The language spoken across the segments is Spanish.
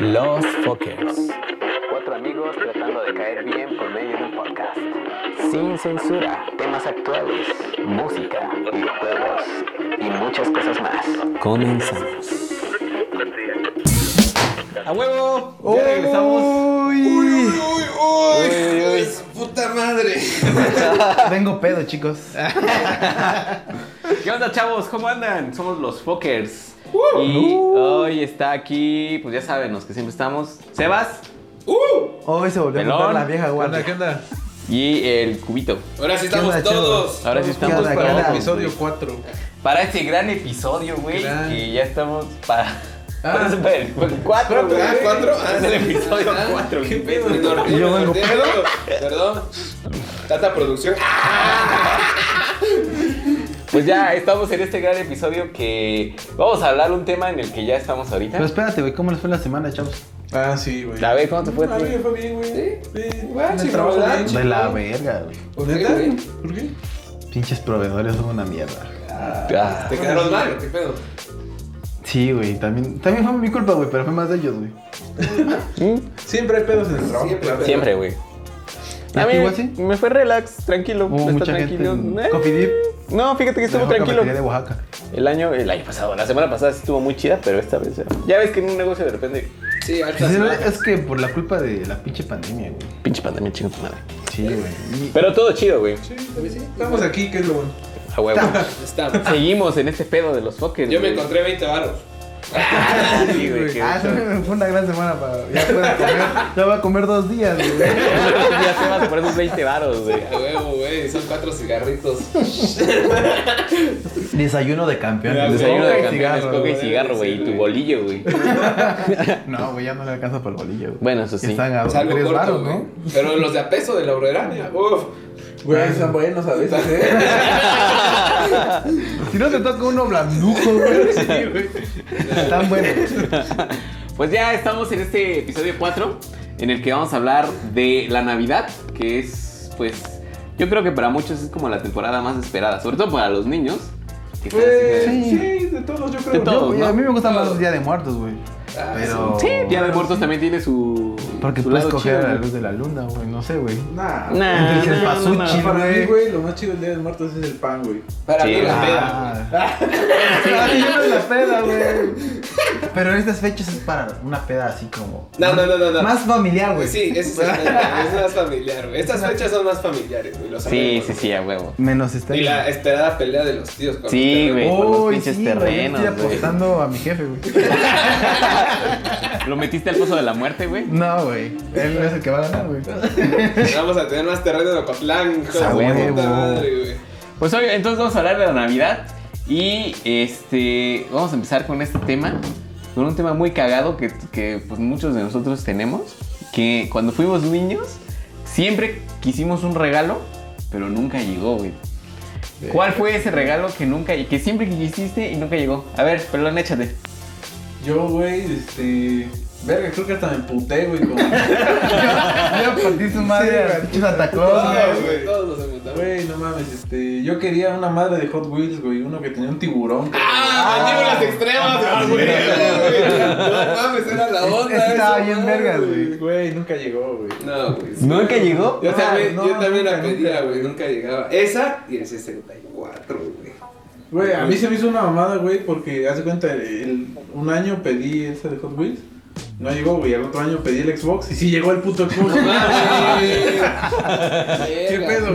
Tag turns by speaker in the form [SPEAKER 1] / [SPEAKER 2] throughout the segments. [SPEAKER 1] Los Fuckers.
[SPEAKER 2] Cuatro amigos tratando de caer bien por medio de un podcast.
[SPEAKER 1] Sin censura.
[SPEAKER 2] Temas actuales, música, videojuegos y muchas cosas más.
[SPEAKER 1] Comenzamos.
[SPEAKER 3] ¡A huevo! Ya regresamos.
[SPEAKER 4] Uy, uy. ¡Puta madre!
[SPEAKER 5] Vengo pedo, chicos.
[SPEAKER 3] ¿Qué onda, chavos? ¿Cómo andan? Somos los Fuckers.
[SPEAKER 5] Uh,
[SPEAKER 3] y hoy está aquí, pues ya saben, los que siempre estamos, Sebas
[SPEAKER 5] Hoy se volvió a juntar
[SPEAKER 3] Pelón.
[SPEAKER 5] la vieja
[SPEAKER 6] ¿Qué onda?
[SPEAKER 5] guardia.
[SPEAKER 6] ¿Qué onda?
[SPEAKER 3] y el Cubito.
[SPEAKER 4] Ahora sí estamos
[SPEAKER 5] onda,
[SPEAKER 4] todos.
[SPEAKER 3] Ahora sí
[SPEAKER 5] ¿Qué
[SPEAKER 3] estamos
[SPEAKER 5] onda, qué
[SPEAKER 3] para,
[SPEAKER 5] onda?
[SPEAKER 6] Episodio 4.
[SPEAKER 3] para este gran episodio, güey.
[SPEAKER 6] Gran.
[SPEAKER 3] Que ya estamos para.
[SPEAKER 6] Ah.
[SPEAKER 3] para super- el 4, güey.
[SPEAKER 4] Ah, ¿cuatro? Ah,
[SPEAKER 3] Es el
[SPEAKER 4] sí.
[SPEAKER 3] episodio
[SPEAKER 4] Ah,
[SPEAKER 3] 4,
[SPEAKER 4] ¿Qué pedo? Me dormí,
[SPEAKER 5] Y yo
[SPEAKER 4] me
[SPEAKER 5] vengo
[SPEAKER 4] dormí.
[SPEAKER 5] pedo.
[SPEAKER 4] Perdón. Tata producción.
[SPEAKER 6] Ah,
[SPEAKER 3] Pues ya estamos en este gran episodio que vamos a hablar un tema en el que ya estamos ahorita.
[SPEAKER 5] Pero espérate, güey, ¿cómo les fue la semana, chavos?
[SPEAKER 6] Ah, sí, güey.
[SPEAKER 3] a ver, ¿cómo te fue?
[SPEAKER 4] Ah,
[SPEAKER 3] tío?
[SPEAKER 4] bien, fue bien, güey. Bien. Igual,
[SPEAKER 6] el
[SPEAKER 4] sí,
[SPEAKER 6] trabajo
[SPEAKER 4] ¿verdad?
[SPEAKER 6] bien,
[SPEAKER 5] De la verga, güey.
[SPEAKER 4] ¿Por qué,
[SPEAKER 6] ¿Neta?
[SPEAKER 4] güey?
[SPEAKER 6] ¿Por qué?
[SPEAKER 5] Pinches proveedores son una mierda.
[SPEAKER 3] Ah.
[SPEAKER 4] Te quedaron mal, ¿qué pedo?
[SPEAKER 5] Sí, güey, también, también fue mi culpa, güey, pero fue más de ellos, güey.
[SPEAKER 6] Siempre hay pedos en el trabajo.
[SPEAKER 4] Siempre,
[SPEAKER 6] claro.
[SPEAKER 3] Siempre, güey.
[SPEAKER 5] ¿A ti, Guasi?
[SPEAKER 3] me fue relax, tranquilo.
[SPEAKER 5] Hubo
[SPEAKER 3] está
[SPEAKER 5] mucha gente
[SPEAKER 3] tranquilo.
[SPEAKER 5] en
[SPEAKER 3] Eh,
[SPEAKER 5] Cofidip.
[SPEAKER 3] No, fíjate que estuvo
[SPEAKER 5] Mejor
[SPEAKER 3] tranquilo.
[SPEAKER 5] cafetería de Oaxaca.
[SPEAKER 3] El año, el año pasado, la semana pasada sí estuvo muy chida, pero esta vez ya. Ya ves que en un negocio de repente,
[SPEAKER 4] Sí, altas
[SPEAKER 5] Sí, güey,
[SPEAKER 4] bajas.
[SPEAKER 5] Pues, Es que por la culpa de la pinche pandemia, güey.
[SPEAKER 3] pinche pandemia, chinga tu madre.
[SPEAKER 5] Sí, güey. Y-
[SPEAKER 3] Pero todo chido, güey.
[SPEAKER 6] Sí, también sí. Estamos aquí, que es lo bueno.
[SPEAKER 3] A huevo.
[SPEAKER 4] Estamos.
[SPEAKER 3] Seguimos en este pedo de los fuckers.
[SPEAKER 4] Yo me
[SPEAKER 3] güey.
[SPEAKER 4] encontré 20 varos.
[SPEAKER 3] Sí, güey, qué
[SPEAKER 5] Ah, sí,
[SPEAKER 3] gusto.
[SPEAKER 5] fue una gran semana para. Ya puedo comer. Ya voy a comer dos días, güey.
[SPEAKER 3] Ya se vas por esos 20 varos, güey.
[SPEAKER 4] A huevo, güey. Son cuatro cigarritos.
[SPEAKER 5] Desayuno de campeón.
[SPEAKER 4] Ya,
[SPEAKER 3] El Desayuno
[SPEAKER 5] Coca
[SPEAKER 3] de
[SPEAKER 5] y
[SPEAKER 3] campeones,
[SPEAKER 5] cigarro,
[SPEAKER 3] coca y
[SPEAKER 5] güey.
[SPEAKER 3] cigarro, güey. Y tu bolillo, güey.
[SPEAKER 5] No, güey, ya no le alcanza para el bolillo, güey.
[SPEAKER 3] Bueno, eso sí.
[SPEAKER 5] Están a
[SPEAKER 4] Es algo
[SPEAKER 5] tres
[SPEAKER 4] corto,
[SPEAKER 5] baros,
[SPEAKER 4] güey.
[SPEAKER 5] ¿no?
[SPEAKER 4] Pero los de a peso de la obrerania. Uf.
[SPEAKER 6] Güey, están buenos a veces, ¿eh?
[SPEAKER 5] Si no te toca uno blandujo, güey. Están buenos.
[SPEAKER 3] Pues ya estamos en este episodio 4, en el que vamos a hablar de la Navidad, que es, pues, yo creo que para muchos es como la temporada más esperada, sobre todo para los niños. que están así de-
[SPEAKER 6] Sí.
[SPEAKER 5] Sí.
[SPEAKER 6] sí, de todos, yo creo.
[SPEAKER 3] De todos,
[SPEAKER 5] Yo, güey,
[SPEAKER 3] ¿no?
[SPEAKER 5] A mí me gustan más
[SPEAKER 4] Todos.
[SPEAKER 5] los días de muertos, güey.
[SPEAKER 4] Ah,
[SPEAKER 5] Pero.
[SPEAKER 3] Sí, Día de Muertos también tiene su.
[SPEAKER 5] Porque
[SPEAKER 3] su
[SPEAKER 5] puedes
[SPEAKER 3] lado
[SPEAKER 5] coger
[SPEAKER 3] chido,
[SPEAKER 5] a la
[SPEAKER 3] güey.
[SPEAKER 5] luz de la luna, güey. No sé, güey.
[SPEAKER 6] Nah.
[SPEAKER 3] Nah,
[SPEAKER 5] Entre el
[SPEAKER 3] no, no, no.
[SPEAKER 5] pasuchi,
[SPEAKER 6] Para mí,
[SPEAKER 5] güey.
[SPEAKER 6] güey, lo más chido del Día de Muertos es el pan, güey.
[SPEAKER 4] Para
[SPEAKER 3] Sí,
[SPEAKER 4] mí
[SPEAKER 3] ah.
[SPEAKER 4] la peda.
[SPEAKER 5] Ah, Ay, yo no la peda, güey. Pero en estas fechas es para una peda así como.
[SPEAKER 4] No, no, no, no, no.
[SPEAKER 5] Más familiar, güey.
[SPEAKER 4] Pues Sí, eso es, es más familiar, güey. Estas fechas son más familiares, güey. lo
[SPEAKER 3] Sí,
[SPEAKER 4] sabemos.
[SPEAKER 3] sí, sí, a huevo.
[SPEAKER 5] Menos este.
[SPEAKER 4] Y la esperada pelea de los tíos. con
[SPEAKER 3] Sí,
[SPEAKER 4] los
[SPEAKER 3] eh, güey,
[SPEAKER 4] terremotos.
[SPEAKER 3] por los
[SPEAKER 5] Uy,
[SPEAKER 3] pinches
[SPEAKER 5] sí, güey,
[SPEAKER 3] terrenos,
[SPEAKER 5] Estoy
[SPEAKER 3] güey.
[SPEAKER 5] apostando a mi jefe, güey.
[SPEAKER 3] ¿Lo metiste al pozo de la muerte, güey?
[SPEAKER 5] No, güey. Él es el que va a ganar, güey.
[SPEAKER 4] Vamos a tener más terreno de Ocotlán. hijo de
[SPEAKER 5] A
[SPEAKER 4] su
[SPEAKER 5] huevo.
[SPEAKER 4] puta madre, güey.
[SPEAKER 3] Pues hoy, entonces vamos a hablar de la Navidad y este vamos a empezar con este tema, con un tema muy cagado que, que, pues, muchos de nosotros tenemos, que cuando fuimos niños siempre quisimos un regalo, pero nunca llegó, güey. ¿Cuál fue ese regalo que nunca que siempre quisiste y nunca llegó? A ver, perdón, échate.
[SPEAKER 6] Yo, güey, este. Verga, creo que hasta me emputé, güey. Con...
[SPEAKER 5] Ya partí su madre.
[SPEAKER 6] Sí,
[SPEAKER 5] a
[SPEAKER 6] güey.
[SPEAKER 5] pinche Santa Claus,
[SPEAKER 6] No,
[SPEAKER 5] güey.
[SPEAKER 4] Todos, güey, Todos nos emputamos.
[SPEAKER 6] Güey, no mames, este. Yo quería una madre de Hot Wheels, güey. Uno que tenía un tiburón. creo.
[SPEAKER 4] Ah, mandíbulas extremas, güey. No mames, era la
[SPEAKER 5] ah, Es-
[SPEAKER 4] onda.
[SPEAKER 5] ese estaba
[SPEAKER 4] esa
[SPEAKER 5] bien
[SPEAKER 4] madre,
[SPEAKER 5] vergas, güey.
[SPEAKER 6] Güey, nunca llegó, güey.
[SPEAKER 4] No, güey. sí.
[SPEAKER 3] ¿Nunca llegó?
[SPEAKER 4] Yo
[SPEAKER 5] Ah,
[SPEAKER 4] también,
[SPEAKER 5] no,
[SPEAKER 4] yo también la
[SPEAKER 5] nunca,
[SPEAKER 4] pedía,
[SPEAKER 5] nunca.
[SPEAKER 4] güey. Nunca llegaba. Esa y el 64, güey.
[SPEAKER 6] Güey, a mí se me hizo una mamada, güey, porque hace cuenta, el- un año pedí esa de Hot Wheels. No llegó, güey. Al otro año pedí el Xbox y sí llegó el puto Xbox. ¿Qué pedo,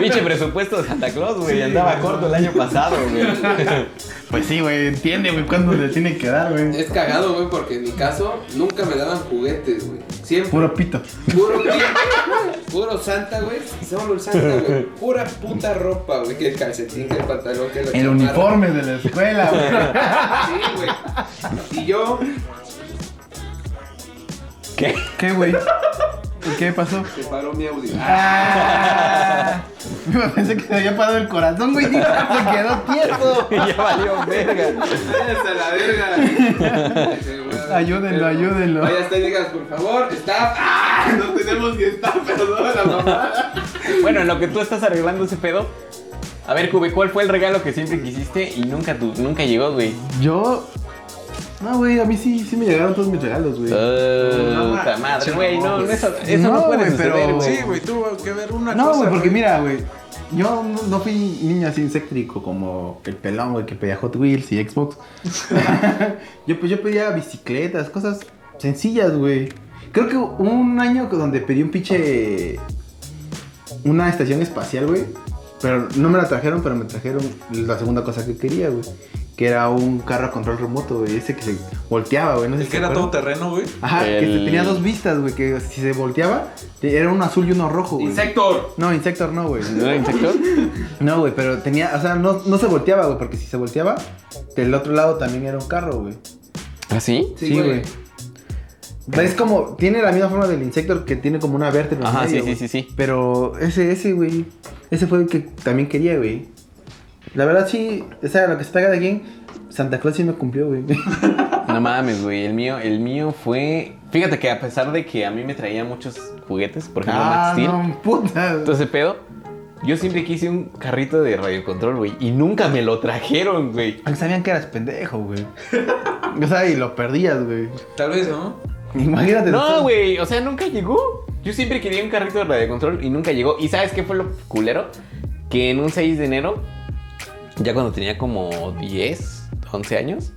[SPEAKER 3] Pinche presupuesto de Santa Claus, güey, andaba corto el año pasado, güey.
[SPEAKER 5] Pues sí, güey, entiende, güey, cuándo le tiene que dar, güey.
[SPEAKER 4] Es cagado, güey, porque en mi caso nunca me daban juguetes, güey. Siempre.
[SPEAKER 5] Puro pito.
[SPEAKER 4] Puro pito, puro santa, güey. Solo el santa, güey. Pura puta ropa, güey. Que el calcetín, que el pantalón, que la
[SPEAKER 5] El
[SPEAKER 4] chamarra.
[SPEAKER 5] uniforme de la escuela, güey.
[SPEAKER 4] Sí, güey. Y yo,
[SPEAKER 3] ¿Qué?
[SPEAKER 5] ¿Qué, güey? ¿Qué pasó?
[SPEAKER 4] se paró mi audio.
[SPEAKER 5] Ah, me pensé que se había parado el corazón, güey. dijo, Se quedó tieso.
[SPEAKER 3] ya valió verga.
[SPEAKER 4] Váyanse a la verga. Sí, güey.
[SPEAKER 5] Ayúdenlo, ayúdenlo.
[SPEAKER 4] Vayas técnicas, por favor. Staff. ¡Ah! No tenemos ni staff, perdón, la mamada.
[SPEAKER 3] Bueno, en lo que tú estás arreglando ese pedo. A ver, Cube, ¿cuál fue el regalo que siempre quisiste y nunca, tu- nunca llegó, güey?
[SPEAKER 5] Yo No, güey, a mí sí, sí me llegaron todos mis regalos, güey.
[SPEAKER 3] Oh, puta madre, güey, no, no, eso, eso no,
[SPEAKER 5] No,
[SPEAKER 3] puede
[SPEAKER 5] güey,
[SPEAKER 3] suceder,
[SPEAKER 5] pero-
[SPEAKER 3] güey.
[SPEAKER 6] Sí, güey, tuvo que ver una
[SPEAKER 5] No,
[SPEAKER 6] cosa.
[SPEAKER 5] güey, porque mira, güey. Yo no, no fui niño así insectrico como el pelón, güey, que pedía Hot Wheels y Xbox. yo, pues, yo pedía bicicletas, cosas sencillas, güey. Creo que hubo un año que donde pedí un pinche. Una estación espacial, güey. Pero no me la trajeron, pero me trajeron la segunda cosa que quería, güey. Que era un carro a control remoto, güey. Ese que se volteaba, güey. No sé
[SPEAKER 6] El
[SPEAKER 5] si
[SPEAKER 6] que
[SPEAKER 5] se
[SPEAKER 6] era todo
[SPEAKER 5] acuerdan.
[SPEAKER 6] terreno, güey.
[SPEAKER 5] Ajá, que
[SPEAKER 3] El-
[SPEAKER 5] se tenía dos vistas, güey. Que si se volteaba, era uno azul y uno rojo, güey.
[SPEAKER 4] Insector.
[SPEAKER 5] No, Insector no, güey.
[SPEAKER 3] ¿No era insecto?
[SPEAKER 5] No, güey, pero tenía, o sea, no, no se volteaba, güey, porque si se volteaba, del otro lado también era un carro, güey.
[SPEAKER 3] ¿Ah, sí?
[SPEAKER 4] Sí, güey.
[SPEAKER 5] Es como, tiene la misma forma del Insector que tiene como una vértebra. en
[SPEAKER 3] Ajá, sí,
[SPEAKER 5] medio,
[SPEAKER 3] sí,
[SPEAKER 5] güey.
[SPEAKER 3] sí, sí.
[SPEAKER 5] Pero ese, ese, güey, ese fue el que también quería, güey. La verdad, sí, o sea, lo que se pega de aquí, Santa Claus sí me cumplió, güey.
[SPEAKER 3] No mames, güey, el mío, el mío fue... Fíjate que a pesar de que a mí me traía muchos juguetes, por ejemplo, Max Steel,
[SPEAKER 5] Ah, no, puta. güey.
[SPEAKER 3] todo ese pedo, yo siempre quise un carrito de radiocontrol, güey, y nunca me lo trajeron, güey.
[SPEAKER 5] Aunque sabían que eras pendejo, güey. O sea, y lo perdías, güey.
[SPEAKER 4] Tal vez, ¿no?
[SPEAKER 5] Imagínate.
[SPEAKER 3] No, güey, o sea, nunca llegó. Yo siempre quería un carrito de radiocontrol y nunca llegó. ¿Y sabes qué fue lo culero? Que en un 6 de enero, ya cuando tenía como 10, 11 años,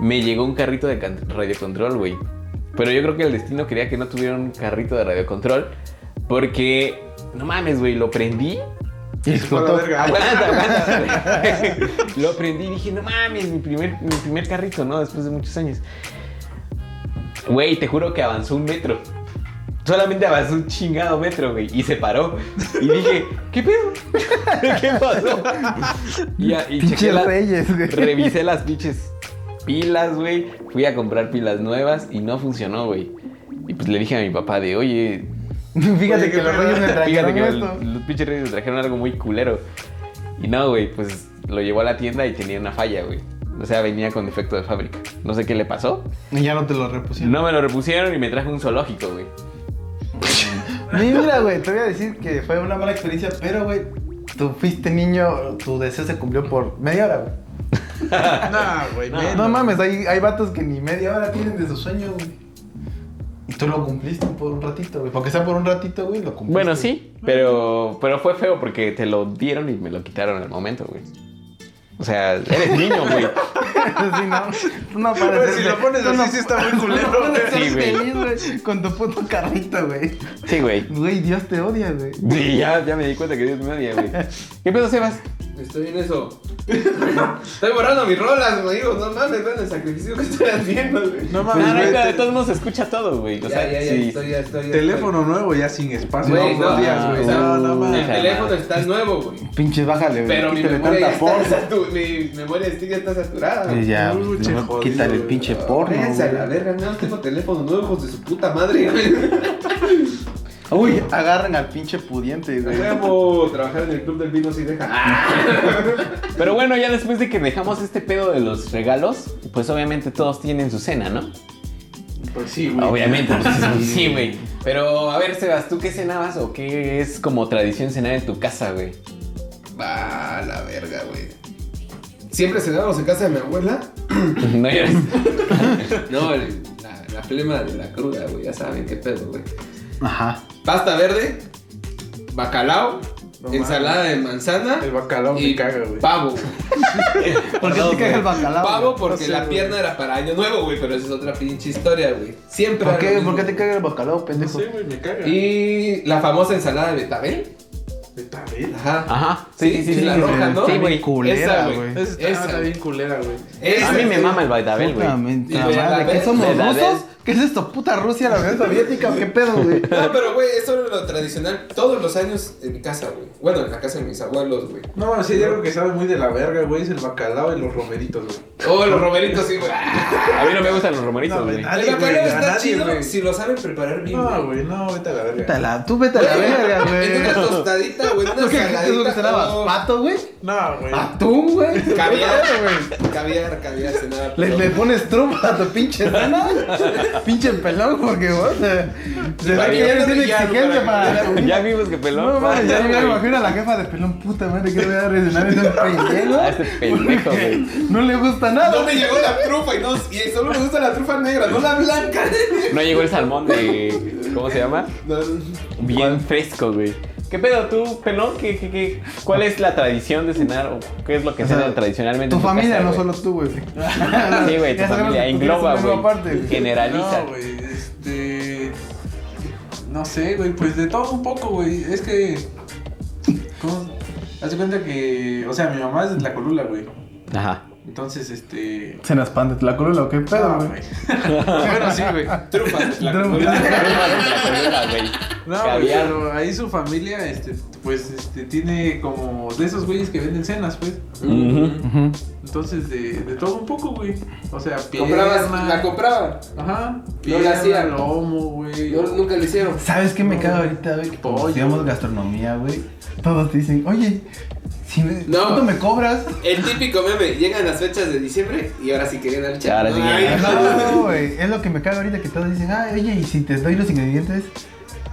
[SPEAKER 3] me llegó un carrito de can- radiocontrol, güey. Pero yo creo que el destino quería que no tuviera un carrito de radiocontrol porque, no mames, güey, lo prendí
[SPEAKER 5] Y explotó.
[SPEAKER 6] Fue la verga.
[SPEAKER 3] Aguanta, aguanta. Lo prendí y dije, no mames, mi primer, mi primer carrito, ¿no? Después de muchos años. Güey, te juro que avanzó un metro. Solamente avanzó un chingado metro, güey. Y se paró. Y dije, ¿qué pedo? ¿Qué pasó? Y, a- y chequé
[SPEAKER 5] Pinches
[SPEAKER 3] la-
[SPEAKER 5] reyes, güey.
[SPEAKER 3] revisé las pinches pilas, güey. Fui a comprar pilas nuevas y no funcionó, güey. Y pues le dije a mi papá de, oye,
[SPEAKER 5] Fíjate
[SPEAKER 6] Oye,
[SPEAKER 5] que
[SPEAKER 6] qué
[SPEAKER 5] los
[SPEAKER 6] pedo.
[SPEAKER 5] reyes me
[SPEAKER 3] Fíjate
[SPEAKER 5] trajeron
[SPEAKER 3] que
[SPEAKER 5] esto.
[SPEAKER 3] el- los pinches reyes trajeron algo muy culero. Y no, güey, pues lo llevó a la tienda y tenía una falla, güey. O sea, venía con defecto de fábrica. No sé qué le pasó.
[SPEAKER 5] Y ya no te lo repusieron.
[SPEAKER 3] No me lo repusieron y me trajo un zoológico, güey.
[SPEAKER 5] Mira, güey, te voy a decir que fue una mala experiencia, pero, güey, tú fuiste niño, tu deseo se cumplió por media hora, güey.
[SPEAKER 6] Nah, güey,
[SPEAKER 5] No,
[SPEAKER 6] menos.
[SPEAKER 5] mames, hay, hay vatos que ni media hora tienen de su sueño, güey. Y tú lo cumpliste por un ratito, güey. Porque sea por un ratito, güey, lo cumpliste.
[SPEAKER 3] Bueno, sí, pero, pero fue feo porque te lo dieron y me lo quitaron al momento, güey. O sea, eres niño, güey.
[SPEAKER 5] sí, no. Tú no
[SPEAKER 6] Güey,
[SPEAKER 5] pareces.
[SPEAKER 6] si lo pones así, sí está muy culero, güey.
[SPEAKER 3] Sí, güey.
[SPEAKER 5] feliz, güey, con tu puto carrito, güey.
[SPEAKER 3] Sí, güey.
[SPEAKER 5] Güey, Dios te odia, güey.
[SPEAKER 3] Sí, ya, ya me di cuenta que Dios me odia, güey. ¿Qué pedo, Sebas?
[SPEAKER 4] Estoy en eso. Estoy borrando mis rolas, güey. Digo, no mames, vean el sacrificio que estoy haciendo, güey. Pues,
[SPEAKER 6] No
[SPEAKER 3] No,
[SPEAKER 6] mames,
[SPEAKER 3] no,
[SPEAKER 6] güey,
[SPEAKER 3] no,
[SPEAKER 6] te-
[SPEAKER 3] de todos modos se escucha todo, güey. O sea,
[SPEAKER 4] Ya, ya, ya,
[SPEAKER 3] sí.
[SPEAKER 4] estoy, ya, estoy. ya
[SPEAKER 6] Teléfono nuevo ya sin espacio.
[SPEAKER 4] Güey,
[SPEAKER 6] no,
[SPEAKER 4] no,
[SPEAKER 6] días, güey.
[SPEAKER 4] no,
[SPEAKER 6] No, no
[SPEAKER 3] no,
[SPEAKER 4] estoy. El
[SPEAKER 6] mames.
[SPEAKER 3] no.
[SPEAKER 4] teléfono está nuevo, güey.
[SPEAKER 5] Pinches, bájale, güey.
[SPEAKER 4] Pero mi
[SPEAKER 5] Quítale
[SPEAKER 4] memoria,
[SPEAKER 5] tanta
[SPEAKER 4] ya está
[SPEAKER 5] porno.
[SPEAKER 4] satu- mi memoria stick ya está saturada.
[SPEAKER 5] Y
[SPEAKER 4] güey.
[SPEAKER 5] ya,
[SPEAKER 6] Uy,
[SPEAKER 5] pues,
[SPEAKER 6] che,
[SPEAKER 5] mejor
[SPEAKER 6] jodido,
[SPEAKER 5] quítale el
[SPEAKER 6] güey.
[SPEAKER 5] pinche porno.
[SPEAKER 4] Váyanse a
[SPEAKER 5] güey.
[SPEAKER 4] la verga, no tengo teléfonos nuevos, hijos de su puta madre, güey.
[SPEAKER 5] Uy, agarren al pinche pudiente, güey.
[SPEAKER 4] Debo trabajar en el club del vino sin deja. Ah,
[SPEAKER 3] Pero bueno, ya después de que dejamos este pedo de los regalos, pues obviamente todos tienen su cena, ¿no?
[SPEAKER 6] Pues sí, güey.
[SPEAKER 3] Obviamente, pues, sí, güey. Pero a ver, Sebas, ¿tú qué cenabas o qué es como tradición cenar en tu casa, güey?
[SPEAKER 4] Va a la verga, güey. Siempre cenábamos en casa de mi abuela.
[SPEAKER 3] No llores.
[SPEAKER 4] No, el- la, la flema de la cruda, güey. Ya saben qué pedo, güey.
[SPEAKER 5] Ajá.
[SPEAKER 4] Pasta verde, bacalao,
[SPEAKER 6] No
[SPEAKER 4] ensalada de manzana.
[SPEAKER 6] El bacalao me
[SPEAKER 4] y
[SPEAKER 6] caga, güey.
[SPEAKER 4] Pavo, güey.
[SPEAKER 5] ¿Por qué te caga el bacalao?
[SPEAKER 4] Pavo
[SPEAKER 5] güey?
[SPEAKER 4] porque
[SPEAKER 6] No sé,
[SPEAKER 4] la
[SPEAKER 6] güey.
[SPEAKER 4] pierna era para año nuevo, güey. Pero esa es otra pinche historia, güey. Siempre.
[SPEAKER 5] ¿Por
[SPEAKER 4] era lo
[SPEAKER 5] qué,
[SPEAKER 4] mismo.
[SPEAKER 5] ¿Por qué te caga el bacalao,
[SPEAKER 6] No
[SPEAKER 5] pendejo?
[SPEAKER 6] sé, güey, me caga.
[SPEAKER 4] Y la famosa ensalada de betabel.
[SPEAKER 6] De tabela.
[SPEAKER 4] Ajá.
[SPEAKER 3] Ajá. Ah, Sí, sí, sí.
[SPEAKER 4] Sí, la roja, ¿no?
[SPEAKER 3] Sí, güey.
[SPEAKER 5] culera,
[SPEAKER 4] Esa, güey.
[SPEAKER 5] güey.
[SPEAKER 6] Esa
[SPEAKER 4] Esa,
[SPEAKER 6] está
[SPEAKER 4] güey.
[SPEAKER 6] bien culera, güey.
[SPEAKER 4] Esa,
[SPEAKER 3] A mí me
[SPEAKER 4] güey.
[SPEAKER 3] mama el baitabel, güey.
[SPEAKER 5] Puta
[SPEAKER 4] Y
[SPEAKER 5] mentira,
[SPEAKER 4] de la
[SPEAKER 5] madre, ¿qué
[SPEAKER 4] vez-
[SPEAKER 5] somos
[SPEAKER 3] de la
[SPEAKER 5] rusos?
[SPEAKER 3] vez-
[SPEAKER 5] ¿Qué es esto, puta Rusia, la Unión Soviética o qué pedo, güey?
[SPEAKER 4] No, pero güey, eso era lo tradicional todos los años en mi casa, güey. Bueno, en la casa de mis abuelos, güey.
[SPEAKER 6] No mames, sí, hay algo que sabe muy de la verga, güey. Es el bacalao y los romeritos, güey.
[SPEAKER 4] Oh, los romeritos, sí, güey. Ah,
[SPEAKER 3] A mí no me gustan los romeritos,
[SPEAKER 6] No,
[SPEAKER 3] güey.
[SPEAKER 6] nadie,
[SPEAKER 4] El bacalao
[SPEAKER 6] güey,
[SPEAKER 4] está
[SPEAKER 6] a nadie,
[SPEAKER 4] chido
[SPEAKER 6] güey.
[SPEAKER 4] si lo saben preparar bien.
[SPEAKER 6] No, güey, no, vete a la verga.
[SPEAKER 5] Vete a la- Tú vete a la
[SPEAKER 4] Güey,
[SPEAKER 5] verga,
[SPEAKER 4] en Una
[SPEAKER 5] güey.
[SPEAKER 4] tostadita, güey, una
[SPEAKER 5] ¿Tú qué crees que es lo que
[SPEAKER 4] ensaladita.
[SPEAKER 5] cenabas?
[SPEAKER 4] oh,
[SPEAKER 5] ¿Pato, güey?
[SPEAKER 6] No, güey.
[SPEAKER 5] ¿Atún, güey?
[SPEAKER 4] Caviar, caviar, caviar, cenaba.
[SPEAKER 5] ¿Le,
[SPEAKER 4] pero-
[SPEAKER 5] le pones trompa a tu pinche cena? Pinche pelón, porque vos. eh, Se ve
[SPEAKER 4] Para
[SPEAKER 5] que
[SPEAKER 4] mí,
[SPEAKER 5] ya eres bien
[SPEAKER 4] ya,
[SPEAKER 5] exigente
[SPEAKER 4] para
[SPEAKER 5] para.
[SPEAKER 3] Ya vimos que pelón.
[SPEAKER 5] No mames, ya me
[SPEAKER 3] güey.
[SPEAKER 5] imagino a la jefa de pelón, puta madre, que le voy a dar escenario de un pendejo.
[SPEAKER 3] A este pendejo,
[SPEAKER 5] porque
[SPEAKER 3] güey.
[SPEAKER 5] No le gusta
[SPEAKER 4] No
[SPEAKER 5] nada.
[SPEAKER 4] me llegó la trufa y, no, y solo me gusta la trufa negra, no la blanca.
[SPEAKER 3] No llegó el salmón de. ¿Cómo se llama? Bien fresco, güey. ¿Qué pedo tú, pelón? ¿Qué, qué, qué? ¿Cuál es la tradición de cenar? ¿O ¿Qué es lo que
[SPEAKER 5] O sea,
[SPEAKER 3] cenan tradicionalmente?
[SPEAKER 5] Tu
[SPEAKER 3] en
[SPEAKER 5] familia,
[SPEAKER 3] casa,
[SPEAKER 5] no
[SPEAKER 3] güey?
[SPEAKER 5] solo tú, güey.
[SPEAKER 3] Sí, güey, tu
[SPEAKER 5] Ya sabemos
[SPEAKER 3] familia
[SPEAKER 5] que
[SPEAKER 3] engloba,
[SPEAKER 5] tú tienes un
[SPEAKER 3] güey.
[SPEAKER 5] amigo aparte, güey.
[SPEAKER 3] Generaliza.
[SPEAKER 6] No, güey, este. No sé, güey, pues de todo un poco, güey. Es que. ¿Cómo? Haz de cuenta que. O sea, mi mamá es de Tlacolula, güey.
[SPEAKER 3] Ajá.
[SPEAKER 6] Entonces, este.
[SPEAKER 5] Cenas pan de Tlacolula, ¿qué pedo,
[SPEAKER 6] Ah,
[SPEAKER 5] güey?
[SPEAKER 6] güey. bueno, sí, güey.
[SPEAKER 4] Trufa, la
[SPEAKER 6] No, güey,
[SPEAKER 3] Caviar.
[SPEAKER 6] pero ahí su familia, este, pues, este, tiene como de esos güeyes que venden cenas, pues.
[SPEAKER 3] Ujú.
[SPEAKER 5] Ujú.
[SPEAKER 6] Entonces, de, de todo un poco, güey. O sea, pierna.
[SPEAKER 4] comprabas, la compraba.
[SPEAKER 6] Ajá.
[SPEAKER 4] Yo la
[SPEAKER 6] Pierna,
[SPEAKER 4] hacía.
[SPEAKER 6] lomo, güey.
[SPEAKER 4] No, nunca lo hicieron.
[SPEAKER 5] ¿Sabes qué me caga ahorita, güey? Que cuando
[SPEAKER 6] Pollo.
[SPEAKER 5] estudiamos gastronomía, güey, todos te dicen, oye, si me-
[SPEAKER 4] No.
[SPEAKER 5] ¿cuánto me cobras?
[SPEAKER 4] El típico meme, llegan las fechas de diciembre y ahora sí querían al chat.
[SPEAKER 3] Ahora sí
[SPEAKER 4] Ay,
[SPEAKER 3] querían.
[SPEAKER 5] No, güey, es lo que me caga ahorita que todos dicen, ay, oye, y si te doy los ingredientes,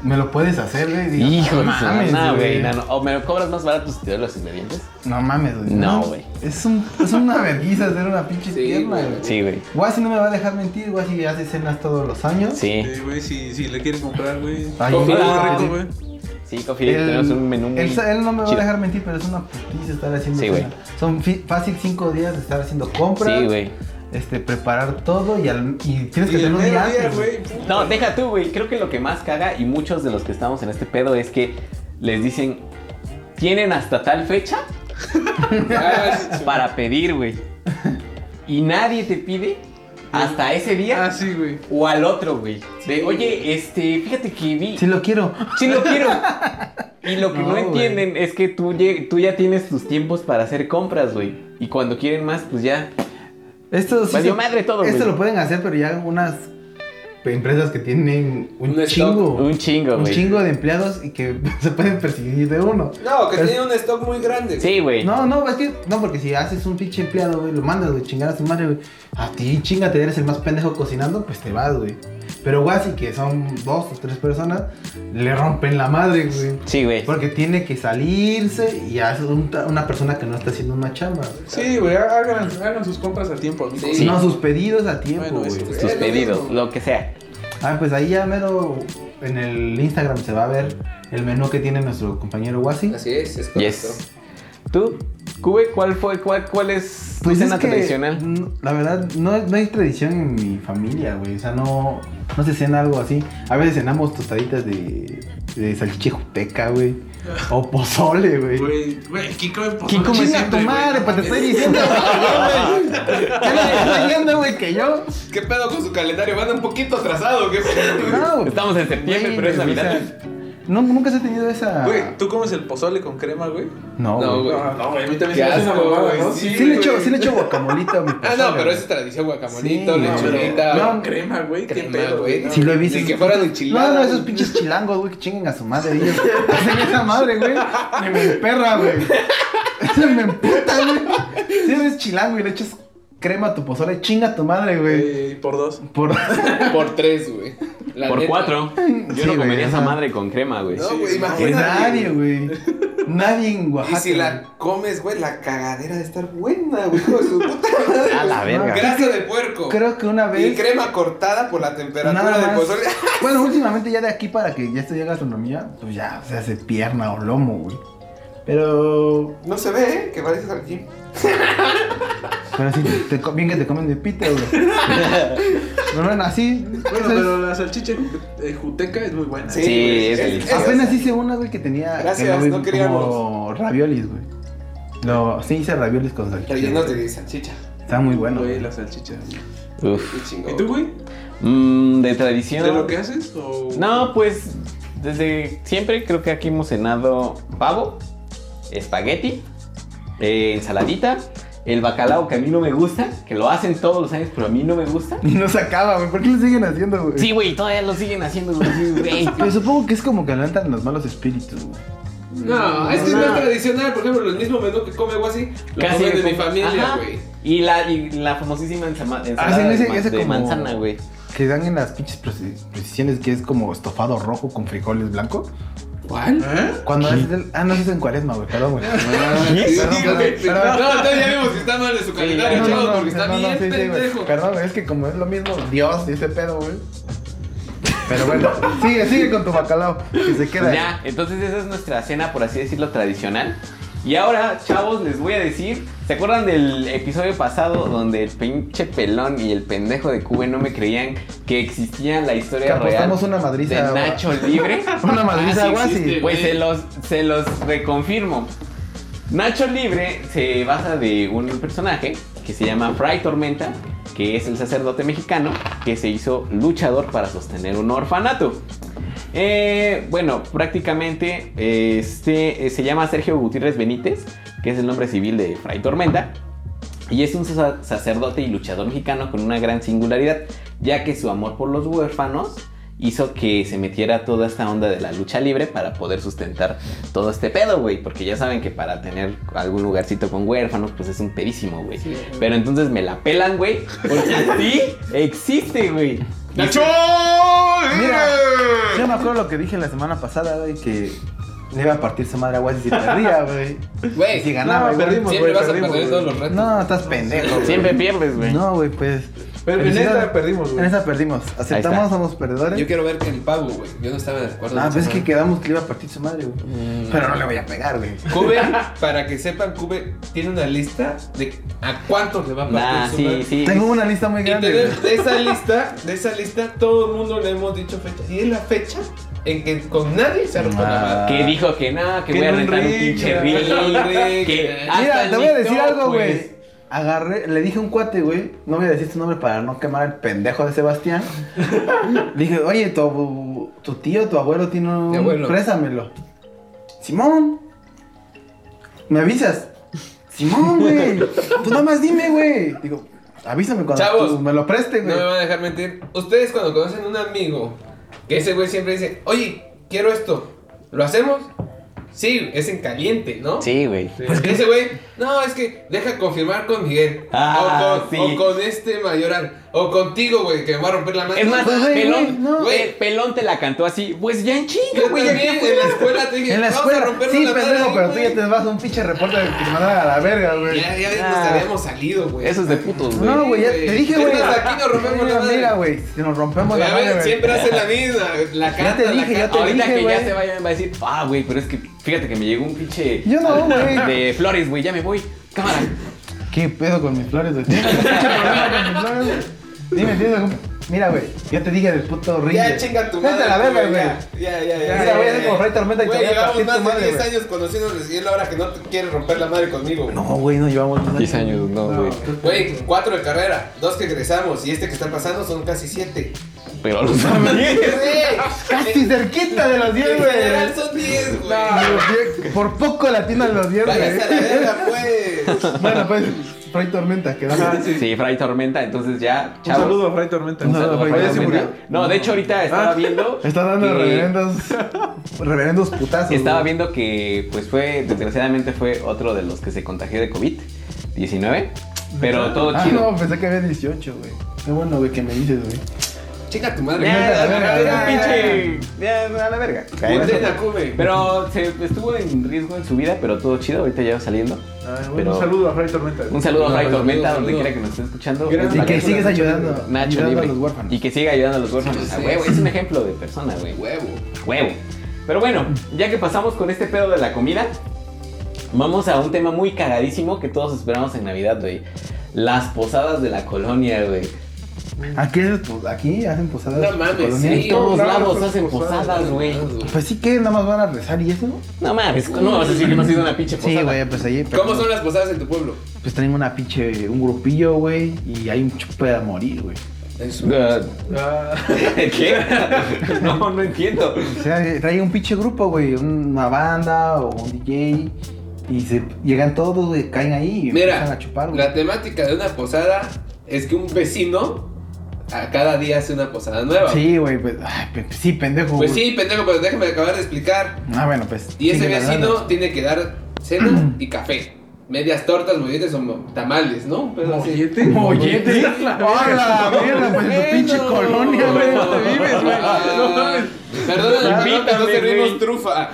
[SPEAKER 5] me lo puedes hacer, güey. Digo,
[SPEAKER 3] Hijo de
[SPEAKER 5] no
[SPEAKER 3] su mamá, güey.
[SPEAKER 5] No,
[SPEAKER 3] Ah, no, no. ¿O me lo cobras más barato si te doy los ingredientes?
[SPEAKER 5] mames, güey.
[SPEAKER 3] No, güey.
[SPEAKER 5] Es, un, es una vergüenza hacer una pinche
[SPEAKER 4] Sí,
[SPEAKER 5] pierna,
[SPEAKER 4] güey.
[SPEAKER 5] güey.
[SPEAKER 3] Sí, güey.
[SPEAKER 5] Guasi no me va a dejar mentir, Guasi hace cenas todos los años.
[SPEAKER 3] Sí.
[SPEAKER 6] Eh, güey, si, si le quieren comprar, güey.
[SPEAKER 5] Ay,
[SPEAKER 6] Algo
[SPEAKER 3] no.
[SPEAKER 6] rico, güey.
[SPEAKER 3] Sí, Coffee Date, tenemos un menú muy
[SPEAKER 5] él, él no me va
[SPEAKER 3] chido.
[SPEAKER 5] a dejar mentir, pero es una putiza estar haciendo.
[SPEAKER 3] Sí, güey.
[SPEAKER 5] cena. Son fi- fácil cinco días de estar haciendo compras.
[SPEAKER 3] Sí, güey.
[SPEAKER 5] Este, preparar todo y, al- y tienes que
[SPEAKER 6] Y
[SPEAKER 5] tener
[SPEAKER 6] el
[SPEAKER 5] un día
[SPEAKER 6] mero día,
[SPEAKER 5] antes.
[SPEAKER 6] güey. puta.
[SPEAKER 3] No, deja tú, güey. Creo que lo que más caga y muchos de los que estamos en este pedo es que les dicen, tienen hasta tal fecha
[SPEAKER 4] Ah,
[SPEAKER 3] para pedir, güey. Y nadie te pide hasta ese día
[SPEAKER 6] Ah, sí, güey.
[SPEAKER 3] o al otro, güey. De, oye, este, fíjate que vi,
[SPEAKER 5] Si lo quiero.
[SPEAKER 3] sí lo quiero. Y lo que no,
[SPEAKER 5] No, güey.
[SPEAKER 3] entienden es que tú, lleg- tú ya tienes tus tiempos para hacer compras, güey. Y cuando quieren más, pues ya.
[SPEAKER 5] Esto sí.
[SPEAKER 3] Valió
[SPEAKER 5] se-
[SPEAKER 3] madre todo,
[SPEAKER 5] Esto
[SPEAKER 3] güey.
[SPEAKER 5] lo pueden hacer, pero ya algunas empresas que tienen un,
[SPEAKER 4] Un stock,
[SPEAKER 5] chingo.
[SPEAKER 3] Un chingo,
[SPEAKER 5] un
[SPEAKER 3] güey.
[SPEAKER 5] chingo de empleados y que se pueden perseguir de uno.
[SPEAKER 4] No, que
[SPEAKER 5] Es-
[SPEAKER 4] tenía un stock muy grande.
[SPEAKER 3] Sí, güey.
[SPEAKER 5] No, no, es que. No, porque si haces un pinche empleado, güey, lo mandas, güey, chingar a su madre, güey. A ti, chingate, eres el más pendejo cocinando, pues te vas, güey. Pero güey, así que son dos o tres personas, le rompen la madre, güey.
[SPEAKER 3] Sí, güey.
[SPEAKER 5] Porque tiene que salirse y hace un- una persona que no está haciendo una chamba.
[SPEAKER 6] Sí, güey, hagan, hagan sus compras a tiempo, amigos.
[SPEAKER 4] Sí.
[SPEAKER 5] No, sus pedidos a tiempo,
[SPEAKER 6] Bueno,
[SPEAKER 5] güey.
[SPEAKER 6] eso
[SPEAKER 3] Tus
[SPEAKER 4] Eh, lo
[SPEAKER 3] pedidos,
[SPEAKER 4] mismo.
[SPEAKER 3] lo que sea.
[SPEAKER 5] Ah, pues ahí ya mero en el Instagram se va a ver el menú que tiene nuestro compañero Wasi.
[SPEAKER 4] Así es, es correcto.
[SPEAKER 3] Yes. ¿Tú, Cube, cuál fue, cuál, cuál es tu
[SPEAKER 5] Pues
[SPEAKER 3] cena
[SPEAKER 5] es que,
[SPEAKER 3] tradicional?
[SPEAKER 5] mm, La verdad, no, no hay tradición en mi familia, güey. O sea, no, no se cena algo así. A veces cenamos tostaditas de, de salchicha juteca, güey. O pozole, güey.
[SPEAKER 6] Güey, güey, ¿quién come pozole?
[SPEAKER 5] ¿Quién come
[SPEAKER 6] Siempre,
[SPEAKER 5] a tu
[SPEAKER 6] güey.
[SPEAKER 5] madre? Pues te estoy diciendo, güey, que yo, güey. Ya me estás diciendo, güey, que yo.
[SPEAKER 4] ¿Qué pedo con su calendario? Van un poquito atrasado, ¿qué pedo?
[SPEAKER 5] No, güey.
[SPEAKER 3] Estamos en septiembre,
[SPEAKER 5] Güey,
[SPEAKER 3] pero es
[SPEAKER 5] o sea,
[SPEAKER 3] Navidad.
[SPEAKER 5] no, nunca se ha tenido esa.
[SPEAKER 6] Güey, ¿tú comes el pozole con crema, güey?
[SPEAKER 5] No,
[SPEAKER 4] No,
[SPEAKER 5] güey.
[SPEAKER 4] güey.
[SPEAKER 6] No, no, güey, a mí también
[SPEAKER 4] Qué
[SPEAKER 6] se me hace una
[SPEAKER 4] asco,
[SPEAKER 6] mamada,
[SPEAKER 4] güey.
[SPEAKER 6] ¿no?
[SPEAKER 4] Sí,
[SPEAKER 5] Sí, le
[SPEAKER 4] güey.
[SPEAKER 5] echo, sí le echo guacamolito a mi
[SPEAKER 4] Ah,
[SPEAKER 5] pozole,
[SPEAKER 4] no, pero
[SPEAKER 5] güey.
[SPEAKER 4] esa es tradición, guacamolito,
[SPEAKER 5] Sí, no,
[SPEAKER 4] lechonita.
[SPEAKER 5] pero-
[SPEAKER 6] No, crema, güey, qué
[SPEAKER 4] Crema,
[SPEAKER 6] pedo,
[SPEAKER 4] güey.
[SPEAKER 6] güey.
[SPEAKER 5] Sí lo he visto.
[SPEAKER 4] Ni que fueran enchiladas.
[SPEAKER 5] No, no, esos pinches chilangos, güey, que chinguen a su madre. Ellos hacen esa madre, güey. Me me perra, güey. Eso me emputa, güey. Si eres chilango y le echas crema a tu pozole, chinga a tu madre, güey.
[SPEAKER 6] Eh, por dos.
[SPEAKER 5] Por...
[SPEAKER 4] Por tres, güey. La
[SPEAKER 3] Por
[SPEAKER 4] neta.
[SPEAKER 3] cuatro. Yo
[SPEAKER 5] Sí,
[SPEAKER 3] no
[SPEAKER 5] güey,
[SPEAKER 3] comería esa
[SPEAKER 5] ajá.
[SPEAKER 3] madre con crema, güey.
[SPEAKER 4] No, güey,
[SPEAKER 5] Pues
[SPEAKER 4] imagínate.
[SPEAKER 5] nadie, güey. Nadie en
[SPEAKER 4] Y
[SPEAKER 5] Oaxaca.
[SPEAKER 4] si la comes, güey, la cagadera de estar buena, güey. hijo de su puta madre.
[SPEAKER 3] A la verga.
[SPEAKER 4] Grasa de puerco.
[SPEAKER 5] Creo que una
[SPEAKER 4] Y
[SPEAKER 5] vez...
[SPEAKER 4] crema cortada por la temperatura
[SPEAKER 5] Nada
[SPEAKER 4] del
[SPEAKER 5] más.
[SPEAKER 4] pozole.
[SPEAKER 5] Bueno, últimamente ya de aquí para que ya estudie gastronomía, pues ya se hace pierna o lomo, güey. Pero
[SPEAKER 4] No se ve, ¿eh? Que pareces al gym.
[SPEAKER 5] Pero sí, te, co- bien que te comen de pita, güey. No, no, así.
[SPEAKER 6] Bueno,
[SPEAKER 5] esas-
[SPEAKER 6] pero la salchicha eh, juteca es muy buena. ¿eh?
[SPEAKER 3] Sí,
[SPEAKER 4] güey,
[SPEAKER 3] es delicioso.
[SPEAKER 5] Apenas hice una, güey, que tenía.
[SPEAKER 4] Gracias,
[SPEAKER 5] que
[SPEAKER 4] no queríamos.
[SPEAKER 5] Como raviolis, güey. No, sí hice raviolis con salchicha.
[SPEAKER 4] Rellenos
[SPEAKER 5] güey.
[SPEAKER 4] de salchicha.
[SPEAKER 5] Está muy bueno.
[SPEAKER 6] Güey,
[SPEAKER 5] güey.
[SPEAKER 6] la salchicha.
[SPEAKER 3] Uf.
[SPEAKER 4] Qué chingón.
[SPEAKER 6] ¿Y tú, güey?
[SPEAKER 3] Mm, de tradición.
[SPEAKER 6] ¿De lo que haces? O...
[SPEAKER 3] No, pues desde siempre creo que aquí hemos cenado pavo, espagueti, eh, ensaladita, el bacalao que a mí no me gusta, que lo hacen todos los años, pero a mí no me gusta.
[SPEAKER 5] Y no se acaba, güey. ¿Por qué lo siguen haciendo, güey?
[SPEAKER 3] Sí, güey, todavía lo siguen haciendo, güey. sí, güey.
[SPEAKER 5] Pero supongo que es como que alentan los malos espíritus, güey.
[SPEAKER 4] No, es que
[SPEAKER 3] No.
[SPEAKER 4] es más tradicional. Por ejemplo, el mismo menú que come así lo
[SPEAKER 3] Casi
[SPEAKER 4] comen de
[SPEAKER 3] como-
[SPEAKER 4] mi familia,
[SPEAKER 3] Ajá.
[SPEAKER 4] güey.
[SPEAKER 3] Y la, y la famosísima ensama- ensalada de
[SPEAKER 5] Hacen Ah, ese-
[SPEAKER 3] ma-
[SPEAKER 5] ese
[SPEAKER 3] de
[SPEAKER 5] como-
[SPEAKER 3] manzana, güey.
[SPEAKER 5] que dan en las pinches preci- precisiones que es como estofado rojo con frijoles blancos.
[SPEAKER 4] ¿Cuál?
[SPEAKER 6] ¿Eh?
[SPEAKER 5] Cuando haces el- Ah, no, eso es en cuaresma, güey, perdón, güey.
[SPEAKER 4] No,
[SPEAKER 5] Perdón, perdón,
[SPEAKER 4] entonces
[SPEAKER 5] perdón.
[SPEAKER 4] ya vimos que está mal de su calendario,
[SPEAKER 5] No, no,
[SPEAKER 4] chavos,
[SPEAKER 5] no,
[SPEAKER 4] porque está
[SPEAKER 5] no, no,
[SPEAKER 4] bien
[SPEAKER 5] sí, sí, güey.
[SPEAKER 4] pendejo.
[SPEAKER 5] Perdón, güey, es que como es lo mismo, Dios y ese pedo, güey. Pero bueno, sigue, sigue con tu bacalao, que se queda.
[SPEAKER 3] Pues
[SPEAKER 5] ahí.
[SPEAKER 3] ya, entonces esa es nuestra cena, por así decirlo, tradicional. Y ahora, chavos, les voy a decir, ¿se acuerdan del episodio pasado donde el pinche pelón y el pendejo de Cube no me creían que existía la
[SPEAKER 5] Que
[SPEAKER 3] historia real
[SPEAKER 5] apostamos una madriza.
[SPEAKER 3] de
[SPEAKER 5] güey.
[SPEAKER 3] Nacho Libre?
[SPEAKER 5] Una madriza,
[SPEAKER 4] Ah, sí
[SPEAKER 5] algo
[SPEAKER 4] existe.
[SPEAKER 5] así.
[SPEAKER 3] Pues se los, se los reconfirmo. Nacho Libre se basa de un personaje que se llama Fray Tormenta, que es el sacerdote mexicano que se hizo luchador para sostener un orfanato. Eh, bueno, prácticamente eh, este, eh, se llama Sergio Gutiérrez Benítez, que es el nombre civil de Fray Tormenta. Y es un sa- sacerdote y luchador mexicano con una gran singularidad, ya que su amor por los huérfanos hizo que se metiera toda esta onda de la lucha libre para poder sustentar todo este pedo, güey. Porque ya saben que para tener algún lugarcito con huérfanos, pues es un pedísimo, güey. Pero entonces me la pelan, güey. Porque sí existe, güey.
[SPEAKER 4] ¡Nacho!
[SPEAKER 5] Mira, yo me acuerdo lo que dije la semana pasada, güey, que le iba a partir su madre a Guasi si perdía, güey.
[SPEAKER 4] Güey,
[SPEAKER 5] Si ganaba,
[SPEAKER 4] Eh, no,
[SPEAKER 5] güey,
[SPEAKER 4] perdimos, siempre
[SPEAKER 5] güey,
[SPEAKER 4] vas
[SPEAKER 5] perdimos,
[SPEAKER 4] a perder
[SPEAKER 5] güey.
[SPEAKER 4] todos los retos.
[SPEAKER 5] No, estás pendejo. güey.
[SPEAKER 3] Siempre pierdes, güey.
[SPEAKER 5] No, güey, pues.
[SPEAKER 6] Pero en
[SPEAKER 5] felicidades.
[SPEAKER 6] esta perdimos, güey.
[SPEAKER 5] En esta perdimos.
[SPEAKER 3] Ahí
[SPEAKER 5] Aceptamos,
[SPEAKER 3] está.
[SPEAKER 5] somos perdedores.
[SPEAKER 4] Yo quiero ver que el pavo, güey. Yo no estaba de acuerdo.
[SPEAKER 5] Ah,
[SPEAKER 4] en
[SPEAKER 5] pues es
[SPEAKER 4] esa
[SPEAKER 5] que
[SPEAKER 4] madre.
[SPEAKER 5] quedamos que le iba a partir su madre,
[SPEAKER 4] Mm.
[SPEAKER 5] güey. Pero no le voy a pegar, güey.
[SPEAKER 4] Cube, para que sepan, Cube tiene una lista de a cuántos le va a partir
[SPEAKER 3] Nah,
[SPEAKER 4] su
[SPEAKER 3] sí,
[SPEAKER 4] madre.
[SPEAKER 3] sí.
[SPEAKER 5] Tengo una lista muy
[SPEAKER 4] Y de,
[SPEAKER 5] grande.
[SPEAKER 4] de esa lista, de esa lista, todo el mundo le hemos dicho fecha. Y es la fecha en que con nadie se rompe la
[SPEAKER 5] Ah.
[SPEAKER 4] madre.
[SPEAKER 3] Que dijo que no, que
[SPEAKER 4] Que
[SPEAKER 3] voy a
[SPEAKER 4] en un
[SPEAKER 3] rentar un
[SPEAKER 4] ring,
[SPEAKER 3] pinche
[SPEAKER 4] que
[SPEAKER 3] ring.
[SPEAKER 4] en un ring,
[SPEAKER 3] que ah,
[SPEAKER 4] que-
[SPEAKER 5] güey.
[SPEAKER 3] hasta
[SPEAKER 5] Mira,
[SPEAKER 3] en
[SPEAKER 5] te voy a decir
[SPEAKER 3] TikTok,
[SPEAKER 5] algo,
[SPEAKER 3] pues.
[SPEAKER 5] güey. Agarré, le dije a un cuate, güey. No voy a decir su nombre para no quemar al pendejo de Sebastián. dije, oye, tu, abu- tu tío, tu abuelo tiene un.
[SPEAKER 4] Mi abuelo.
[SPEAKER 5] Préstamelo. Simón. ¿Me avisas? Simón, güey. Tú nada más dime, güey. Digo, avísame cuando
[SPEAKER 4] Chavos,
[SPEAKER 5] tú me lo preste,
[SPEAKER 4] No
[SPEAKER 5] güey.
[SPEAKER 4] me van a dejar mentir. Ustedes cuando conocen a un amigo, que ese güey siempre dice, oye, quiero esto, ¿lo hacemos? Sí, es en caliente, ¿no?
[SPEAKER 3] Sí, güey.
[SPEAKER 4] Pues que ese güey, no, es que deja confirmar con Miguel.
[SPEAKER 3] Ah,
[SPEAKER 4] o, con,
[SPEAKER 3] sí.
[SPEAKER 4] o con este mayoral. O contigo, güey, que me va a romper la mano.
[SPEAKER 3] Es más,
[SPEAKER 5] Pues, güey, güey,
[SPEAKER 3] Pelón,
[SPEAKER 5] no.
[SPEAKER 3] güey, Pelón te la cantó así. Pues ya en chinga,
[SPEAKER 4] yo
[SPEAKER 3] güey. ya
[SPEAKER 4] también
[SPEAKER 3] que-
[SPEAKER 4] en la escuela te dije,
[SPEAKER 5] En la
[SPEAKER 4] vamos a
[SPEAKER 5] escuela.
[SPEAKER 4] rompernos
[SPEAKER 5] Sí,
[SPEAKER 4] la madre,
[SPEAKER 5] pendejo, pero tú
[SPEAKER 4] güey.
[SPEAKER 5] ya te vas a un pinche reporte de que te mandaron a la verga, güey.
[SPEAKER 4] Ya, ya nos
[SPEAKER 3] Ah.
[SPEAKER 4] habíamos salido, güey.
[SPEAKER 3] Eso es de putos, güey.
[SPEAKER 5] No, güey, ya
[SPEAKER 4] güey.
[SPEAKER 5] te dije,
[SPEAKER 4] Es
[SPEAKER 5] güey.
[SPEAKER 4] más, aquí nos rompemos la
[SPEAKER 5] Mira,
[SPEAKER 4] madre.
[SPEAKER 5] Mira, güey, si nos rompemos
[SPEAKER 4] Güey,
[SPEAKER 5] la
[SPEAKER 4] a
[SPEAKER 5] madre,
[SPEAKER 4] ver,
[SPEAKER 5] güey.
[SPEAKER 4] siempre hace la misma. La
[SPEAKER 5] Ya
[SPEAKER 4] canta,
[SPEAKER 5] te dije,
[SPEAKER 4] la
[SPEAKER 5] ya
[SPEAKER 4] canta.
[SPEAKER 5] te
[SPEAKER 3] Ahorita
[SPEAKER 5] dije,
[SPEAKER 3] que ya
[SPEAKER 5] güey.
[SPEAKER 3] se vayan, va a decir, ah, güey, pero es que fíjate que me llegó un pinche
[SPEAKER 5] Yo no, güey.
[SPEAKER 3] de flores, güey, ya me voy. Cámara.
[SPEAKER 5] ¿Qué pedo con mis flores, güey? ¿Tienes mucho problema con mis flores, güey? Dime, ¿tienes algún- Mira, güey, yo te dije del puto ring.
[SPEAKER 4] Ya
[SPEAKER 5] güey.
[SPEAKER 4] chinga tu
[SPEAKER 5] Vete
[SPEAKER 4] madre.
[SPEAKER 5] a la verga,
[SPEAKER 4] güey,
[SPEAKER 5] güey.
[SPEAKER 4] Ya, ya, ya.
[SPEAKER 5] Mira,
[SPEAKER 4] ya,
[SPEAKER 5] voy a
[SPEAKER 4] ya,
[SPEAKER 5] hacer
[SPEAKER 4] ya.
[SPEAKER 5] como Rey Tormenta y te
[SPEAKER 4] Güey,
[SPEAKER 5] voy a
[SPEAKER 4] llevamos
[SPEAKER 5] partir tu
[SPEAKER 4] más de
[SPEAKER 5] madre,
[SPEAKER 4] 10
[SPEAKER 5] güey.
[SPEAKER 4] años conociéndonos y es la hora que no te quiere romper la madre conmigo. güey.
[SPEAKER 5] No, güey, no llevamos
[SPEAKER 3] 10 años, no, güey.
[SPEAKER 4] Güey, cuatro de carrera, dos que egresamos y este que está pasando son casi siete.
[SPEAKER 3] Pero lo sabía.
[SPEAKER 5] Casi cerquita de los 10,
[SPEAKER 4] En
[SPEAKER 5] güey.
[SPEAKER 4] general son diez, güey.
[SPEAKER 5] De los 10, Por poco la tienda de los 10,
[SPEAKER 4] Váyase a la
[SPEAKER 5] güey.
[SPEAKER 4] verga, pues.
[SPEAKER 5] Bueno, pues, Rey Tormenta, quedamos.
[SPEAKER 3] Sí, Fray Tormenta, entonces ya,
[SPEAKER 6] Un
[SPEAKER 3] chavos.
[SPEAKER 6] saludo a Fray Tormenta.
[SPEAKER 5] Un saludo a Fray
[SPEAKER 3] Fray
[SPEAKER 5] Tormenta.
[SPEAKER 3] Tormenta. No, de hecho ahorita estaba viendo.
[SPEAKER 5] Ah, Está dando
[SPEAKER 3] que-
[SPEAKER 5] reverendos. reverendos putazos.
[SPEAKER 3] Estaba
[SPEAKER 5] güey.
[SPEAKER 3] viendo que, pues fue, desgraciadamente fue otro de los que se contagió de COVID-19. Pero todo
[SPEAKER 5] Ah,
[SPEAKER 3] chido.
[SPEAKER 5] no, pensé que había 18, güey. Qué bueno, güey, que me dices, güey.
[SPEAKER 4] Chica tu madre.
[SPEAKER 5] Ya,
[SPEAKER 4] Vete a la
[SPEAKER 5] ya,
[SPEAKER 4] verga,
[SPEAKER 5] ya,
[SPEAKER 4] vete a la
[SPEAKER 5] ya.
[SPEAKER 4] verga.
[SPEAKER 3] Ya, a la verga.
[SPEAKER 4] Vete a la cube.
[SPEAKER 3] Pero se estuvo en riesgo en su vida, pero todo chido, ahorita ya va saliendo.
[SPEAKER 6] Ah, bueno,
[SPEAKER 3] Pero-
[SPEAKER 6] Un saludo a Fray Tormenta.
[SPEAKER 3] Un saludo a
[SPEAKER 4] Un
[SPEAKER 3] Ray
[SPEAKER 4] saludo,
[SPEAKER 3] Tormenta,
[SPEAKER 4] un
[SPEAKER 3] donde
[SPEAKER 4] saludo.
[SPEAKER 3] quiera que nos esté escuchando.
[SPEAKER 6] Gran-
[SPEAKER 5] Y
[SPEAKER 3] Para
[SPEAKER 5] que
[SPEAKER 3] que-
[SPEAKER 5] sigues ayudando,
[SPEAKER 3] Nacho
[SPEAKER 5] ayudando
[SPEAKER 3] Libre.
[SPEAKER 5] a los huérfanos.
[SPEAKER 3] Y que siga ayudando a los huérfanos.
[SPEAKER 4] Sí,
[SPEAKER 3] A
[SPEAKER 4] sí.
[SPEAKER 3] huevo, es un ejemplo de persona, güey.
[SPEAKER 4] Huevo.
[SPEAKER 3] Huevo. Pero bueno, ya que pasamos con este pedo de la comida, vamos a un tema muy cagadísimo que todos esperamos en Navidad, güey. Las posadas de la colonia, güey.
[SPEAKER 5] Aquí, es- pues, aquí hacen posadas.
[SPEAKER 4] No mames,
[SPEAKER 5] coloniales.
[SPEAKER 3] En
[SPEAKER 4] sí.
[SPEAKER 3] todos
[SPEAKER 4] claro,
[SPEAKER 3] lados
[SPEAKER 6] esas
[SPEAKER 3] hacen
[SPEAKER 6] posadas,
[SPEAKER 3] posadas, güey.
[SPEAKER 5] Pues sí que nada más van a rezar y eso.
[SPEAKER 3] No mames, no me vas a decir que no ha sido una pinche posada.
[SPEAKER 5] Sí, güey, pues ahí. pero-
[SPEAKER 4] ¿Cómo son las posadas en tu pueblo?
[SPEAKER 5] Pues tienen una pinche, un grupillo, güey, y hay un chupe a morir, güey.
[SPEAKER 3] Ah, ¿Qué? No, no entiendo.
[SPEAKER 5] O sea, trae un pinche grupo, güey, una banda o un DJ. Y se llegan todos, güey, caen ahí y empiezan
[SPEAKER 4] Mira,
[SPEAKER 5] a chupar, güey.
[SPEAKER 4] la temática de una posada es que un vecino a cada día hace una posada nueva.
[SPEAKER 5] Sí, güey, pues, ay, pe- sí, pendejo,
[SPEAKER 4] Pues
[SPEAKER 5] güey.
[SPEAKER 4] sí, pendejo, pero déjame acabar de explicar.
[SPEAKER 5] Ah, bueno, pues.
[SPEAKER 4] Y ese
[SPEAKER 5] sigue la
[SPEAKER 4] vecino
[SPEAKER 5] lana.
[SPEAKER 4] tiene que dar cena y café. medias tortas, molletes o mo- tamales, ¿no? Pero así.
[SPEAKER 6] ¿Mollete? ¿Mollete?
[SPEAKER 5] ¡Hola! Mierda, pues en tu pinche
[SPEAKER 4] Bueno.
[SPEAKER 5] colonia, güey.
[SPEAKER 6] ¿Dónde vives, güey? No
[SPEAKER 4] Ah,
[SPEAKER 6] mames.
[SPEAKER 4] Perdona, no, no
[SPEAKER 3] Invítame,
[SPEAKER 4] servimos
[SPEAKER 3] güey.
[SPEAKER 4] trufa.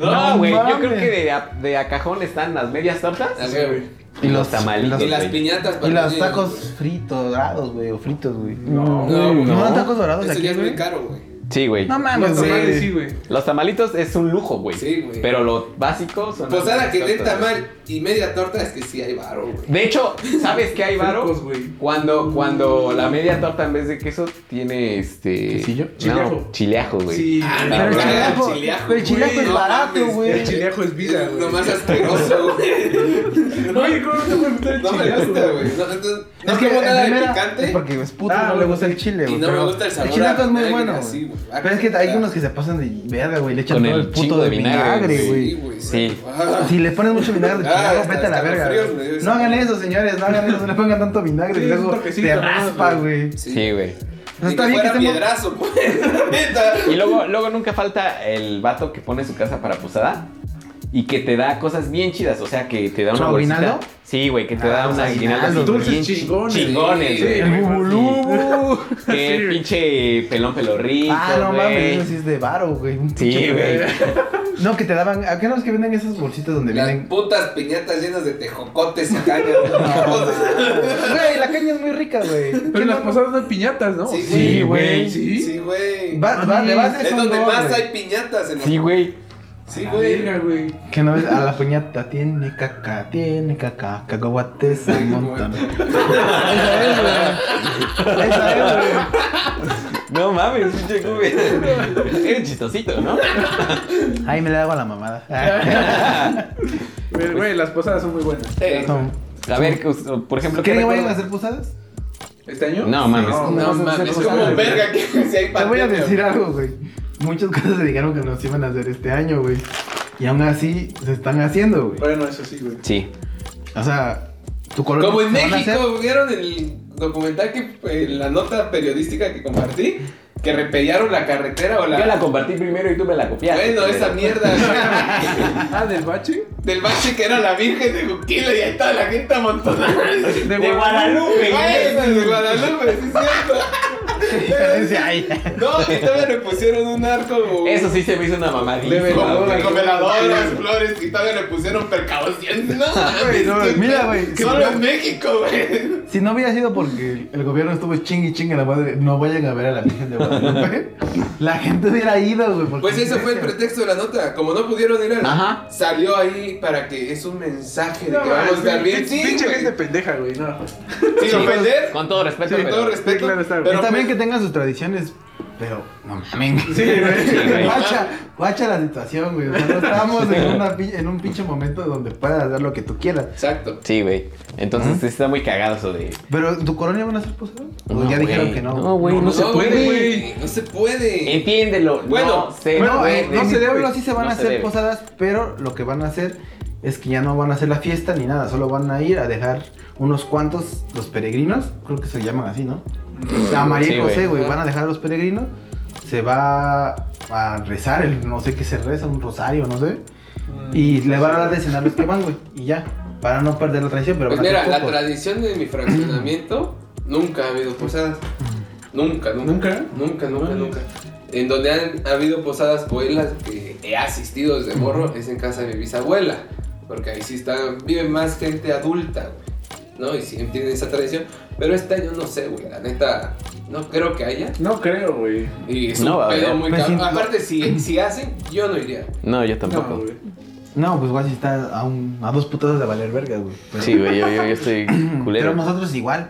[SPEAKER 3] No, güey, yo
[SPEAKER 5] mames.
[SPEAKER 3] creo que de a, de a cajón están las medias tortas.
[SPEAKER 4] Así, güey.
[SPEAKER 3] Y los tamales.
[SPEAKER 5] y los-
[SPEAKER 4] Y las piñatas para
[SPEAKER 5] Y los
[SPEAKER 4] los
[SPEAKER 5] tacos fritos, dorados, güey, o fritos, güey.
[SPEAKER 3] No,
[SPEAKER 4] No,
[SPEAKER 3] güey.
[SPEAKER 5] ¿No dan tacos dorados
[SPEAKER 4] Eso
[SPEAKER 5] aquí,
[SPEAKER 4] ya es muy
[SPEAKER 5] güey?
[SPEAKER 4] caro, güey.
[SPEAKER 3] Sí, güey.
[SPEAKER 5] No
[SPEAKER 6] Ah, Los
[SPEAKER 5] mames,
[SPEAKER 6] tamales sí,
[SPEAKER 5] güey.
[SPEAKER 6] güey.
[SPEAKER 3] Los tamalitos es un lujo, güey.
[SPEAKER 4] Sí, güey.
[SPEAKER 3] Pero lo básico son. las
[SPEAKER 4] Posada que dé
[SPEAKER 3] medias tortas.
[SPEAKER 4] tamal y media torta es que sí hay varo, güey.
[SPEAKER 3] De hecho, ¿sabes qué hay, Varo?
[SPEAKER 6] Ricos, güey.
[SPEAKER 3] Cuando, cuando la media torta en vez de queso tiene este.
[SPEAKER 5] ¿Quesillo?
[SPEAKER 3] No,
[SPEAKER 6] Chileajo.
[SPEAKER 3] chileajo, güey.
[SPEAKER 6] Sí.
[SPEAKER 4] Ah,
[SPEAKER 5] Pero el
[SPEAKER 4] Ah,
[SPEAKER 5] chileajo,
[SPEAKER 4] chileajo,
[SPEAKER 5] pero el
[SPEAKER 4] güey,
[SPEAKER 5] chileajo es
[SPEAKER 4] no
[SPEAKER 5] barato,
[SPEAKER 4] mames,
[SPEAKER 5] güey.
[SPEAKER 6] El chileajo es vida,
[SPEAKER 4] Es
[SPEAKER 6] güey.
[SPEAKER 4] lo más asqueroso, güey.
[SPEAKER 6] Oye, ¿cómo no te puede gustar el
[SPEAKER 4] No me
[SPEAKER 6] chileajo,
[SPEAKER 4] gusta, güey. No, no, no como
[SPEAKER 5] en
[SPEAKER 4] nada
[SPEAKER 5] primera,
[SPEAKER 4] de picante.
[SPEAKER 5] es porque es puto,
[SPEAKER 6] Ah,
[SPEAKER 5] no le
[SPEAKER 6] güey,
[SPEAKER 5] gusta el
[SPEAKER 6] sí.
[SPEAKER 5] chile,
[SPEAKER 4] Y
[SPEAKER 5] güey.
[SPEAKER 4] no me
[SPEAKER 5] pero
[SPEAKER 4] gusta el sabor
[SPEAKER 5] chilaco
[SPEAKER 4] a-
[SPEAKER 5] es muy
[SPEAKER 4] a-
[SPEAKER 5] bueno,
[SPEAKER 4] así,
[SPEAKER 5] güey.
[SPEAKER 4] güey. Ah,
[SPEAKER 5] Pero es que hay
[SPEAKER 4] puta.
[SPEAKER 5] unos que se pasan de verga, güey. Le echan
[SPEAKER 3] Con
[SPEAKER 5] todo
[SPEAKER 3] el
[SPEAKER 5] el
[SPEAKER 3] chingo
[SPEAKER 5] puto
[SPEAKER 3] de
[SPEAKER 5] de
[SPEAKER 3] vinagre,
[SPEAKER 5] vinagre, güey.
[SPEAKER 3] Sí.
[SPEAKER 4] Ah.
[SPEAKER 5] Si le pones mucho vinagre,
[SPEAKER 4] Ah,
[SPEAKER 5] chilaco,
[SPEAKER 4] hasta-
[SPEAKER 5] vete a la
[SPEAKER 4] hasta
[SPEAKER 5] verga.
[SPEAKER 4] fríos
[SPEAKER 5] güey.
[SPEAKER 4] me dio ese
[SPEAKER 5] No hagan eso, señores, no hagan eso, no le pongan tanto vinagre
[SPEAKER 6] Sí,
[SPEAKER 5] y
[SPEAKER 6] es un
[SPEAKER 5] luego
[SPEAKER 6] toquecito,
[SPEAKER 5] te
[SPEAKER 6] ¿no?
[SPEAKER 5] raspa, güey.
[SPEAKER 3] Sí, güey.
[SPEAKER 5] O sea,
[SPEAKER 4] Ni
[SPEAKER 5] está
[SPEAKER 4] que
[SPEAKER 5] bien que
[SPEAKER 4] fuera
[SPEAKER 5] estemos
[SPEAKER 4] piedrazo, pues. Neta.
[SPEAKER 3] Y luego, luego nunca falta el vato que pone su casa para posada y que te da cosas bien chidas. O sea, que te da una
[SPEAKER 5] ¿Su
[SPEAKER 3] bolsita.
[SPEAKER 5] aguinaldo?
[SPEAKER 3] Sí, güey, que te da
[SPEAKER 5] Ah,
[SPEAKER 3] una aguinaldo así
[SPEAKER 5] aguinaldo,
[SPEAKER 6] dulces
[SPEAKER 3] bien
[SPEAKER 6] chingones.
[SPEAKER 3] Chingones,
[SPEAKER 4] Sí,
[SPEAKER 3] güey.
[SPEAKER 5] el bubulú.
[SPEAKER 3] Que
[SPEAKER 6] Sí.
[SPEAKER 3] pinche pelón pelorrito.
[SPEAKER 5] Ah, no mames,
[SPEAKER 3] güey.
[SPEAKER 5] eso sí es de varo, güey. Un
[SPEAKER 3] Sí,
[SPEAKER 5] pinche-
[SPEAKER 3] güey.
[SPEAKER 5] No, que te daban. ¿A qué no es que venden esas bolsitas donde
[SPEAKER 4] Las
[SPEAKER 5] vienen?
[SPEAKER 4] putas piñatas llenas de tejocotes y cañas.
[SPEAKER 5] Güey, la caña es muy rica, güey.
[SPEAKER 6] Pero en las posadas no hay piñatas, ¿no?
[SPEAKER 4] Sí,
[SPEAKER 5] Sí, güey.
[SPEAKER 6] Sí.
[SPEAKER 4] Sí, güey.
[SPEAKER 5] Va, va, de base
[SPEAKER 4] Es
[SPEAKER 5] son
[SPEAKER 4] donde
[SPEAKER 5] dos,
[SPEAKER 4] más
[SPEAKER 5] güey.
[SPEAKER 4] hay piñatas en la-
[SPEAKER 3] Sí, güey.
[SPEAKER 4] Sí, güey.
[SPEAKER 6] Ah, Verga, güey.
[SPEAKER 5] Que no ves a la puñata, tiene caca, tiene caca, cacahuates se montan. Esa es, güey. Esa es, güey.
[SPEAKER 3] No mames, pinche güey. Eres chistosito, ¿no?
[SPEAKER 5] Ay, me le hago a la mamada.
[SPEAKER 6] Pero, Güey, las posadas son muy buenas.
[SPEAKER 4] Eh,
[SPEAKER 5] No.
[SPEAKER 3] A ver, que us- por ejemplo, ¿qué
[SPEAKER 5] ¿Creen que vayan a
[SPEAKER 3] recuerdas?
[SPEAKER 5] hacer posadas?
[SPEAKER 6] ¿Este año?
[SPEAKER 3] No, mames.
[SPEAKER 4] No
[SPEAKER 5] vas a hacer
[SPEAKER 4] mames, es
[SPEAKER 5] posadas,
[SPEAKER 4] como
[SPEAKER 5] güey.
[SPEAKER 4] verga que si hay
[SPEAKER 5] Te voy a
[SPEAKER 4] pandemia.
[SPEAKER 5] decir algo, güey. Muchas cosas se dijeron que nos iban a hacer este año, güey. Y aún así se están haciendo, güey.
[SPEAKER 6] Bueno, eso sí, güey.
[SPEAKER 3] Sí.
[SPEAKER 5] O sea, tu color.
[SPEAKER 4] Como en México, ¿vieron el documental que eh, la nota periodística que compartí? Que repellaron la carretera o la.
[SPEAKER 3] Yo la compartí primero y tú me la copiaste.
[SPEAKER 4] Bueno, esa mierda güey.
[SPEAKER 6] Ah, ¿del bache?
[SPEAKER 4] del bache que era la Virgen de Juquila y ahí estaba la gente amontonada. De
[SPEAKER 3] De Guadalupe.
[SPEAKER 4] Guadalupe, de Guadalupe, sí es
[SPEAKER 5] Diferencia ahí.
[SPEAKER 4] cierto. No, que todavía le pusieron un arco.
[SPEAKER 3] Eso sí se me hizo una mamadita.
[SPEAKER 6] De veladora.
[SPEAKER 4] Con veladoras, flores, que todavía le pusieron percaución. No,
[SPEAKER 5] Güey, no,
[SPEAKER 4] es que
[SPEAKER 5] mira, güey,
[SPEAKER 4] Solo
[SPEAKER 5] que-
[SPEAKER 4] en México, güey.
[SPEAKER 5] Si no hubiera sido porque el gobierno estuvo ching y ching en la madre, no vayan a ver a la Virgen de Guadalupe. la gente hubiera ido, güey. porque-
[SPEAKER 4] Pues ese fue el pretexto de la nota. Como no pudieron ir a la-
[SPEAKER 3] Ajá.
[SPEAKER 4] Salió ahí para que es un mensaje de que vamos a
[SPEAKER 6] mames,
[SPEAKER 4] estar bien. Sí,
[SPEAKER 6] Pinche
[SPEAKER 4] güey.
[SPEAKER 6] gente pendeja, güey. No.
[SPEAKER 4] Sin ofender,
[SPEAKER 3] Con todo respeto,
[SPEAKER 4] con
[SPEAKER 3] pero-
[SPEAKER 4] todo respeto.
[SPEAKER 6] claro está, güey.
[SPEAKER 4] pero
[SPEAKER 5] Está bien
[SPEAKER 4] pues,
[SPEAKER 5] que tengan sus tradiciones, pero no mamen.
[SPEAKER 6] Sí,
[SPEAKER 3] güey.
[SPEAKER 6] güey.
[SPEAKER 5] Guacha, guacha la situación, güey. O sea, no estamos en, una pi- en un pinche momento donde puedas hacer lo que tú quieras.
[SPEAKER 4] Exacto.
[SPEAKER 3] Sí, güey. Entonces está muy cagado eso de.
[SPEAKER 5] Pero ¿en tu colonia van a ser posadas? O
[SPEAKER 3] No,
[SPEAKER 5] Pues ya dijeron
[SPEAKER 3] güey.
[SPEAKER 5] que no.
[SPEAKER 3] No, güey, no, se puede, güey.
[SPEAKER 4] No se puede.
[SPEAKER 3] Entiéndelo.
[SPEAKER 4] Bueno,
[SPEAKER 3] no se
[SPEAKER 5] Bueno,
[SPEAKER 3] puede.
[SPEAKER 5] eh, no se debe, sí se van
[SPEAKER 3] No
[SPEAKER 5] a
[SPEAKER 3] se
[SPEAKER 5] hacer
[SPEAKER 3] debe.
[SPEAKER 5] posadas, pero lo que van a hacer es que ya no van a hacer la fiesta ni nada, solo van a ir a dejar unos cuantos, los peregrinos, creo que se llaman así, ¿no? A María
[SPEAKER 3] Sí,
[SPEAKER 5] y José,
[SPEAKER 4] güey.
[SPEAKER 5] güey, van a dejar a los peregrinos, se va a rezar, el, no sé qué se reza, un rosario, no sé, y le van a dar de cenar los que van, güey, y ya, para no perder la tradición, pero
[SPEAKER 4] Pues
[SPEAKER 5] van a
[SPEAKER 4] mira,
[SPEAKER 5] ser
[SPEAKER 4] la
[SPEAKER 5] pocos.
[SPEAKER 4] tradición de mi fraccionamiento nunca ha habido posadas. Nunca, nunca.
[SPEAKER 6] ¿Nunca?
[SPEAKER 4] Nunca, nunca,
[SPEAKER 6] Ah.
[SPEAKER 4] nunca. En donde han habido posadas pueblas que he asistido desde morro es en casa de mi bisabuela. Porque ahí sí está, vive más gente adulta, güey. ¿No? Y sí tienen esa tradición. Pero este año no sé, güey. La neta, no creo que haya.
[SPEAKER 6] No creo, güey.
[SPEAKER 4] Y es
[SPEAKER 3] No
[SPEAKER 4] un
[SPEAKER 3] va a
[SPEAKER 4] pedo
[SPEAKER 3] haber.
[SPEAKER 4] muy
[SPEAKER 5] Pues
[SPEAKER 4] cabrón.
[SPEAKER 5] sí.
[SPEAKER 4] Aparte, si, si hacen, yo no iría.
[SPEAKER 3] No, yo tampoco.
[SPEAKER 6] No, güey.
[SPEAKER 5] No, pues guay, está a, un- a dos putadas de valer verga, güey. pero-
[SPEAKER 3] Sí, güey, yo, yo, yo estoy culero.
[SPEAKER 5] Pero nosotros igual.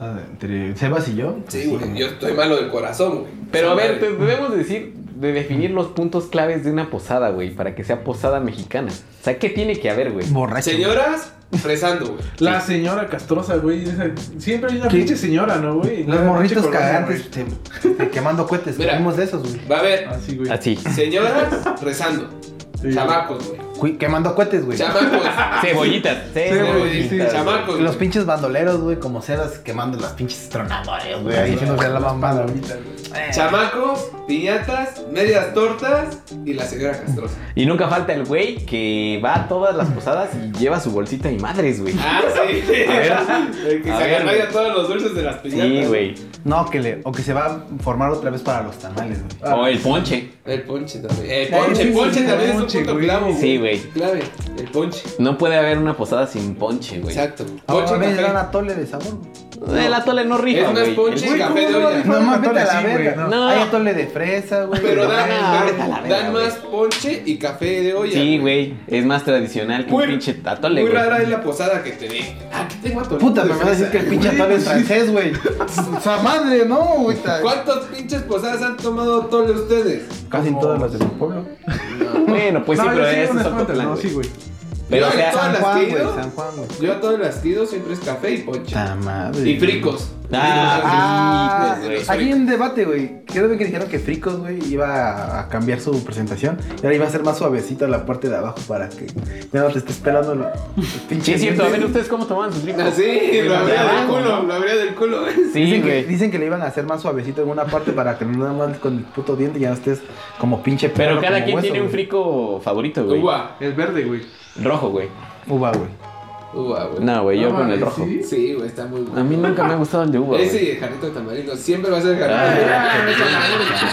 [SPEAKER 5] O sea, entre Sebas y yo. pues,
[SPEAKER 4] Sí, güey. Yo estoy malo del corazón, güey.
[SPEAKER 3] Pero a
[SPEAKER 4] Esa
[SPEAKER 3] ver,
[SPEAKER 4] madre.
[SPEAKER 3] te debemos decir, de definir los puntos claves de una posada, güey, para que sea posada mexicana. O sea, ¿qué tiene que haber, güey?
[SPEAKER 5] Borracho.
[SPEAKER 4] Señoras, rezando, güey.
[SPEAKER 6] La señora castrosa, güey. esa- Siempre hay una
[SPEAKER 5] ¿Qué?
[SPEAKER 6] pinche señora, ¿no, güey?
[SPEAKER 5] Los
[SPEAKER 6] Cada
[SPEAKER 5] morritos
[SPEAKER 6] pinche colonia,
[SPEAKER 5] cagantes te- te quemando cohetes.
[SPEAKER 3] Ah.
[SPEAKER 4] Mira.
[SPEAKER 5] Tenemos de esos, güey.
[SPEAKER 4] Va a
[SPEAKER 6] Ah, güey.
[SPEAKER 4] haber
[SPEAKER 6] Así, güey.
[SPEAKER 3] Así.
[SPEAKER 4] señoras rezando.
[SPEAKER 6] Sí.
[SPEAKER 4] Chamacos, güey.
[SPEAKER 5] Cui- Quemando cohetes, güey.
[SPEAKER 4] Chamacos.
[SPEAKER 3] Cebollitas.
[SPEAKER 5] güey, sí.
[SPEAKER 4] Chamacos. güey.
[SPEAKER 5] Los pinches bandoleros, güey, como ceras quemando las pinches tronadores,
[SPEAKER 4] Ah,
[SPEAKER 5] güey. Ahí haciéndose la mamada.
[SPEAKER 4] Chamacos, piñatas, medias tortas y la señora Castrosa.
[SPEAKER 3] Y nunca falta el güey que va a todas las posadas y lleva su bolsita y madres, güey.
[SPEAKER 4] Ah, sí. El que
[SPEAKER 3] a
[SPEAKER 4] se
[SPEAKER 3] ver,
[SPEAKER 4] agarra
[SPEAKER 3] güey.
[SPEAKER 4] ya todos los dulces de las piñatas.
[SPEAKER 3] Sí, güey.
[SPEAKER 5] No, que le, o que se va a formar otra vez para los tamales, güey.
[SPEAKER 4] Ah,
[SPEAKER 3] O el ponche.
[SPEAKER 4] El ponche también. El
[SPEAKER 6] Ah,
[SPEAKER 4] ponche,
[SPEAKER 6] sí,
[SPEAKER 4] el ponche
[SPEAKER 6] sí,
[SPEAKER 4] también es un
[SPEAKER 6] ponche,
[SPEAKER 4] punto
[SPEAKER 6] güey.
[SPEAKER 4] clavo.
[SPEAKER 3] Sí, güey.
[SPEAKER 4] Clave, el ponche.
[SPEAKER 3] No puede haber una posada sin ponche, güey.
[SPEAKER 4] Exacto.
[SPEAKER 5] Ahora
[SPEAKER 4] Ponche
[SPEAKER 5] me
[SPEAKER 4] café.
[SPEAKER 5] Ah, dan atole de sabor, güey.
[SPEAKER 3] El atole no rifa,
[SPEAKER 4] Es más
[SPEAKER 3] güey.
[SPEAKER 4] ponche
[SPEAKER 3] El-
[SPEAKER 4] y café de olla.
[SPEAKER 5] No
[SPEAKER 6] mames,
[SPEAKER 5] mames, atole a
[SPEAKER 6] vete
[SPEAKER 5] la
[SPEAKER 6] así,
[SPEAKER 5] verga.
[SPEAKER 6] güey,
[SPEAKER 5] no.
[SPEAKER 3] no.
[SPEAKER 5] Hay atole de fresa, güey.
[SPEAKER 4] Pero
[SPEAKER 5] de
[SPEAKER 4] dan,
[SPEAKER 5] fresa,
[SPEAKER 4] dan-
[SPEAKER 3] vete a la verga,
[SPEAKER 4] dan más ponche y café de olla.
[SPEAKER 3] Sí, güey. Es más tradicional que
[SPEAKER 4] Muy-
[SPEAKER 3] un pinche atole,
[SPEAKER 4] Muy
[SPEAKER 3] güey.
[SPEAKER 4] rara es la posada que te dé. Aquí tengo atolito
[SPEAKER 5] Puta,
[SPEAKER 4] de
[SPEAKER 5] me van a decir
[SPEAKER 4] fresa.
[SPEAKER 5] que el pinche atole es francés, güey. O sea, madre, no, güey. está-
[SPEAKER 4] ¿Cuántas pinches posadas han tomado atole ustedes?
[SPEAKER 5] Casi en todas las de mi pueblo.
[SPEAKER 3] Bueno, pues sí,
[SPEAKER 6] no,
[SPEAKER 3] pero
[SPEAKER 6] yo sí,
[SPEAKER 3] es
[SPEAKER 6] unas
[SPEAKER 3] otro
[SPEAKER 6] cuantas,
[SPEAKER 3] plan,
[SPEAKER 6] no,
[SPEAKER 3] güey.
[SPEAKER 6] sí, güey.
[SPEAKER 3] Pero o
[SPEAKER 4] Yo
[SPEAKER 3] sea,
[SPEAKER 4] en todas
[SPEAKER 5] San
[SPEAKER 4] las
[SPEAKER 5] Juan,
[SPEAKER 4] que he
[SPEAKER 5] güey,
[SPEAKER 4] ido,
[SPEAKER 5] San Juan, güey.
[SPEAKER 4] Yo a todas las que he ido siempre es café y ponche.
[SPEAKER 5] Puta madre.
[SPEAKER 4] Y fricos.
[SPEAKER 3] Ah,
[SPEAKER 4] Fricos,
[SPEAKER 3] sí,
[SPEAKER 4] güey.
[SPEAKER 3] güey.
[SPEAKER 5] Hay un debate, güey. Creo que dijeron que Fricos, güey, iba a cambiar su presentación. Y ahora iba a ser más suavecito la parte de abajo para que ya no te estés pelando lo- los pinches.
[SPEAKER 3] sí es cierto. A ver,
[SPEAKER 5] dientes.
[SPEAKER 3] ¿ustedes cómo tomaban sus ricos?
[SPEAKER 4] Así, Ah, lo abría
[SPEAKER 3] Ya,
[SPEAKER 4] del
[SPEAKER 3] ¿no?
[SPEAKER 4] culo, lo abría del culo.
[SPEAKER 3] Sí,
[SPEAKER 5] Dicen que,
[SPEAKER 3] güey.
[SPEAKER 5] dicen que le iban a hacer más suavecito en una parte para que no andes con el puto diente y ya no estés como pinche
[SPEAKER 3] Pero
[SPEAKER 5] perro,
[SPEAKER 3] cada
[SPEAKER 5] como
[SPEAKER 3] quien
[SPEAKER 5] hueso,
[SPEAKER 3] tiene un
[SPEAKER 5] güey.
[SPEAKER 3] frico favorito, güey.
[SPEAKER 4] Uva,
[SPEAKER 6] El verde, güey.
[SPEAKER 3] Rojo, güey.
[SPEAKER 5] Uva, güey.
[SPEAKER 4] uva, güey.
[SPEAKER 3] No, güey, yo
[SPEAKER 6] No
[SPEAKER 3] con el
[SPEAKER 6] mames,
[SPEAKER 3] rojo.
[SPEAKER 6] ¿sí?
[SPEAKER 4] Sí, güey, está muy bueno.
[SPEAKER 3] A mí nunca me ha gustado el de uva.
[SPEAKER 4] Ese
[SPEAKER 3] güey.
[SPEAKER 4] y el jarrito de tamarindo siempre va a ser
[SPEAKER 3] Ah,
[SPEAKER 4] jarrito.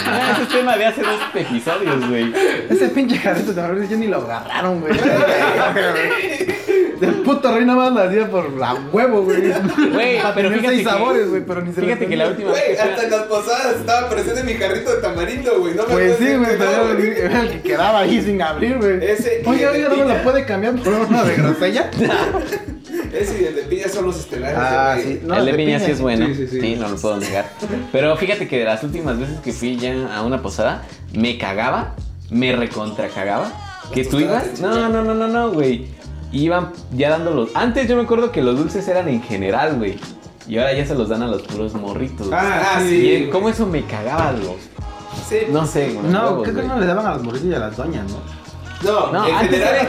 [SPEAKER 3] Ah, ese es tema de hace dos episodios, güey.
[SPEAKER 5] Ese pinche jarrito de Marruecos yo ni lo agarraron, güey. El puto rey nada más lo hacía por la huevo, güey.
[SPEAKER 3] Güey,
[SPEAKER 5] Para
[SPEAKER 3] pero
[SPEAKER 5] tener
[SPEAKER 3] fíjate
[SPEAKER 5] seis
[SPEAKER 3] que-
[SPEAKER 5] sabores, güey, pero ni se
[SPEAKER 3] Fíjate
[SPEAKER 5] lo
[SPEAKER 3] que la última vez que
[SPEAKER 4] Güey,
[SPEAKER 3] fui a-
[SPEAKER 4] hasta en las posadas estaba presente mi jarrito de tamarindo, güey. No
[SPEAKER 5] Pues
[SPEAKER 4] me puedes
[SPEAKER 5] sí,
[SPEAKER 4] decir
[SPEAKER 5] güey,
[SPEAKER 4] que no,
[SPEAKER 5] pero era el que quedaba ahí sin abrir, güey.
[SPEAKER 4] Ese y
[SPEAKER 5] Oye,
[SPEAKER 4] el de
[SPEAKER 5] oye, no me
[SPEAKER 4] piña.
[SPEAKER 5] lo puede cambiar por una de grosella.
[SPEAKER 4] Ese y el de piña son los estelares. güey.
[SPEAKER 3] el de piña Ah, sí es bueno. Sí,
[SPEAKER 6] Sí, sí, sí.
[SPEAKER 3] no lo puedo negar. Pero fíjate que de las últimas veces que fui ya a una posada, me cagaba, me recontra cagaba. Que tú ibas. No, no, no, no, no, güey. Iban ya dándolos. Antes yo me acuerdo que los dulces eran en general, güey. Y ahora ya se los dan a los puros morritos. güey.
[SPEAKER 4] Ah,
[SPEAKER 3] Y
[SPEAKER 4] sí.
[SPEAKER 3] el- ¿Cómo eso me cagaba los?
[SPEAKER 4] Sí.
[SPEAKER 3] No sé, güey.
[SPEAKER 5] No,
[SPEAKER 3] huevos,
[SPEAKER 5] creo que
[SPEAKER 3] güey.
[SPEAKER 5] no le daban a los morrillos y a las doñas, ¿no?
[SPEAKER 4] No,
[SPEAKER 3] No,
[SPEAKER 4] en
[SPEAKER 3] antes
[SPEAKER 4] general,
[SPEAKER 3] era
[SPEAKER 4] las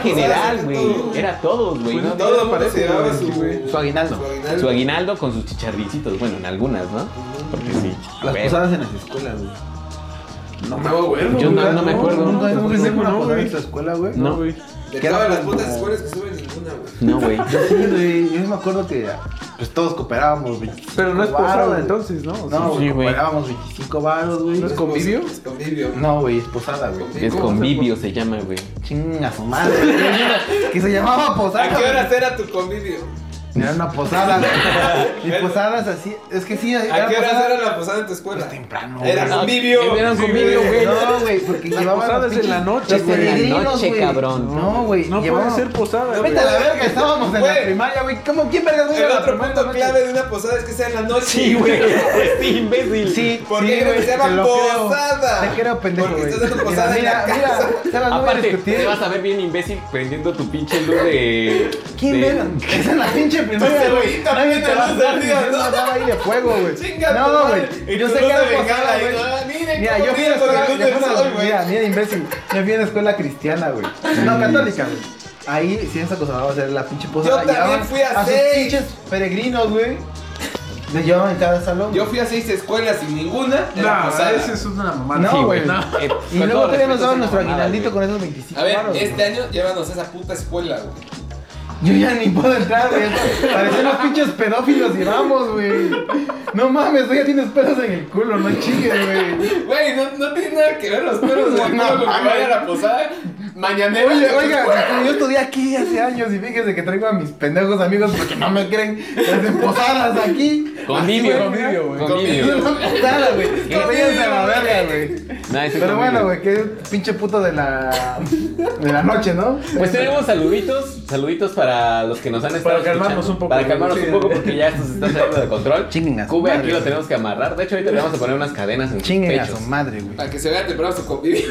[SPEAKER 3] general,
[SPEAKER 4] posadas eran todo,
[SPEAKER 3] güey. Era todos, güey. ¿no?
[SPEAKER 4] Todo el mundo se llevaba
[SPEAKER 6] güey,
[SPEAKER 4] su...
[SPEAKER 6] güey.
[SPEAKER 5] Su aguinaldo.
[SPEAKER 3] Su aguinaldo con sus chicharricitos. Bueno, en algunas, ¿no? Porque sí. a
[SPEAKER 5] Las
[SPEAKER 3] ver.
[SPEAKER 5] posadas en las escuelas, güey. No me acuerdo.
[SPEAKER 3] Yo no, no me acuerdo.
[SPEAKER 5] Nunca
[SPEAKER 6] no,
[SPEAKER 5] nunca
[SPEAKER 6] no,
[SPEAKER 5] hice una
[SPEAKER 6] no,
[SPEAKER 5] posada
[SPEAKER 6] güey.
[SPEAKER 5] en tu escuela, güey.
[SPEAKER 3] No.
[SPEAKER 6] güey.
[SPEAKER 4] De todas las putas escuelas que suben ninguna, güey.
[SPEAKER 3] No, güey.
[SPEAKER 5] Sí, güey, yo me acuerdo que pues todos cooperábamos, güey.
[SPEAKER 6] Pero no es
[SPEAKER 5] Varos,
[SPEAKER 6] posada
[SPEAKER 5] güey.
[SPEAKER 6] entonces, ¿no? O sea,
[SPEAKER 5] No,
[SPEAKER 3] Sí,
[SPEAKER 5] güey,
[SPEAKER 3] güey.
[SPEAKER 5] cooperábamos 25 varos, güey.
[SPEAKER 6] ¿No es convivio?
[SPEAKER 4] Es convivio.
[SPEAKER 5] No, güey, es posada, güey.
[SPEAKER 3] Es convivio, se llama, güey.
[SPEAKER 5] Chinga su madre, güey. Que se llamaba posada.
[SPEAKER 4] ¿A qué horas era tu convivio?
[SPEAKER 5] Era una posada. güey. Y posadas así. Es que sí,
[SPEAKER 4] ¿A
[SPEAKER 5] era
[SPEAKER 4] qué horas
[SPEAKER 5] posada.
[SPEAKER 4] era la posada en tu escuela?
[SPEAKER 5] Temprano.
[SPEAKER 4] Era
[SPEAKER 5] güey.
[SPEAKER 4] convivio.
[SPEAKER 3] Era un
[SPEAKER 4] Sí,
[SPEAKER 3] convivio, güey.
[SPEAKER 5] No, güey, porque
[SPEAKER 6] Las
[SPEAKER 5] llevaban
[SPEAKER 6] posadas
[SPEAKER 5] los
[SPEAKER 6] en la
[SPEAKER 5] pinches-
[SPEAKER 6] noche,
[SPEAKER 5] los
[SPEAKER 6] güey.
[SPEAKER 5] peregrinos,
[SPEAKER 3] Noche,
[SPEAKER 5] güey.
[SPEAKER 3] cabrón.
[SPEAKER 5] No, güey.
[SPEAKER 6] No
[SPEAKER 5] llevaban-
[SPEAKER 6] puede ser posada, güey.
[SPEAKER 5] Vete a la verga, estábamos en
[SPEAKER 4] Güey.
[SPEAKER 5] la primaria, güey. ¿Cómo? ¿Quién verga, güey?
[SPEAKER 4] El
[SPEAKER 5] la
[SPEAKER 4] otro
[SPEAKER 5] primaria
[SPEAKER 4] punto
[SPEAKER 5] noche?
[SPEAKER 4] clave de una posada es que sea en la noche. Sí,
[SPEAKER 3] Sí, Este imbécil.
[SPEAKER 5] Sí,
[SPEAKER 4] ¿Por
[SPEAKER 5] sí,
[SPEAKER 4] qué
[SPEAKER 5] güey,
[SPEAKER 4] se llama
[SPEAKER 5] te lo creo.
[SPEAKER 4] posada?
[SPEAKER 5] Te creo, pendejo,
[SPEAKER 4] Porque
[SPEAKER 5] güey.
[SPEAKER 4] estás dando posada en la casa.
[SPEAKER 5] Mira, Sebas, no voy a
[SPEAKER 3] Aparte,
[SPEAKER 5] discutir.
[SPEAKER 3] te vas a ver bien imbécil prendiendo tu pinche luz de. de-
[SPEAKER 5] ¿Quién verga? Esa es la pinche
[SPEAKER 4] Ese
[SPEAKER 5] primaria,
[SPEAKER 4] güey
[SPEAKER 5] güey.
[SPEAKER 4] también
[SPEAKER 5] Nadie
[SPEAKER 4] te
[SPEAKER 5] te va a
[SPEAKER 4] lo
[SPEAKER 5] andar
[SPEAKER 4] sabía,
[SPEAKER 5] diciendo
[SPEAKER 4] ¿no?
[SPEAKER 5] nada ahí de fuego, güey.
[SPEAKER 4] Chinga tu
[SPEAKER 5] No,
[SPEAKER 4] madre.
[SPEAKER 5] güey.
[SPEAKER 4] Y
[SPEAKER 5] Yo
[SPEAKER 4] tú
[SPEAKER 5] sé que
[SPEAKER 4] no
[SPEAKER 5] era
[SPEAKER 4] te vengas
[SPEAKER 5] posada,
[SPEAKER 4] ahí,
[SPEAKER 5] güey.
[SPEAKER 4] ah, miren
[SPEAKER 5] Mira,
[SPEAKER 4] cómo
[SPEAKER 5] yo fui
[SPEAKER 4] miran
[SPEAKER 5] a
[SPEAKER 4] con la
[SPEAKER 5] escuela-
[SPEAKER 4] luz
[SPEAKER 5] yo
[SPEAKER 4] del
[SPEAKER 5] fui a-
[SPEAKER 4] sol, güey.
[SPEAKER 5] Mira, mira, imbécil. Yo fui a una escuela cristiana, güey. No, católica, güey. Ahí sí nos acostumbramos a hacer la pinche posada.
[SPEAKER 4] Yo también
[SPEAKER 5] Llevaban
[SPEAKER 4] fui a
[SPEAKER 5] A sus
[SPEAKER 4] seis.
[SPEAKER 5] pinches peregrinos, güey. Les llevaban en cada salón.
[SPEAKER 4] Yo
[SPEAKER 5] güey.
[SPEAKER 4] fui a seis escuelas y ninguna era
[SPEAKER 6] No,
[SPEAKER 4] posada.
[SPEAKER 6] esa es una mamada.
[SPEAKER 5] No,
[SPEAKER 3] Sí,
[SPEAKER 5] güey.
[SPEAKER 3] no. Eh, con
[SPEAKER 5] Y luego
[SPEAKER 3] todo
[SPEAKER 5] todavía
[SPEAKER 3] respeto,
[SPEAKER 5] nos daban
[SPEAKER 3] es
[SPEAKER 5] nuestro
[SPEAKER 3] mamada,
[SPEAKER 5] aguinaldito
[SPEAKER 3] güey.
[SPEAKER 5] con esos 25
[SPEAKER 4] A ver,
[SPEAKER 5] varos, güey.
[SPEAKER 4] este año llévanos a esa puta escuela, güey.
[SPEAKER 5] Yo ya ni puedo entrar, güey. Parecen los pinches pedófilos y vamos, güey. No mames, güey, ya tienes pedos en el culo, no chingues, güey.
[SPEAKER 4] Güey, no, no tiene nada que ver los perros
[SPEAKER 5] No,
[SPEAKER 4] de la culo con que
[SPEAKER 5] mames.
[SPEAKER 4] vaya a la posada. Mañanera.
[SPEAKER 5] Oye,
[SPEAKER 4] de tu escuela.
[SPEAKER 5] oiga, yo estudié aquí hace años y fíjense que traigo a mis pendejos amigos porque no me creen. Hacen posadas aquí.
[SPEAKER 3] Convivio.
[SPEAKER 5] Así, Ah, güey, mira.
[SPEAKER 3] güey.
[SPEAKER 4] Convivio.
[SPEAKER 5] Es una posada, güey. Que vayan a la verga, güey.
[SPEAKER 3] No, ese
[SPEAKER 5] Pero
[SPEAKER 3] convivio.
[SPEAKER 5] bueno, güey, que pinche puto de la. de la noche, ¿no?
[SPEAKER 3] Pues tenemos saluditos, saluditos para los que nos han estado
[SPEAKER 6] Para calmarnos
[SPEAKER 3] escuchando.
[SPEAKER 6] un poco,
[SPEAKER 3] Para calmarnos
[SPEAKER 6] sí.
[SPEAKER 3] un poco porque ya esto se está saliendo de control.
[SPEAKER 5] Chinguen a su
[SPEAKER 3] Cube aquí
[SPEAKER 5] madre.
[SPEAKER 3] lo tenemos que amarrar. De hecho, ahorita le vamos a poner unas cadenas en sus
[SPEAKER 5] Chinguen a
[SPEAKER 3] pechos.
[SPEAKER 5] su madre, güey.
[SPEAKER 4] Para que se vea temprano su convivio.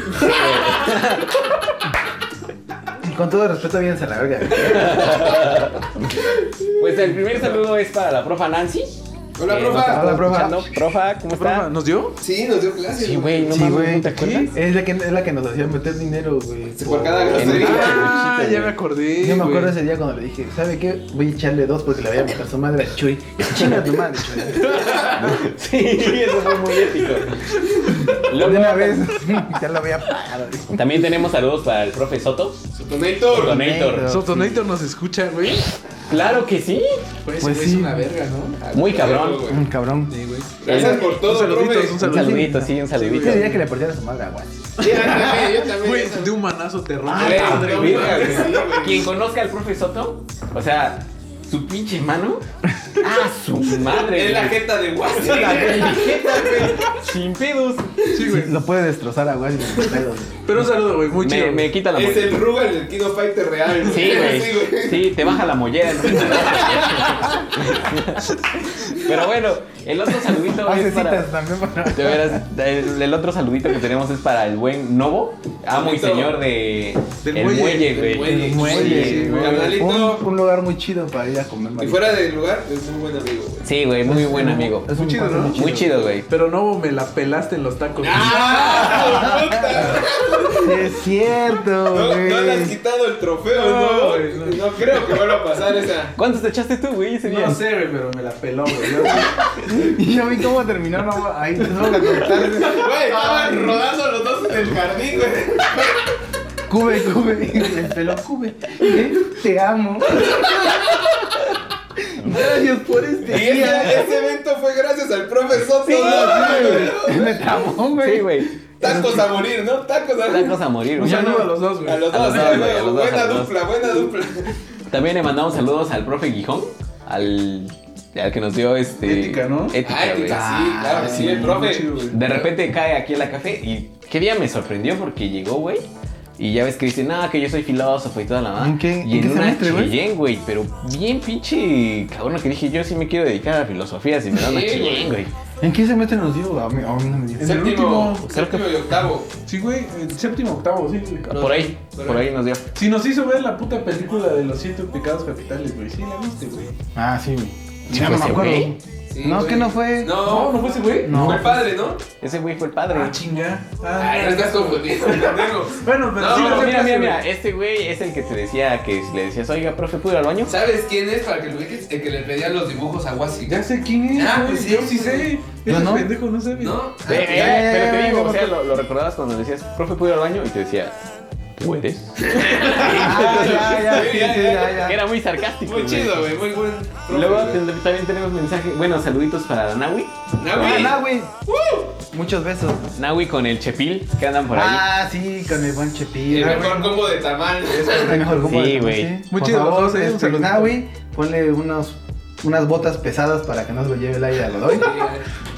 [SPEAKER 5] Y con todo respeto, váyanse a la verga, güey.
[SPEAKER 3] Pues el primer saludo es para la profa Nancy.
[SPEAKER 4] Hola,
[SPEAKER 3] que
[SPEAKER 4] profa.
[SPEAKER 3] nos está
[SPEAKER 5] Hola, profa.
[SPEAKER 3] escuchando. Profa, ¿cómo
[SPEAKER 6] Profa,
[SPEAKER 3] está?
[SPEAKER 6] ¿Nos dio?
[SPEAKER 4] Sí, nos dio clases.
[SPEAKER 3] Sí, güey, no
[SPEAKER 5] Sí,
[SPEAKER 3] mames,
[SPEAKER 5] güey.
[SPEAKER 3] ¿no te acuerdas?
[SPEAKER 5] Es la, que, es la que nos hacía meter dinero, güey.
[SPEAKER 4] Sí, por cada grosería.
[SPEAKER 6] Ah,
[SPEAKER 3] Chiquita,
[SPEAKER 6] ya
[SPEAKER 3] güey.
[SPEAKER 6] me acordé.
[SPEAKER 5] Yo me
[SPEAKER 6] güey.
[SPEAKER 5] acuerdo ese día cuando le dije, ¿sabe qué? Voy a echarle dos porque le voy a meter su madre a Chuy. Chinga tu madre, Chuy.
[SPEAKER 3] Sí, eso fue muy épico.
[SPEAKER 5] De
[SPEAKER 3] Luego,
[SPEAKER 5] una vez, ya lo había pagado.
[SPEAKER 3] también tenemos saludos para el profe Soto.
[SPEAKER 4] Sotonator.
[SPEAKER 3] Donator.
[SPEAKER 6] Sotonator nos escucha, güey.
[SPEAKER 3] Claro que sí.
[SPEAKER 6] Pues,
[SPEAKER 5] Pues
[SPEAKER 6] güey, es
[SPEAKER 5] sí.
[SPEAKER 6] una verga, ¿no?
[SPEAKER 3] Muy cabrón.
[SPEAKER 5] Un cabrón.
[SPEAKER 6] Sí, güey.
[SPEAKER 4] Ah, Gracias por todo,
[SPEAKER 6] Un saludito,
[SPEAKER 4] profe.
[SPEAKER 6] un
[SPEAKER 3] Un
[SPEAKER 6] saludito.
[SPEAKER 3] saludito, sí, un saludito.
[SPEAKER 5] Ese día que le partieron a su madre a Guasi.
[SPEAKER 4] Sí, yo también, yo también.
[SPEAKER 6] Güey, de un manazo te
[SPEAKER 3] Ah,
[SPEAKER 6] rompe.
[SPEAKER 4] Güey,
[SPEAKER 6] la madre,
[SPEAKER 4] no
[SPEAKER 6] güey.
[SPEAKER 4] mames, sí, güey.
[SPEAKER 3] Quien conozca al profe Soto, o sea, su pinche mano. ¡Ah, su madre!
[SPEAKER 4] Es la
[SPEAKER 3] güey.
[SPEAKER 4] jeta de Guasi.
[SPEAKER 3] Sin pedos.
[SPEAKER 6] Sí, güey.
[SPEAKER 5] Lo puede destrozar a Guasi con sus pedos.
[SPEAKER 6] Pero un saludo, güey. Muy chido.
[SPEAKER 3] Me, me quita la
[SPEAKER 4] Es
[SPEAKER 3] mollera.
[SPEAKER 4] el Rugal del Kino Fighter real.
[SPEAKER 3] Sí, güey. Sí, te baja la mollera. ¿no? Pero bueno, el otro saludito
[SPEAKER 5] Hace
[SPEAKER 3] es para.
[SPEAKER 5] citas también para...
[SPEAKER 3] De veras, el, el otro saludito que tenemos es para el buen Novo, amo y
[SPEAKER 4] Saludito.
[SPEAKER 3] señor de
[SPEAKER 6] Del
[SPEAKER 3] el
[SPEAKER 6] muelle,
[SPEAKER 3] muelle,
[SPEAKER 6] del
[SPEAKER 3] güey.
[SPEAKER 4] muelle.
[SPEAKER 3] Sí,
[SPEAKER 5] Muelle,
[SPEAKER 3] güey.
[SPEAKER 5] güey. un,
[SPEAKER 4] Carnalito.
[SPEAKER 5] un lugar muy chido para ir a comer
[SPEAKER 4] Y
[SPEAKER 5] marihuana.
[SPEAKER 4] fuera del lugar, es muy buen amigo, güey.
[SPEAKER 3] Sí, güey, muy buen amigo.
[SPEAKER 5] Es un
[SPEAKER 6] Muy chido,
[SPEAKER 5] paseo
[SPEAKER 6] ¿no?
[SPEAKER 3] Muy chido, güey.
[SPEAKER 6] Pero no, me la pelaste en los
[SPEAKER 4] ah.
[SPEAKER 6] tacos.
[SPEAKER 5] Sí, Es cierto,
[SPEAKER 4] No,
[SPEAKER 5] güey.
[SPEAKER 4] no le has quitado el trofeo,
[SPEAKER 6] No,
[SPEAKER 4] ¿no?
[SPEAKER 6] güey,
[SPEAKER 4] No,
[SPEAKER 6] no.
[SPEAKER 4] creo que vuelva a pasar esa.
[SPEAKER 3] ¿Cuántos te echaste tú, güey, ese
[SPEAKER 6] güey.
[SPEAKER 3] día?
[SPEAKER 6] No sé, güey, pero me la peló, güey. Yo-
[SPEAKER 5] Y yo vi cómo terminó. No, ahí te tengo que contar.
[SPEAKER 4] Güey, estaban rodando los dos en el jardín, güey.
[SPEAKER 5] Cube, cube. El pelo cube. ¿Eh? Te amo. Gracias por este
[SPEAKER 4] Y ese,
[SPEAKER 5] día.
[SPEAKER 4] ese evento fue gracias al profe Soto. ¿no?
[SPEAKER 5] Sí, güey. Me tramó, güey.
[SPEAKER 3] Sí, güey.
[SPEAKER 4] Tacos a morir, ¿no? Tacos a
[SPEAKER 3] Tacos a morir,
[SPEAKER 6] Un
[SPEAKER 3] güey.
[SPEAKER 6] saludo a los dos, güey.
[SPEAKER 4] A los
[SPEAKER 3] A los
[SPEAKER 4] dos, ¿eh?
[SPEAKER 3] dos, güey, a los dos,
[SPEAKER 4] buena
[SPEAKER 3] a los dos.
[SPEAKER 4] dupla, buena dupla.
[SPEAKER 3] También le mandamos saludos al profe Guijón, al, al que nos dio este.
[SPEAKER 6] Ética, ¿no?
[SPEAKER 3] Ética,
[SPEAKER 4] Ah,
[SPEAKER 3] güey.
[SPEAKER 4] ética, sí, claro que sí, el
[SPEAKER 6] Muy
[SPEAKER 4] profe.
[SPEAKER 6] chido, güey.
[SPEAKER 3] De repente cae aquí en la café y qué día me sorprendió porque llegó, güey. Y ya ves que dice, nada, que yo soy filósofo y toda la madre.
[SPEAKER 5] ¿En qué-
[SPEAKER 3] Y
[SPEAKER 5] en
[SPEAKER 3] en,
[SPEAKER 5] qué
[SPEAKER 3] una
[SPEAKER 5] semestre, güey?
[SPEAKER 3] Cheyenne, güey. Pero bien pinche cabrón que dije, yo sí me quiero dedicar a la filosofía si me dan una
[SPEAKER 4] Sí,
[SPEAKER 3] Cheyenne,
[SPEAKER 4] güey.
[SPEAKER 3] güey.
[SPEAKER 5] ¿En qué semestre nos dio? A mí, a mí no me dio.
[SPEAKER 6] En el
[SPEAKER 4] Séptimo,
[SPEAKER 6] último,
[SPEAKER 3] creo que-
[SPEAKER 4] séptimo y octavo.
[SPEAKER 6] Sí, güey. El séptimo, octavo, sí. güey.
[SPEAKER 3] Por ahí,
[SPEAKER 4] por
[SPEAKER 3] por
[SPEAKER 4] ahí.
[SPEAKER 3] ahí nos dio.
[SPEAKER 6] Si nos hizo ver la puta película de los siete pecados capitales, güey. Sí, la viste, güey.
[SPEAKER 5] Ah, sí, güey.
[SPEAKER 3] Sí,
[SPEAKER 5] Ya
[SPEAKER 3] fue
[SPEAKER 5] no me
[SPEAKER 3] ese
[SPEAKER 5] acuerdo.
[SPEAKER 3] güey.
[SPEAKER 4] Sí,
[SPEAKER 5] no,
[SPEAKER 4] güey.
[SPEAKER 5] que no fue.
[SPEAKER 6] No,
[SPEAKER 4] No,
[SPEAKER 6] no fue ese, güey.
[SPEAKER 5] No.
[SPEAKER 4] fue el padre, ¿no?
[SPEAKER 3] Ese güey fue el padre.
[SPEAKER 6] Ah, chinga. Ah,
[SPEAKER 4] Ay, no estás confundido, pendejo.
[SPEAKER 6] Bueno, pero
[SPEAKER 4] No,
[SPEAKER 6] sí,
[SPEAKER 4] pero
[SPEAKER 6] la
[SPEAKER 3] mira,
[SPEAKER 6] sepas,
[SPEAKER 3] mira,
[SPEAKER 6] güey.
[SPEAKER 3] mira. Este güey es el que te decía, que le decías, oiga, profe, ¿puedo ir al baño?
[SPEAKER 4] ¿Sabes quién es para que lo ubiques? El que le pedía los dibujos a Wasi.
[SPEAKER 6] Ya sé quién es,
[SPEAKER 4] Ah,
[SPEAKER 6] güey.
[SPEAKER 4] pues sí,
[SPEAKER 6] Yo sí
[SPEAKER 4] güey.
[SPEAKER 6] sé.
[SPEAKER 5] Yo
[SPEAKER 6] Ese
[SPEAKER 5] no.
[SPEAKER 6] pendejo no sabe.
[SPEAKER 4] ¿No?
[SPEAKER 3] Ve, ve,
[SPEAKER 5] Ah, ya, ya,
[SPEAKER 3] Eh, pero
[SPEAKER 5] ya,
[SPEAKER 3] te digo,
[SPEAKER 5] ya,
[SPEAKER 3] o sea,
[SPEAKER 5] ya.
[SPEAKER 3] lo, lo recordabas cuando le decías, profe, ¿puedo ir al baño? Y te decía, ¿puedes?
[SPEAKER 5] Ah, ya, ya, sí, sí, ya, ya.
[SPEAKER 3] Era muy sarcástico.
[SPEAKER 4] Muy chido, güey, muy buen.
[SPEAKER 3] Y
[SPEAKER 4] profe,
[SPEAKER 3] Luego
[SPEAKER 4] güey.
[SPEAKER 3] ten- también tenemos mensaje, bueno, saluditos para Nahui. Eh,
[SPEAKER 4] Nahui.
[SPEAKER 5] Ah, nah, güey. Muchos besos.
[SPEAKER 3] Nahui con el Chepil, que andan Uh. por ahí.
[SPEAKER 5] Ah, sí, con el buen Chepil.
[SPEAKER 4] El
[SPEAKER 5] güey.
[SPEAKER 4] mejor combo de tamal.
[SPEAKER 5] El mejor combo
[SPEAKER 3] Sí,
[SPEAKER 5] de todos,
[SPEAKER 3] güey.
[SPEAKER 5] sí.
[SPEAKER 6] Muy
[SPEAKER 5] Por
[SPEAKER 6] chido,
[SPEAKER 5] favor,
[SPEAKER 6] vamos a ir un
[SPEAKER 5] este,
[SPEAKER 6] saludo.
[SPEAKER 5] Nahui, ponle unos, unas botas pesadas para que no se lo lleve el aire a Godoy.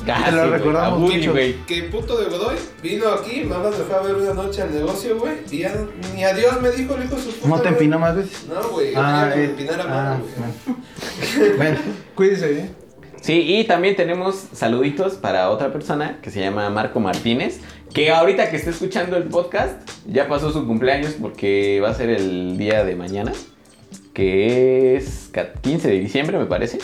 [SPEAKER 3] Casi,
[SPEAKER 5] lo
[SPEAKER 3] güey,
[SPEAKER 5] recordamos
[SPEAKER 3] a Woody,
[SPEAKER 5] mucho.
[SPEAKER 3] güey.
[SPEAKER 4] Que puto de Godoy vino aquí, mamá se fue a ver una noche al negocio, güey. Y ya ni adiós me dijo el hijo de su puta.
[SPEAKER 5] No te
[SPEAKER 4] madre.
[SPEAKER 5] empinó más veces.
[SPEAKER 4] No, güey.
[SPEAKER 5] Ah,
[SPEAKER 4] Ah,
[SPEAKER 5] eh,
[SPEAKER 4] empinar a
[SPEAKER 5] ah,
[SPEAKER 4] mano, güey.
[SPEAKER 5] bueno. Bueno,
[SPEAKER 6] Cuídense, eh.
[SPEAKER 3] Sí, y también tenemos saluditos para otra persona que se llama Marco Martínez, que ahorita que está escuchando el podcast, ya pasó su cumpleaños porque va a ser el día de mañana, que es ca- 15 de diciembre, me parece.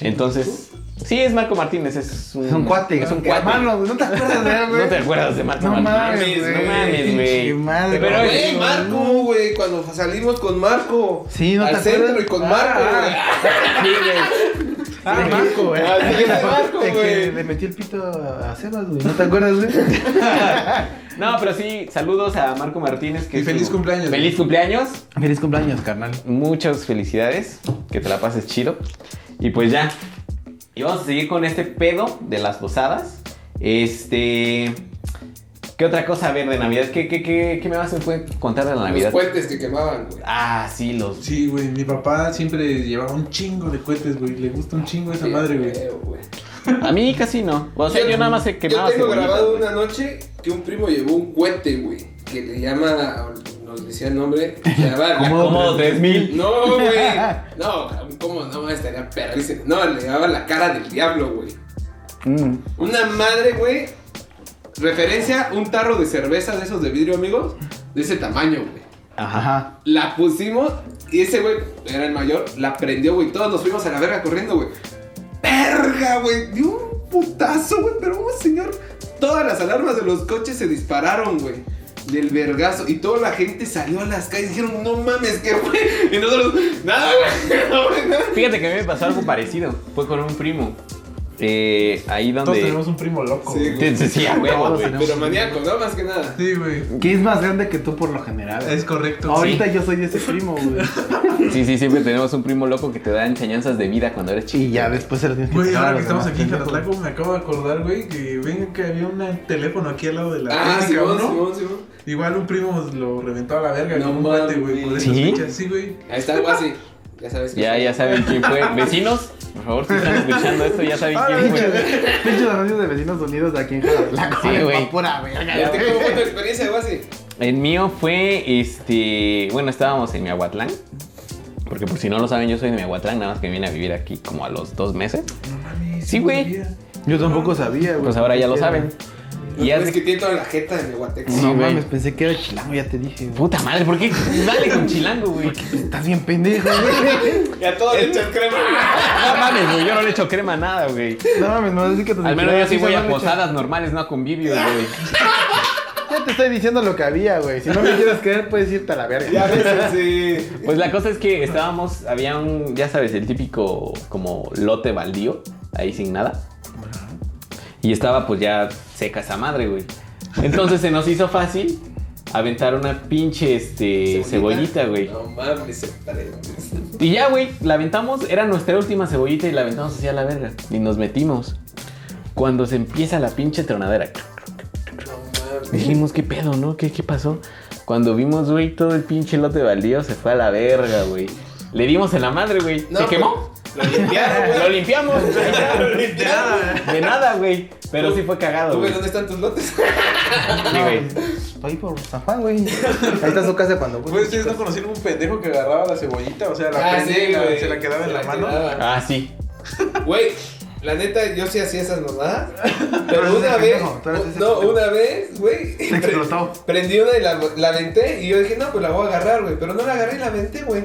[SPEAKER 3] Entonces, sí, es Marco Martínez, es un,
[SPEAKER 5] es un cuate.
[SPEAKER 3] Es un cuate.
[SPEAKER 5] Hermano, no te acuerdas de él, güey.
[SPEAKER 3] No te acuerdas de Marco
[SPEAKER 5] No
[SPEAKER 3] Martínez.
[SPEAKER 5] mames, güey.
[SPEAKER 3] no mames, güey.
[SPEAKER 5] Pinche madre.
[SPEAKER 3] Pero
[SPEAKER 4] Güey,
[SPEAKER 3] es-
[SPEAKER 4] Marco, güey, cuando salimos con Marco.
[SPEAKER 5] Sí, no te
[SPEAKER 4] Al centro
[SPEAKER 5] acuerdas.
[SPEAKER 4] y con Marco,
[SPEAKER 6] Ah,
[SPEAKER 4] güey.
[SPEAKER 3] Sí, güey.
[SPEAKER 5] Ah, Marco, güey.
[SPEAKER 4] Ah, sí,
[SPEAKER 5] De que-
[SPEAKER 4] Marco,
[SPEAKER 5] de que
[SPEAKER 4] güey.
[SPEAKER 5] Le metió el pito a Sebas, güey. ¿No te acuerdas, güey?
[SPEAKER 3] No, pero sí, saludos a Marco Martínez. Que
[SPEAKER 6] Y
[SPEAKER 3] es
[SPEAKER 6] feliz
[SPEAKER 3] su-
[SPEAKER 6] cumpleaños.
[SPEAKER 3] Feliz cumpleaños.
[SPEAKER 5] Feliz cumpleaños, carnal.
[SPEAKER 3] Muchas felicidades. Que te la pases chido. Y pues ya. Y vamos a seguir con este pedo de las posadas. Este. ¿Qué otra cosa a ver de Navidad? ¿Qué, qué, qué, qué me vas a puede contar de la
[SPEAKER 4] Los
[SPEAKER 3] Navidad?
[SPEAKER 4] puentes que quemaban, güey.
[SPEAKER 3] Ah, sí, los.
[SPEAKER 6] Sí, güey, mi papá siempre llevaba un chingo de cohetes, güey. Le gusta un chingo esa
[SPEAKER 4] Sí,
[SPEAKER 6] madre, güey.
[SPEAKER 4] feo, güey.
[SPEAKER 3] A mí casi no. O sea, yo, nada más sé que
[SPEAKER 4] Yo tengo grabado una noche que un primo llevó un cohete, güey. Que le llama. Nos decía el nombre. La barra.
[SPEAKER 5] ¿Cómo?
[SPEAKER 3] Como 3000.
[SPEAKER 4] No, güey. No, ¿cómo no? Estaría perrísimo. No, le llevaba la cara del diablo, güey.
[SPEAKER 3] Mm.
[SPEAKER 4] Una madre, güey. Referencia, un tarro de cerveza de esos de vidrio, amigos. De ese tamaño, güey.
[SPEAKER 5] Ajá.
[SPEAKER 4] La pusimos y ese güey, era el mayor, la prendió, güey. Todos nos fuimos a la verga corriendo, güey. verga, güey. Dio un putazo, güey. Pero, un señor, todas las alarmas de los coches se dispararon, güey. Del vergazo. Y toda la gente salió a las calles y dijeron, no mames, ¿qué fue? Y nosotros, nada, güey. No, güey, nada.
[SPEAKER 3] Fíjate que a mí me pasó algo parecido. Fue con un primo. Eh, ahí
[SPEAKER 6] Todos
[SPEAKER 3] donde.
[SPEAKER 6] tenemos un primo loco.
[SPEAKER 4] Sí,
[SPEAKER 6] güey.
[SPEAKER 3] Sí, sí, a huevo,
[SPEAKER 5] Todos
[SPEAKER 3] güey.
[SPEAKER 5] tenemos-
[SPEAKER 4] Pero maníaco, ¿no? Más que nada.
[SPEAKER 6] Sí, güey.
[SPEAKER 5] Que es más grande que tú por lo general.
[SPEAKER 6] Es correcto.
[SPEAKER 5] Ahorita yo soy de ese primo, güey.
[SPEAKER 3] Sí, sí, siempre tenemos un primo loco que te da enseñanzas de vida cuando eres chico.
[SPEAKER 5] Y ya después se lo tienes que
[SPEAKER 6] Güey,
[SPEAKER 5] explicar a
[SPEAKER 6] ahora que
[SPEAKER 5] los
[SPEAKER 6] estamos
[SPEAKER 5] demás
[SPEAKER 6] aquí en
[SPEAKER 5] pendejos.
[SPEAKER 6] Catalaco, me acabo de acordar, güey, que venga que había un teléfono aquí al lado de la
[SPEAKER 4] Ah, sí,
[SPEAKER 6] técnica
[SPEAKER 4] vos,
[SPEAKER 6] uno.
[SPEAKER 4] sí, vos, sí, vos.
[SPEAKER 6] Igual un primo lo reventó a la verga
[SPEAKER 4] No
[SPEAKER 6] con un guante, güey,
[SPEAKER 4] mames.
[SPEAKER 6] por esas
[SPEAKER 3] ¿Sí?
[SPEAKER 6] fechas. Sí, güey.
[SPEAKER 4] Ahí está algo así. Ya sabes que
[SPEAKER 3] Ya,
[SPEAKER 4] sí.
[SPEAKER 3] ya saben quién fue. Vecinos, por favor, si están escuchando esto, ya saben quién fue.
[SPEAKER 5] Pinches pinches anuncios de vecinos unidos aquí en Catalaco.
[SPEAKER 3] Sí, güey.
[SPEAKER 5] pa' Pura verga.
[SPEAKER 4] Este, ¿Cómo fue tu experiencia, algo así?
[SPEAKER 3] El mío fue, este, bueno, estábamos en Miahuatlán. Porque por si no lo saben, yo soy de Miahuatlán, nada más que vine a vivir aquí como a los dos meses.
[SPEAKER 6] No mames.
[SPEAKER 3] Sí, güey.
[SPEAKER 6] sabía.
[SPEAKER 5] Yo tampoco sabía, güey.
[SPEAKER 3] Pues ahora ya lo saben. Y
[SPEAKER 4] No,
[SPEAKER 3] haz
[SPEAKER 4] es
[SPEAKER 3] de-
[SPEAKER 4] que tiene toda la jeta de Guatex.
[SPEAKER 5] No
[SPEAKER 3] Sí, güey.
[SPEAKER 5] mames, pensé que era chilango, ya te dije. güey.
[SPEAKER 3] Puta madre, ¿por qué? Dale con chilango, güey.
[SPEAKER 5] Estás bien pendejo, güey.
[SPEAKER 4] Y a todos le echan crema.
[SPEAKER 3] No mames, güey, yo no le echo crema a nada, güey.
[SPEAKER 5] No mames, no decir que te
[SPEAKER 3] Al menos yo sí
[SPEAKER 5] se
[SPEAKER 3] voy a
[SPEAKER 5] van echar-
[SPEAKER 3] posadas normales, no a convivios, güey.
[SPEAKER 5] Ya te estoy diciendo lo que había, güey. Si no me quieres creer, puedes irte a la verga.
[SPEAKER 4] Ya ves, sí.
[SPEAKER 3] Pues la cosa es que estábamos, había un, ya sabes, el típico como lote baldío, ahí sin nada. Y estaba pues ya seca esa madre, güey. Entonces se nos hizo fácil aventar una pinche este, cebollita, güey.
[SPEAKER 4] No mames, se prende.
[SPEAKER 3] Y ya, güey, la aventamos, era nuestra última cebollita y la aventamos hacia la verga. Y nos metimos. Cuando se empieza la pinche tronadera. Dijimos, ¿qué pedo, no? ¿Qué, qué pasó? Cuando vimos, güey, todo el pinche lote baldío se fue a la verga, güey. Le dimos en la madre, güey.
[SPEAKER 4] No,
[SPEAKER 3] ¿Se
[SPEAKER 4] pues,
[SPEAKER 3] quemó?
[SPEAKER 4] Lo limpiaron, güey.
[SPEAKER 3] Lo limpiamos.
[SPEAKER 4] De nada.
[SPEAKER 3] De nada, güey. Pero sí fue cagado, Ah,
[SPEAKER 4] ¿Tú
[SPEAKER 3] güey.
[SPEAKER 4] ves dónde están tus
[SPEAKER 5] Ah,
[SPEAKER 4] lotes?
[SPEAKER 3] Sí, güey.
[SPEAKER 5] Ahí por San Juan, güey. Ahí está su casa cuando.
[SPEAKER 4] Pues,
[SPEAKER 6] Güey, ustedes no conocieron un pendejo que agarraba la cebollita, o sea, la
[SPEAKER 4] Ah,
[SPEAKER 6] prendía
[SPEAKER 4] sí,
[SPEAKER 6] y la-
[SPEAKER 4] güey.
[SPEAKER 6] se la quedaba en la mano.
[SPEAKER 4] quedaba.
[SPEAKER 3] Ah, sí.
[SPEAKER 4] Güey, la neta, yo sí hacía esas mamadas.
[SPEAKER 5] eres
[SPEAKER 4] Pero una
[SPEAKER 5] ese
[SPEAKER 4] vez.
[SPEAKER 5] pendejo, tú eres ese
[SPEAKER 4] No,
[SPEAKER 5] pendejo.
[SPEAKER 4] una vez, güey.
[SPEAKER 5] Se explotó.
[SPEAKER 4] Prendí una y la, la aventé. Y yo dije, no, pues la voy a agarrar, güey. Pero no la agarré y la aventé, güey.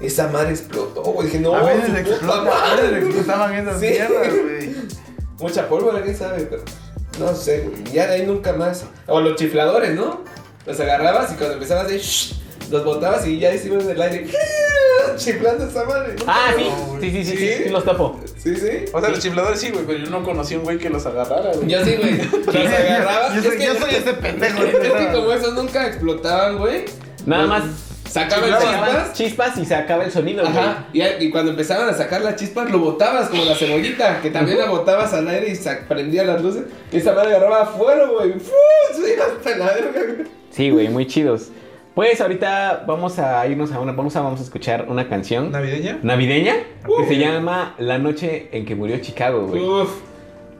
[SPEAKER 4] Esa madre explotó, güey. Dije, no,
[SPEAKER 5] a
[SPEAKER 4] oh, su
[SPEAKER 5] veces
[SPEAKER 4] puta
[SPEAKER 5] explota, a
[SPEAKER 4] madre,
[SPEAKER 5] veces
[SPEAKER 4] güey.
[SPEAKER 5] explotaban esas
[SPEAKER 4] Sí.
[SPEAKER 5] mierdas, güey.
[SPEAKER 4] Mucha pólvora, quién sabe, pero no sé, güey. Ya de ahí nunca más. O los chifladores, ¿no? Los agarrabas y cuando empezabas de shh, los botabas y ya hicimos en el aire. Chiflando esa madre. ¿no?
[SPEAKER 3] Ah, sí. Sí, sí, sí, sí. sí, los tapó.
[SPEAKER 4] Sí, sí.
[SPEAKER 6] O sea, los chifladores sí, güey, pero yo no conocí un güey que los agarrara, güey.
[SPEAKER 4] Yo sí, güey. Los agarrabas.
[SPEAKER 5] Yo soy- yo soy ese pendejo, ¿no?
[SPEAKER 4] Es que como esos nunca explotaban, güey.
[SPEAKER 3] Nada más.
[SPEAKER 4] Sacaban
[SPEAKER 3] Chispas,
[SPEAKER 4] chispas.
[SPEAKER 3] chispas y se acaba el sonido, güey.
[SPEAKER 4] Ajá, y, y cuando empezaban a sacar las chispas, lo botabas como la cebollita, que también la botabas al aire y se prendía las luces. Y esa madre agarraba afuera, güey. ¡Fu! Se iba hasta la verga, güey.
[SPEAKER 3] Sí, güey, muy chidos. Pues ahorita vamos a irnos a una vamos a, vamos a escuchar una canción
[SPEAKER 6] ¿Navideña?
[SPEAKER 3] navideña que se llama La noche en que murió Chicago, güey.
[SPEAKER 4] Uf,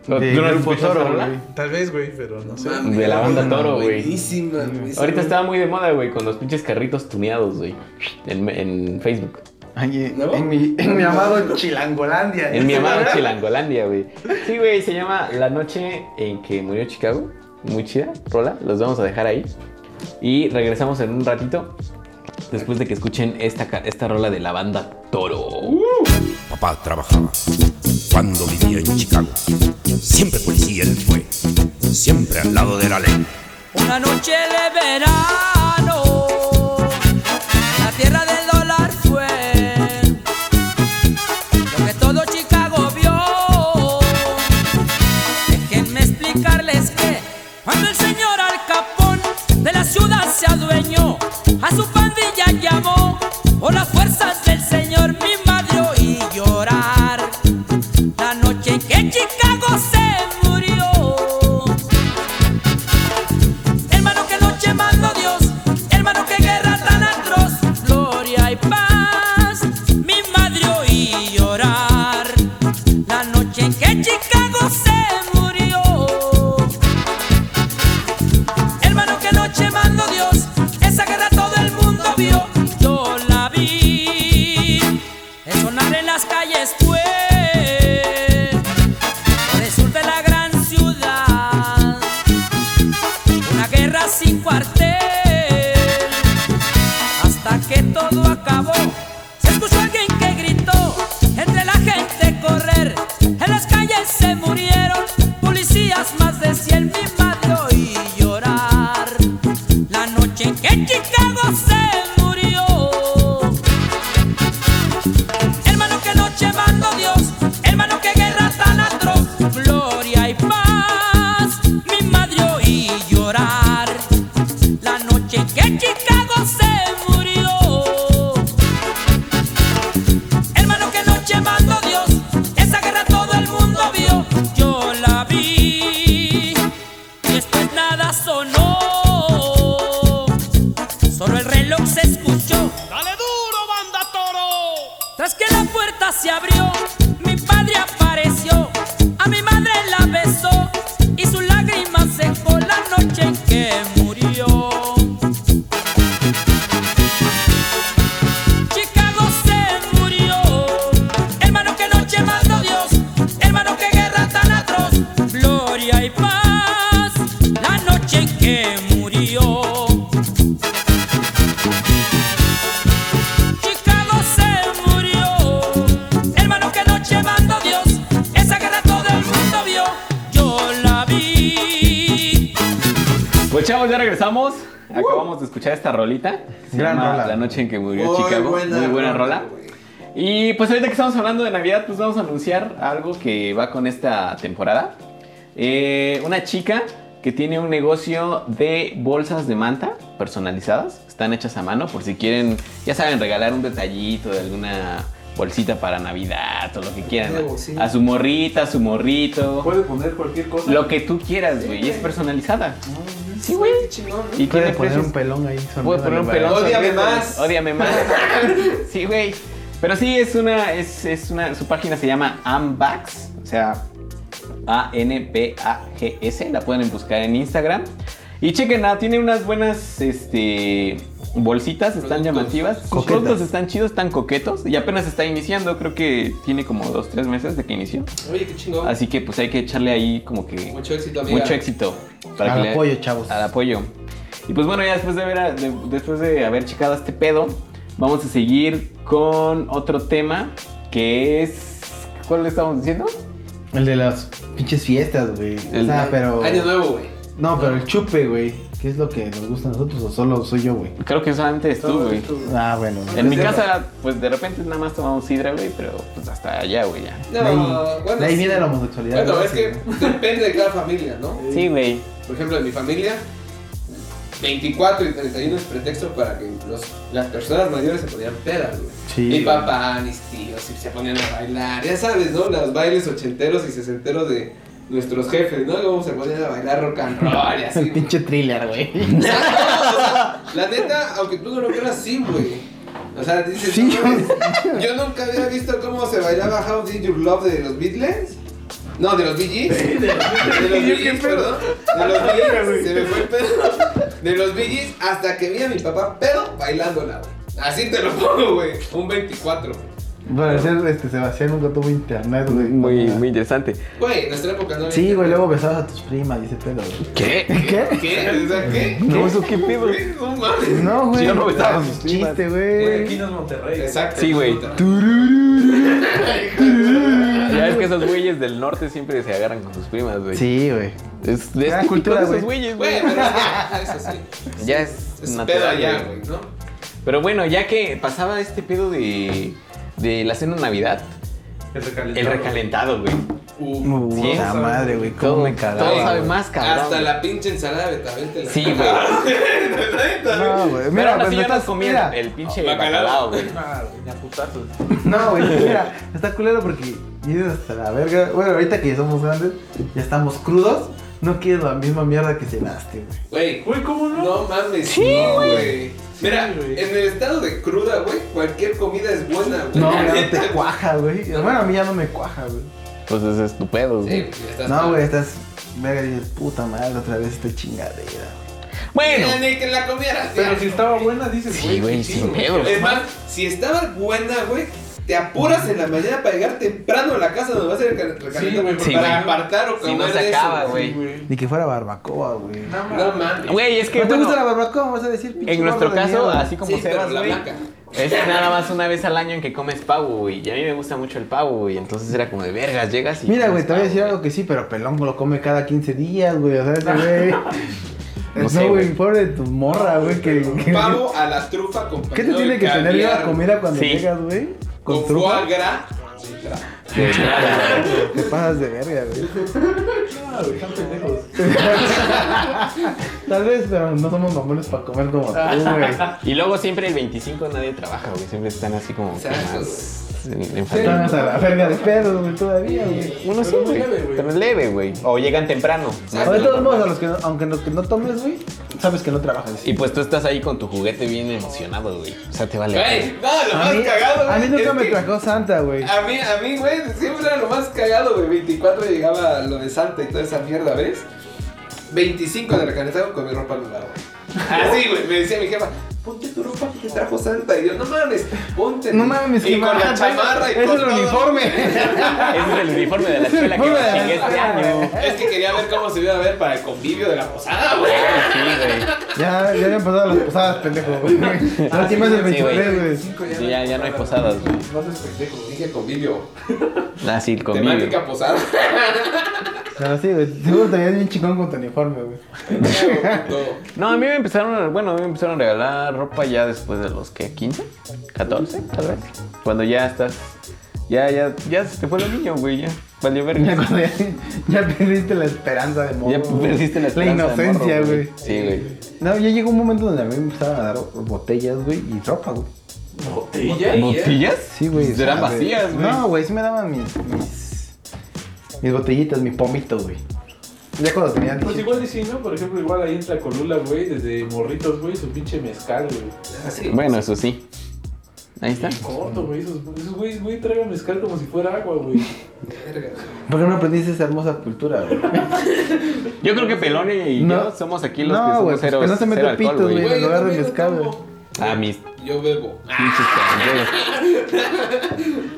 [SPEAKER 3] ¿Tú no
[SPEAKER 5] De Grupo
[SPEAKER 3] escuchaste
[SPEAKER 5] Toro,
[SPEAKER 3] esa rola?
[SPEAKER 5] güey.
[SPEAKER 6] Tal vez, güey, pero no sé.
[SPEAKER 4] Mami,
[SPEAKER 3] De la banda
[SPEAKER 4] buena,
[SPEAKER 3] Toro, güey.
[SPEAKER 4] Buenísima, güey.
[SPEAKER 3] Ahorita estaba muy de moda, güey, con los pinches carritos tuneados, güey, en, en Facebook.
[SPEAKER 5] Oye,
[SPEAKER 4] ¿No?
[SPEAKER 5] eh, en, mi, en mi amado Chilangolandia.
[SPEAKER 3] En mi amado Chilangolandia, güey. Sí, güey, se llama La noche en que murió Chicago. Muy chida, rola. Los vamos a dejar ahí. Y regresamos en un ratito después de que escuchen esta, ca- esta rola de la banda Toro.
[SPEAKER 7] Papá trabajaba cuando vivía en Chicago. Siempre policía él fue, siempre al lado de la ley.
[SPEAKER 8] Una noche de verano, la tierra del dólar fue lo que todo Chicago vio. Déjenme explicarles que cuando el señor Al Capón de la ciudad se adueñó, a su pandilla llamó por las fuerzas del señor mi madre oí llorar. La noche en que Chicago se murió. Hermano, que noche mandó Dios. Hermano, que guerra tan atroz. Gloria y paz. Mi madre oí llorar. La noche en que Chicago se murió. Hermano, que noche mandó Dios. Esa guerra todo el mundo vio. Yo la vi. El sonar en las calles fue. Por el sur de la gran ciudad una guerra sin cuartel. Hasta que todo acabó, se escuchó alguien que gritó entre la gente correr. se abrió, mi padre apareció, a mi madre la besó y sus lágrimas secó la noche en que murió. Chicago se murió, hermano que noche mandó Dios, hermano que guerra tan atroz, gloria y paz, la noche en que murió. Chicago se murió, hermano que noche mandó Dios, esa guerra todo el mundo vio, yo la vi.
[SPEAKER 3] Pues chavos, ya regresamos.
[SPEAKER 4] Uh.
[SPEAKER 3] Acabamos de escuchar esta rolita. Se
[SPEAKER 5] Gran
[SPEAKER 3] llama
[SPEAKER 5] rola.
[SPEAKER 3] La noche en que murió
[SPEAKER 4] Muy
[SPEAKER 3] Chicago.
[SPEAKER 4] buena
[SPEAKER 3] Muy buena
[SPEAKER 4] rola,
[SPEAKER 3] rola. Y pues ahorita que estamos hablando de Navidad, pues vamos a anunciar algo que va con esta temporada. Eh, una chica que tiene un negocio de bolsas de manta personalizadas. Están hechas a mano por si quieren, ya saben, regalar un detallito de alguna bolsita para Navidad o lo que quieran.
[SPEAKER 4] Nuevo, sí.
[SPEAKER 3] A su morrita, a su morrito.
[SPEAKER 6] Puede poner cualquier cosa.
[SPEAKER 3] Lo que tú quieras, güey. Y es personalizada.
[SPEAKER 4] Ah, Sí, güey. Qué chingón, ¿no?
[SPEAKER 3] Y
[SPEAKER 5] Puede
[SPEAKER 3] tiene
[SPEAKER 5] poner
[SPEAKER 3] precios-
[SPEAKER 5] un pelón ahí.
[SPEAKER 3] Voy a
[SPEAKER 5] sonriendo
[SPEAKER 3] poner un
[SPEAKER 5] en el
[SPEAKER 3] pelón.
[SPEAKER 5] brazo.
[SPEAKER 4] Ódiame
[SPEAKER 3] sonriendo.
[SPEAKER 4] más.
[SPEAKER 3] Ódiame más. sí, güey. Pero sí, es una, es, es una, su página se llama Ambax, o sea, A-N-P-A-G-S, la pueden buscar en Instagram. Y chequenla, tiene unas buenas, este, bolsitas, están
[SPEAKER 4] Productos.
[SPEAKER 3] llamativas. Sus
[SPEAKER 5] Coquetas.
[SPEAKER 3] productos están chidos, están coquetos y apenas está iniciando, creo que tiene como dos, tres meses de que inició.
[SPEAKER 4] Oye, qué chingón.
[SPEAKER 3] Así que pues hay que echarle ahí como que
[SPEAKER 4] Mucho éxito, amiga.
[SPEAKER 3] mucho éxito.
[SPEAKER 5] Al
[SPEAKER 3] que le-
[SPEAKER 5] apoyo, chavos.
[SPEAKER 3] Al apoyo. Y pues bueno, ya después de, ver a- de- después de haber checado este pedo, vamos a seguir con otro tema que es... ¿Cuál le estamos diciendo?
[SPEAKER 5] El de las pinches fiestas, güey. O
[SPEAKER 4] Ah,
[SPEAKER 5] sea, pero.
[SPEAKER 4] Año nuevo, güey.
[SPEAKER 5] No, pero el chupe, güey. ¿Qué es lo que nos gusta a nosotros o solo soy yo, güey?
[SPEAKER 3] Creo que solamente es tú, güey.
[SPEAKER 5] Ah, bueno.
[SPEAKER 3] En mi
[SPEAKER 5] Desde-
[SPEAKER 3] casa, pues de repente nada más tomamos sidra, güey, pero pues hasta allá, güey, ya.
[SPEAKER 5] De ahí,
[SPEAKER 4] No, bueno.
[SPEAKER 5] de ahí
[SPEAKER 4] sí.
[SPEAKER 5] viene la homosexualidad.
[SPEAKER 4] Bueno,
[SPEAKER 5] güey,
[SPEAKER 4] es
[SPEAKER 5] sí.
[SPEAKER 4] que depende de cada familia, ¿no?
[SPEAKER 3] Sí, güey.
[SPEAKER 4] Por ejemplo, en mi familia, 24 y 31 es pretexto para que los, las personas mayores se ponían pedas, güey.
[SPEAKER 5] Sí,
[SPEAKER 4] mi
[SPEAKER 5] güey.
[SPEAKER 4] papá, mis tíos, y se ponían a bailar. Ya sabes, ¿no? Los bailes ochenteros y sesenteros de nuestros jefes, ¿no? Luego se ponían a bailar rock and roll y así.
[SPEAKER 5] El pinche thriller, güey.
[SPEAKER 4] La neta, aunque tú no lo creas, sí, güey. O sea, dices,
[SPEAKER 5] Sí,
[SPEAKER 4] no mames, yo nunca había visto cómo se bailaba How Did You Love de los Beatles. No, de los Bee Gees. De los Bee Gees, perdón. De los Bee Gees, se me fue el pedo. De los Bee Gees hasta que vi a mi papá pedo bailándola, güey. Así te lo pongo, güey. Un 24.
[SPEAKER 5] Para ser este Sebastián nunca tuvo internet, güey.
[SPEAKER 3] Muy, muy interesante.
[SPEAKER 4] Güey, en nuestra época no había
[SPEAKER 5] Sí, güey,
[SPEAKER 4] internet.
[SPEAKER 5] luego besabas a tus primas y ese pedo, güey.
[SPEAKER 3] ¿Qué?
[SPEAKER 5] ¿Qué?
[SPEAKER 4] ¿Qué? O sea, ¿qué?
[SPEAKER 3] No, eso qué pedo.
[SPEAKER 4] Güey, No mames.
[SPEAKER 5] No, güey.
[SPEAKER 3] Yo no besaba a mis
[SPEAKER 5] Chiste,
[SPEAKER 6] Güey,
[SPEAKER 5] güey.
[SPEAKER 6] Aquí no es Monterrey.
[SPEAKER 4] Exacto.
[SPEAKER 3] Sí, güey.
[SPEAKER 4] puta.
[SPEAKER 3] Ya ves que esos güeyes del norte siempre se agarran con sus primas, güey.
[SPEAKER 5] Sí, güey.
[SPEAKER 3] Es, es
[SPEAKER 5] Gran
[SPEAKER 3] típico
[SPEAKER 5] cultura,
[SPEAKER 3] de esos güey.
[SPEAKER 5] güey.
[SPEAKER 4] Güey, pero es que eso sí.
[SPEAKER 3] Ya es,
[SPEAKER 4] Es pedo
[SPEAKER 3] natural,
[SPEAKER 4] allá,
[SPEAKER 3] güey.
[SPEAKER 4] güey, ¿no?
[SPEAKER 3] Pero bueno, ya que pasaba este pedo de, de la cena de Navidad,
[SPEAKER 6] El
[SPEAKER 3] el
[SPEAKER 6] recalentado.
[SPEAKER 3] recalentado, güey.
[SPEAKER 4] Uh,
[SPEAKER 3] Sí,
[SPEAKER 5] Puta
[SPEAKER 3] sabe.
[SPEAKER 5] madre, güey. ¿Cómo
[SPEAKER 3] Todo-
[SPEAKER 5] me cagaba?
[SPEAKER 3] todo sabe
[SPEAKER 5] güey.
[SPEAKER 3] más, cabrón.
[SPEAKER 4] Hasta la pinche ensalada de betabel te la
[SPEAKER 3] Sí, güey.
[SPEAKER 5] No, güey.
[SPEAKER 3] Pero
[SPEAKER 5] Mira,
[SPEAKER 3] ahora
[SPEAKER 5] pues
[SPEAKER 3] sí
[SPEAKER 5] no
[SPEAKER 3] ya nos
[SPEAKER 5] estás
[SPEAKER 3] comía
[SPEAKER 5] mira.
[SPEAKER 3] el pinche bacalao,
[SPEAKER 4] Bacalao.
[SPEAKER 3] güey.
[SPEAKER 6] Ah, güey, a putazos.
[SPEAKER 5] No, güey, mira, está culero porque vienes hasta la verga. Bueno, ahorita que ya somos grandes, ya estamos crudos, no quieres la misma mierda que cenaste, güey.
[SPEAKER 4] Güey,
[SPEAKER 6] Güey, ¿cómo no?
[SPEAKER 4] no mames. Sí, güey. Mira,
[SPEAKER 6] güey.
[SPEAKER 4] en el estado de cruda, güey, cualquier comida es buena, güey.
[SPEAKER 5] No, ya
[SPEAKER 4] La
[SPEAKER 5] no
[SPEAKER 4] neta,
[SPEAKER 5] te cuaja, güey. Bueno, a mí ya no me cuaja, güey.
[SPEAKER 3] Pues es estupendo,
[SPEAKER 4] güey. Sí,
[SPEAKER 3] güey.
[SPEAKER 4] güey, ya estás
[SPEAKER 5] No,
[SPEAKER 4] mal.
[SPEAKER 5] güey, estás verga y dices, puta madre, otra vez esta chingadera. güey.
[SPEAKER 3] Bueno,
[SPEAKER 4] Mira, ni que la comieras.
[SPEAKER 6] Pero
[SPEAKER 4] ya.
[SPEAKER 6] si estaba buena, dices,
[SPEAKER 3] sí, güey,
[SPEAKER 6] qué
[SPEAKER 3] sin
[SPEAKER 6] chido.
[SPEAKER 3] pedo.
[SPEAKER 4] Es más, si estaba buena, güey, te apuras en la mañana para llegar temprano a la casa donde va a ser el cal- recalentado,
[SPEAKER 6] güey,
[SPEAKER 3] Sí,
[SPEAKER 4] para
[SPEAKER 3] güey.
[SPEAKER 4] apartar o
[SPEAKER 3] Si
[SPEAKER 4] comer
[SPEAKER 3] no se
[SPEAKER 4] de eso,
[SPEAKER 3] acaba,
[SPEAKER 6] Sí,
[SPEAKER 3] güey. Ah,
[SPEAKER 6] güey.
[SPEAKER 5] Ni que fuera barbacoa, güey.
[SPEAKER 6] Nada más.
[SPEAKER 4] No mames.
[SPEAKER 3] Güey, es que
[SPEAKER 5] ¿No te
[SPEAKER 3] bueno,
[SPEAKER 5] gusta la barbacoa? Vas a decir, pinche
[SPEAKER 3] en nuestro
[SPEAKER 5] gordo de
[SPEAKER 3] caso,
[SPEAKER 5] mierda.
[SPEAKER 3] así como
[SPEAKER 4] Sí,
[SPEAKER 3] Sebas,
[SPEAKER 4] pero la
[SPEAKER 3] güey,
[SPEAKER 4] blanca.
[SPEAKER 3] es nada más una vez al año en que comes pavo, güey. Y a mí me gusta mucho el pavo, güey. Entonces era como de vergas, llegas y.
[SPEAKER 5] Mira,
[SPEAKER 3] comes
[SPEAKER 5] güey, te voy a
[SPEAKER 3] pavo,
[SPEAKER 5] decir
[SPEAKER 3] güey.
[SPEAKER 5] algo que sí, pero Pelón lo come cada 15 días, güey. O sea, ese güey.
[SPEAKER 3] No sé,
[SPEAKER 5] No, güey,
[SPEAKER 3] güey.
[SPEAKER 5] pobre de tu morra, güey. Que, que-
[SPEAKER 4] Pavo a la trufa con
[SPEAKER 5] ¿Qué te tiene que tener bien la comida cuando
[SPEAKER 3] Sí.
[SPEAKER 5] llegas, güey?
[SPEAKER 4] Con
[SPEAKER 5] Con trufa.
[SPEAKER 4] foie gras.
[SPEAKER 3] De nada, güey.
[SPEAKER 5] Te pasas de verga, güey.
[SPEAKER 6] Ah, güey, están pendejos.
[SPEAKER 5] Tal vez, pero no somos mamones para
[SPEAKER 6] Ah.
[SPEAKER 5] comer como tú, güey.
[SPEAKER 3] Y luego siempre el 25 nadie trabaja, güey. Siempre están así como. que
[SPEAKER 4] Exacto,
[SPEAKER 3] más- más en- infantil.
[SPEAKER 5] Vamos a la verga de pedos, güey, todavía, güey.
[SPEAKER 3] Uno sí, güey. Pero leve, güey. O llegan temprano.
[SPEAKER 5] O de todos modos, a los que no- aunque los que no tomes, güey, sabes que no trabajas.
[SPEAKER 3] Y pues tú estás ahí con tu juguete bien emocionado, güey. O sea, te vale.
[SPEAKER 4] Güey, no, lo
[SPEAKER 5] A
[SPEAKER 4] más
[SPEAKER 5] mí,
[SPEAKER 4] cagado, güey.
[SPEAKER 5] a mí nunca
[SPEAKER 4] es
[SPEAKER 5] me
[SPEAKER 4] que- Ah,
[SPEAKER 5] trajo Santa, güey.
[SPEAKER 4] A mí, a mí, güey, siempre era lo más cagado, güey. 24 llegaba lo de Santa y toda esa mierda, ¿ves? 25 de recanetado con mi ropa nueva, güey. Así, güey, me decía mi jefa, ponte tu ropa que te trajo Santa. Y yo, no mames, ponte.
[SPEAKER 5] No mames,
[SPEAKER 4] y
[SPEAKER 5] qué
[SPEAKER 4] con la
[SPEAKER 5] mal.
[SPEAKER 4] chamarra y
[SPEAKER 5] Es
[SPEAKER 4] con
[SPEAKER 5] el
[SPEAKER 4] todo.
[SPEAKER 5] uniforme.
[SPEAKER 3] Ese es el uniforme de la escuela que
[SPEAKER 5] Uniforme
[SPEAKER 3] me
[SPEAKER 5] de la
[SPEAKER 3] chingué este
[SPEAKER 5] escuela,
[SPEAKER 3] año.
[SPEAKER 5] güey.
[SPEAKER 4] Es que quería ver cómo se iba a ver para el convivio de la posada, güey.
[SPEAKER 3] Sí, güey.
[SPEAKER 5] Ya, ya habían pasado las posadas, pendejo, güey.
[SPEAKER 4] Ah,
[SPEAKER 5] Ahora Ah, sí más del
[SPEAKER 3] Sí, güey.
[SPEAKER 5] 23, güey.
[SPEAKER 3] Sí, ya, ya no hay posadas, güey.
[SPEAKER 4] No seas pendejo, dije convivio.
[SPEAKER 3] Ah, sí, el convivio.
[SPEAKER 4] Temática posada.
[SPEAKER 5] Pero sí, güey. Seguro te veías bien chingón con tu uniforme, güey.
[SPEAKER 4] Puto.
[SPEAKER 3] No, a mí me empezaron, a- bueno, a mí me empezaron a regalar ropa ya después de los que 15, 14, tal vez. Cuando ya estás, ya, ya, ya se te fue el niño, güey, ya. Valió
[SPEAKER 5] Ya,
[SPEAKER 3] verga.
[SPEAKER 5] cuando ya, ya perdiste la esperanza de morro.
[SPEAKER 3] Ya
[SPEAKER 5] güey.
[SPEAKER 3] perdiste la esperanza de
[SPEAKER 5] La inocencia,
[SPEAKER 3] morro,
[SPEAKER 5] güey.
[SPEAKER 3] Sí, güey.
[SPEAKER 5] No, ya llegó un momento donde a mí me empezaban a dar botellas, güey, y ropa, güey.
[SPEAKER 3] ¿Botillas?
[SPEAKER 5] Sí, güey. o sea,
[SPEAKER 3] Pues Eran
[SPEAKER 5] de-
[SPEAKER 3] vacías, güey.
[SPEAKER 5] No, güey, sí me daban mis, mis, mis botellitas, mi pomito, güey. Ya cuando tenía
[SPEAKER 6] Pues
[SPEAKER 5] 18.
[SPEAKER 6] igual y sí, ¿no? Por ejemplo, igual ahí entra Colula, güey, desde morritos, güey, su pinche mezcal, güey.
[SPEAKER 3] Bueno, eso sí. Ahí está.
[SPEAKER 6] Corto, güey, esos esos güeyes, güey, tragan mezcal como si fuera agua, güey.
[SPEAKER 5] ¿Por qué no aprendiste esa hermosa cultura, güey?
[SPEAKER 3] Yo creo que Pelón y yo
[SPEAKER 5] No.
[SPEAKER 3] somos aquí los
[SPEAKER 5] No,
[SPEAKER 3] que somos
[SPEAKER 5] güey, pues,
[SPEAKER 3] cero,
[SPEAKER 5] que no se
[SPEAKER 3] cero
[SPEAKER 5] mete
[SPEAKER 3] alcohol,
[SPEAKER 5] pitos, güey.
[SPEAKER 4] Güey,
[SPEAKER 5] En
[SPEAKER 4] yo
[SPEAKER 5] lugar de
[SPEAKER 4] también no
[SPEAKER 5] mezcal,
[SPEAKER 4] tomo.
[SPEAKER 3] Ah, mis
[SPEAKER 4] Yo bebo. Ah.
[SPEAKER 3] pinches pendejos.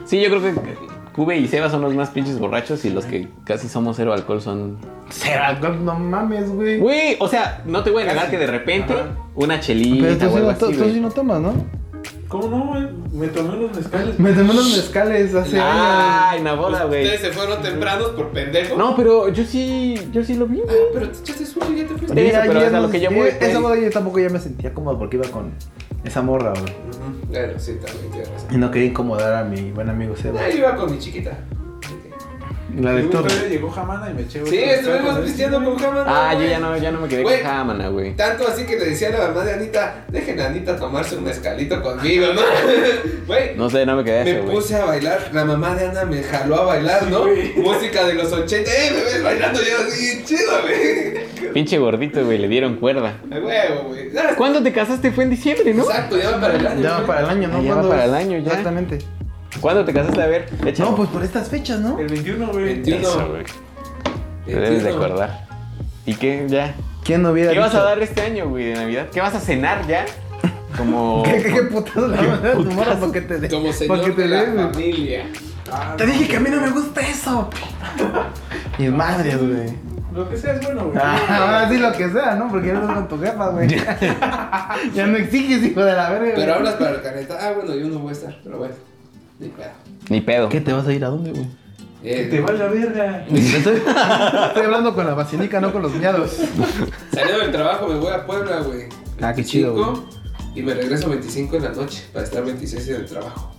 [SPEAKER 3] Sí, yo creo que Cube y Seba son los más pinches borrachos y los que casi somos cero alcohol son...
[SPEAKER 5] Cero alcohol, no mames, güey.
[SPEAKER 3] Güey, o sea, no te voy a negar que de repente una chelita
[SPEAKER 5] Pero tú
[SPEAKER 3] o
[SPEAKER 5] sí,
[SPEAKER 3] algo
[SPEAKER 5] no, to-
[SPEAKER 3] así,
[SPEAKER 5] tú sí
[SPEAKER 3] güey.
[SPEAKER 5] no tomas, ¿no?
[SPEAKER 6] ¿Cómo no, güey? Me tomé unos mezcales.
[SPEAKER 5] Me tomé unos mezcales hace
[SPEAKER 3] Ay, una boda, güey.
[SPEAKER 4] Ustedes se fueron tempranos por pendejo.
[SPEAKER 3] No, pero yo sí, yo sí lo vi, güey.
[SPEAKER 4] Pero te echaste suyo y ya te fuiste.
[SPEAKER 5] años.
[SPEAKER 3] eso, pero
[SPEAKER 5] ya
[SPEAKER 3] es a lo que yo voy,
[SPEAKER 5] Esa
[SPEAKER 3] güey.
[SPEAKER 5] boda yo tampoco ya me sentía cómodo porque iba con esa morra, güey.
[SPEAKER 4] Bueno, sí, también tienes razón.
[SPEAKER 5] Y no quería incomodar a mi buen amigo Seba.
[SPEAKER 4] Ah, yo iba con mi chiquita.
[SPEAKER 5] La de
[SPEAKER 6] Llegó
[SPEAKER 5] todo.
[SPEAKER 6] tarde, llegó Jamana y me eché
[SPEAKER 4] Sí, estuvimos
[SPEAKER 6] este
[SPEAKER 4] pisteando con cámara.
[SPEAKER 3] Ah, yo ya no, ya no me quedé con
[SPEAKER 4] Güey.
[SPEAKER 3] Jamana, güey.
[SPEAKER 4] Tanto así que le decía a la mamá de Anita, dejen a Anita tomarse un mezcalito conmigo, ¿no? Güey,
[SPEAKER 3] No sé, no me quedé
[SPEAKER 4] me
[SPEAKER 3] eso, güey.
[SPEAKER 4] puse a bailar, la mamá de Ana me jaló a bailar, ¿no? Música de los 80, ¡eh! Me ves bailando yo así, chido, güey.
[SPEAKER 3] Pinche gordito, güey, le dieron cuerda.
[SPEAKER 4] A huevo, güey. Ah,
[SPEAKER 3] ¿Cuándo te casaste? Fue en diciembre, ¿no?
[SPEAKER 4] Exacto, ya va para el año.
[SPEAKER 5] Ya va
[SPEAKER 4] güey.
[SPEAKER 5] para el año,
[SPEAKER 3] Ah,
[SPEAKER 5] ¿no?
[SPEAKER 3] ya va
[SPEAKER 5] ¿Cuándo
[SPEAKER 3] para el
[SPEAKER 5] es?
[SPEAKER 3] año, ya.
[SPEAKER 5] Exactamente.
[SPEAKER 3] ¿Cuándo te casaste? A ver, échale.
[SPEAKER 5] No, pues por estas fechas, ¿no?
[SPEAKER 6] El 21, güey.
[SPEAKER 4] 21.
[SPEAKER 3] Eso, güey. Te
[SPEAKER 4] 21.
[SPEAKER 3] debes de acordar. ¿Y qué? Ya.
[SPEAKER 5] ¿Quién no hubiera
[SPEAKER 3] ¿Qué vas a
[SPEAKER 5] dicho?
[SPEAKER 3] dar este año, güey, de Navidad? ¿Qué vas a cenar ya? Como...
[SPEAKER 5] ¿Qué, qué, qué putazo le vas a dar a tu morra para que te dé?
[SPEAKER 4] Como
[SPEAKER 5] para que
[SPEAKER 4] señor
[SPEAKER 5] te
[SPEAKER 4] de
[SPEAKER 5] dé,
[SPEAKER 4] la
[SPEAKER 5] güey.
[SPEAKER 4] familia.
[SPEAKER 5] Te dije que a mí no me gusta eso. Mis madres, güey.
[SPEAKER 6] Lo que sea es bueno, güey.
[SPEAKER 5] Ah. Ahora sí lo que sea, ¿no? Porque ya estás con tu jefa, güey. ya no exiges, hijo de la verga. güey.
[SPEAKER 4] Pero hablas para el caneta. Ah, bueno, yo no voy a estar, pero bueno. Ni pedo.
[SPEAKER 3] Ni pedo.
[SPEAKER 5] ¿Qué te vas a ir a dónde, güey?
[SPEAKER 4] Eh,
[SPEAKER 6] Te va la verga.
[SPEAKER 5] Estoy, estoy hablando con la vacinica, no con los miados.
[SPEAKER 4] Saliendo del trabajo me voy a Puebla, güey.
[SPEAKER 5] Ah, qué chido,
[SPEAKER 4] 25, Y me regreso 25 en la noche para estar 26 en el trabajo.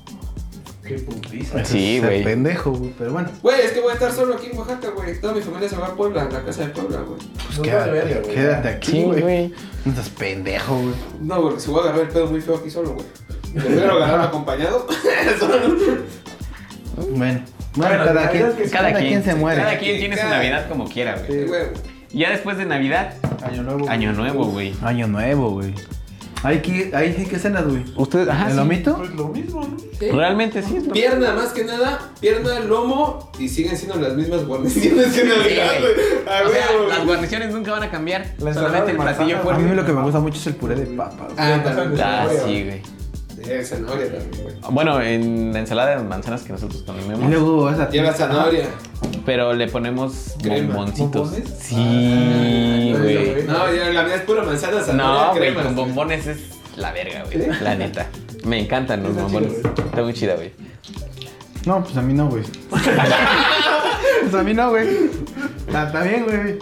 [SPEAKER 6] Qué putiza.
[SPEAKER 3] Sí, güey.
[SPEAKER 5] pendejo, güey. Pero bueno,
[SPEAKER 4] Güey, es que voy a estar solo aquí en Oaxaca, güey. Toda mi familia se va a Puebla, a la casa de Puebla, güey.
[SPEAKER 5] pues
[SPEAKER 6] No
[SPEAKER 5] quédate,
[SPEAKER 6] vale verga, güey.
[SPEAKER 5] quédate aquí,
[SPEAKER 3] Sí,
[SPEAKER 5] güey.
[SPEAKER 3] güey.
[SPEAKER 5] No seas pendejo, güey.
[SPEAKER 4] No, porque si voy a agarrar el pedo muy feo aquí solo, güey. Prefiero agarrar acompañado. solo.
[SPEAKER 5] Bueno, bueno,
[SPEAKER 6] la
[SPEAKER 5] cada, quien,
[SPEAKER 6] verdad es que
[SPEAKER 5] cada quien, se muere.
[SPEAKER 3] Cada quien tiene su
[SPEAKER 4] Cada-
[SPEAKER 3] Navidad como quiera, güey.
[SPEAKER 4] Sí, güey.
[SPEAKER 3] Ya después de Navidad,
[SPEAKER 5] Año nuevo.
[SPEAKER 3] Año Nuevo, güey.
[SPEAKER 5] Año nuevo, güey. Ahí, que- ahí sí que cenas, güey.
[SPEAKER 3] Ustedes, ajá,
[SPEAKER 5] ¿El
[SPEAKER 3] Ah, sí.
[SPEAKER 5] lomito?
[SPEAKER 6] Pues lo mismo, ¿no?
[SPEAKER 3] Realmente sí es lo-
[SPEAKER 4] Pierna, más que nada, pierna, lomo y siguen siendo las mismas guarniciones que Navidad, güey. A
[SPEAKER 3] O sea,
[SPEAKER 4] huevo,
[SPEAKER 3] las
[SPEAKER 4] güey.
[SPEAKER 3] guarniciones nunca van a cambiar.
[SPEAKER 6] La ensalada
[SPEAKER 3] solamente
[SPEAKER 6] de
[SPEAKER 3] el platillo
[SPEAKER 6] manzana.
[SPEAKER 5] A mí
[SPEAKER 3] fuerte.
[SPEAKER 5] lo que me gusta mucho es el puré de papa, güey.
[SPEAKER 4] Ah, también.
[SPEAKER 3] Ah,
[SPEAKER 4] zanahoria,
[SPEAKER 3] sí, güey.
[SPEAKER 4] güey. Sí, zanahoria también, güey.
[SPEAKER 3] Bueno, en la ensalada de manzanas que nosotros
[SPEAKER 5] Y
[SPEAKER 3] comemos,
[SPEAKER 5] luego vas a
[SPEAKER 4] Lleva zanahoria.
[SPEAKER 3] pero le ponemos
[SPEAKER 4] Crema.
[SPEAKER 3] bomboncitos.
[SPEAKER 6] ¿Bombones?
[SPEAKER 3] Sí,
[SPEAKER 6] Ah,
[SPEAKER 3] güey.
[SPEAKER 4] No, ya la mía es pura manzana, zanahoria,
[SPEAKER 3] No, güey,
[SPEAKER 4] crema.
[SPEAKER 3] con bombones es la verga, güey. La neta. Me encantan los
[SPEAKER 6] Está chido,
[SPEAKER 3] bombones.
[SPEAKER 6] güey.
[SPEAKER 3] Está muy chida, güey.
[SPEAKER 5] No, pues a mí no, güey. pues a mí no, güey. Ah, Está bien, güey.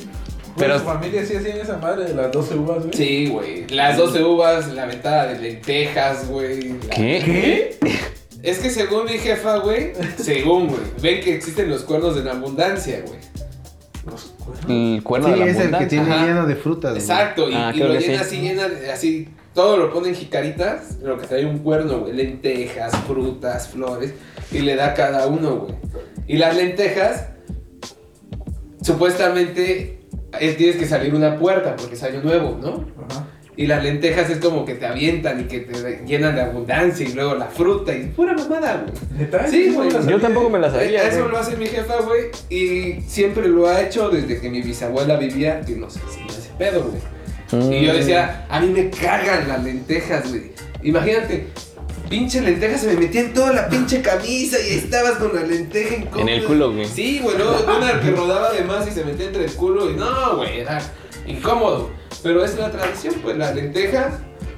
[SPEAKER 3] Pero-
[SPEAKER 6] Pero su familia sí hacían esa madre de las 12 uvas, güey.
[SPEAKER 4] Sí, güey. Las 12 uvas, la ventada de lentejas, güey. La-
[SPEAKER 3] ¿Qué?
[SPEAKER 4] Es que según mi jefa, güey, según, güey, ven que existen los cuernos en abundancia, güey.
[SPEAKER 3] El cuerno
[SPEAKER 5] Sí,
[SPEAKER 3] de la
[SPEAKER 5] es el que
[SPEAKER 3] abundancia.
[SPEAKER 5] tiene
[SPEAKER 4] Ajá.
[SPEAKER 5] lleno de frutas, güey.
[SPEAKER 4] Exacto, y,
[SPEAKER 3] Ah,
[SPEAKER 4] y
[SPEAKER 3] creo
[SPEAKER 4] lo
[SPEAKER 3] que
[SPEAKER 4] llena
[SPEAKER 3] sí.
[SPEAKER 4] así, llena de- así todo lo pone en jicaritas, lo que trae un cuerno, güey. Lentejas, frutas, flores. Y le da a cada uno, güey. Y las lentejas, supuestamente, eh, tienes que salir una puerta porque es año nuevo, ¿no? Y las lentejas es como que te avientan y que te llenan de abundancia y luego la fruta y pura mamada, güey.
[SPEAKER 6] ¿Neta?
[SPEAKER 4] Sí,
[SPEAKER 6] Eso
[SPEAKER 4] güey.
[SPEAKER 6] no lo
[SPEAKER 4] Yo
[SPEAKER 6] sabía.
[SPEAKER 1] tampoco me la
[SPEAKER 4] Eh,
[SPEAKER 1] sabía.
[SPEAKER 4] Eso
[SPEAKER 1] güey.
[SPEAKER 4] lo hace mi jefa, güey. Y siempre lo ha hecho desde que mi bisabuela vivía. Que no sé si ese pedo, güey. Y yo decía, a mí me cagan las lentejas, güey. Imagínate, pinche lenteja se me metía en toda la pinche camisa y ahí estabas con la lenteja en,
[SPEAKER 3] En el culo, güey.
[SPEAKER 4] Sí, güey, no, una que rodaba de más y se metía entre el culo y no, güey, era incómodo. Pero es la tradición, pues las lentejas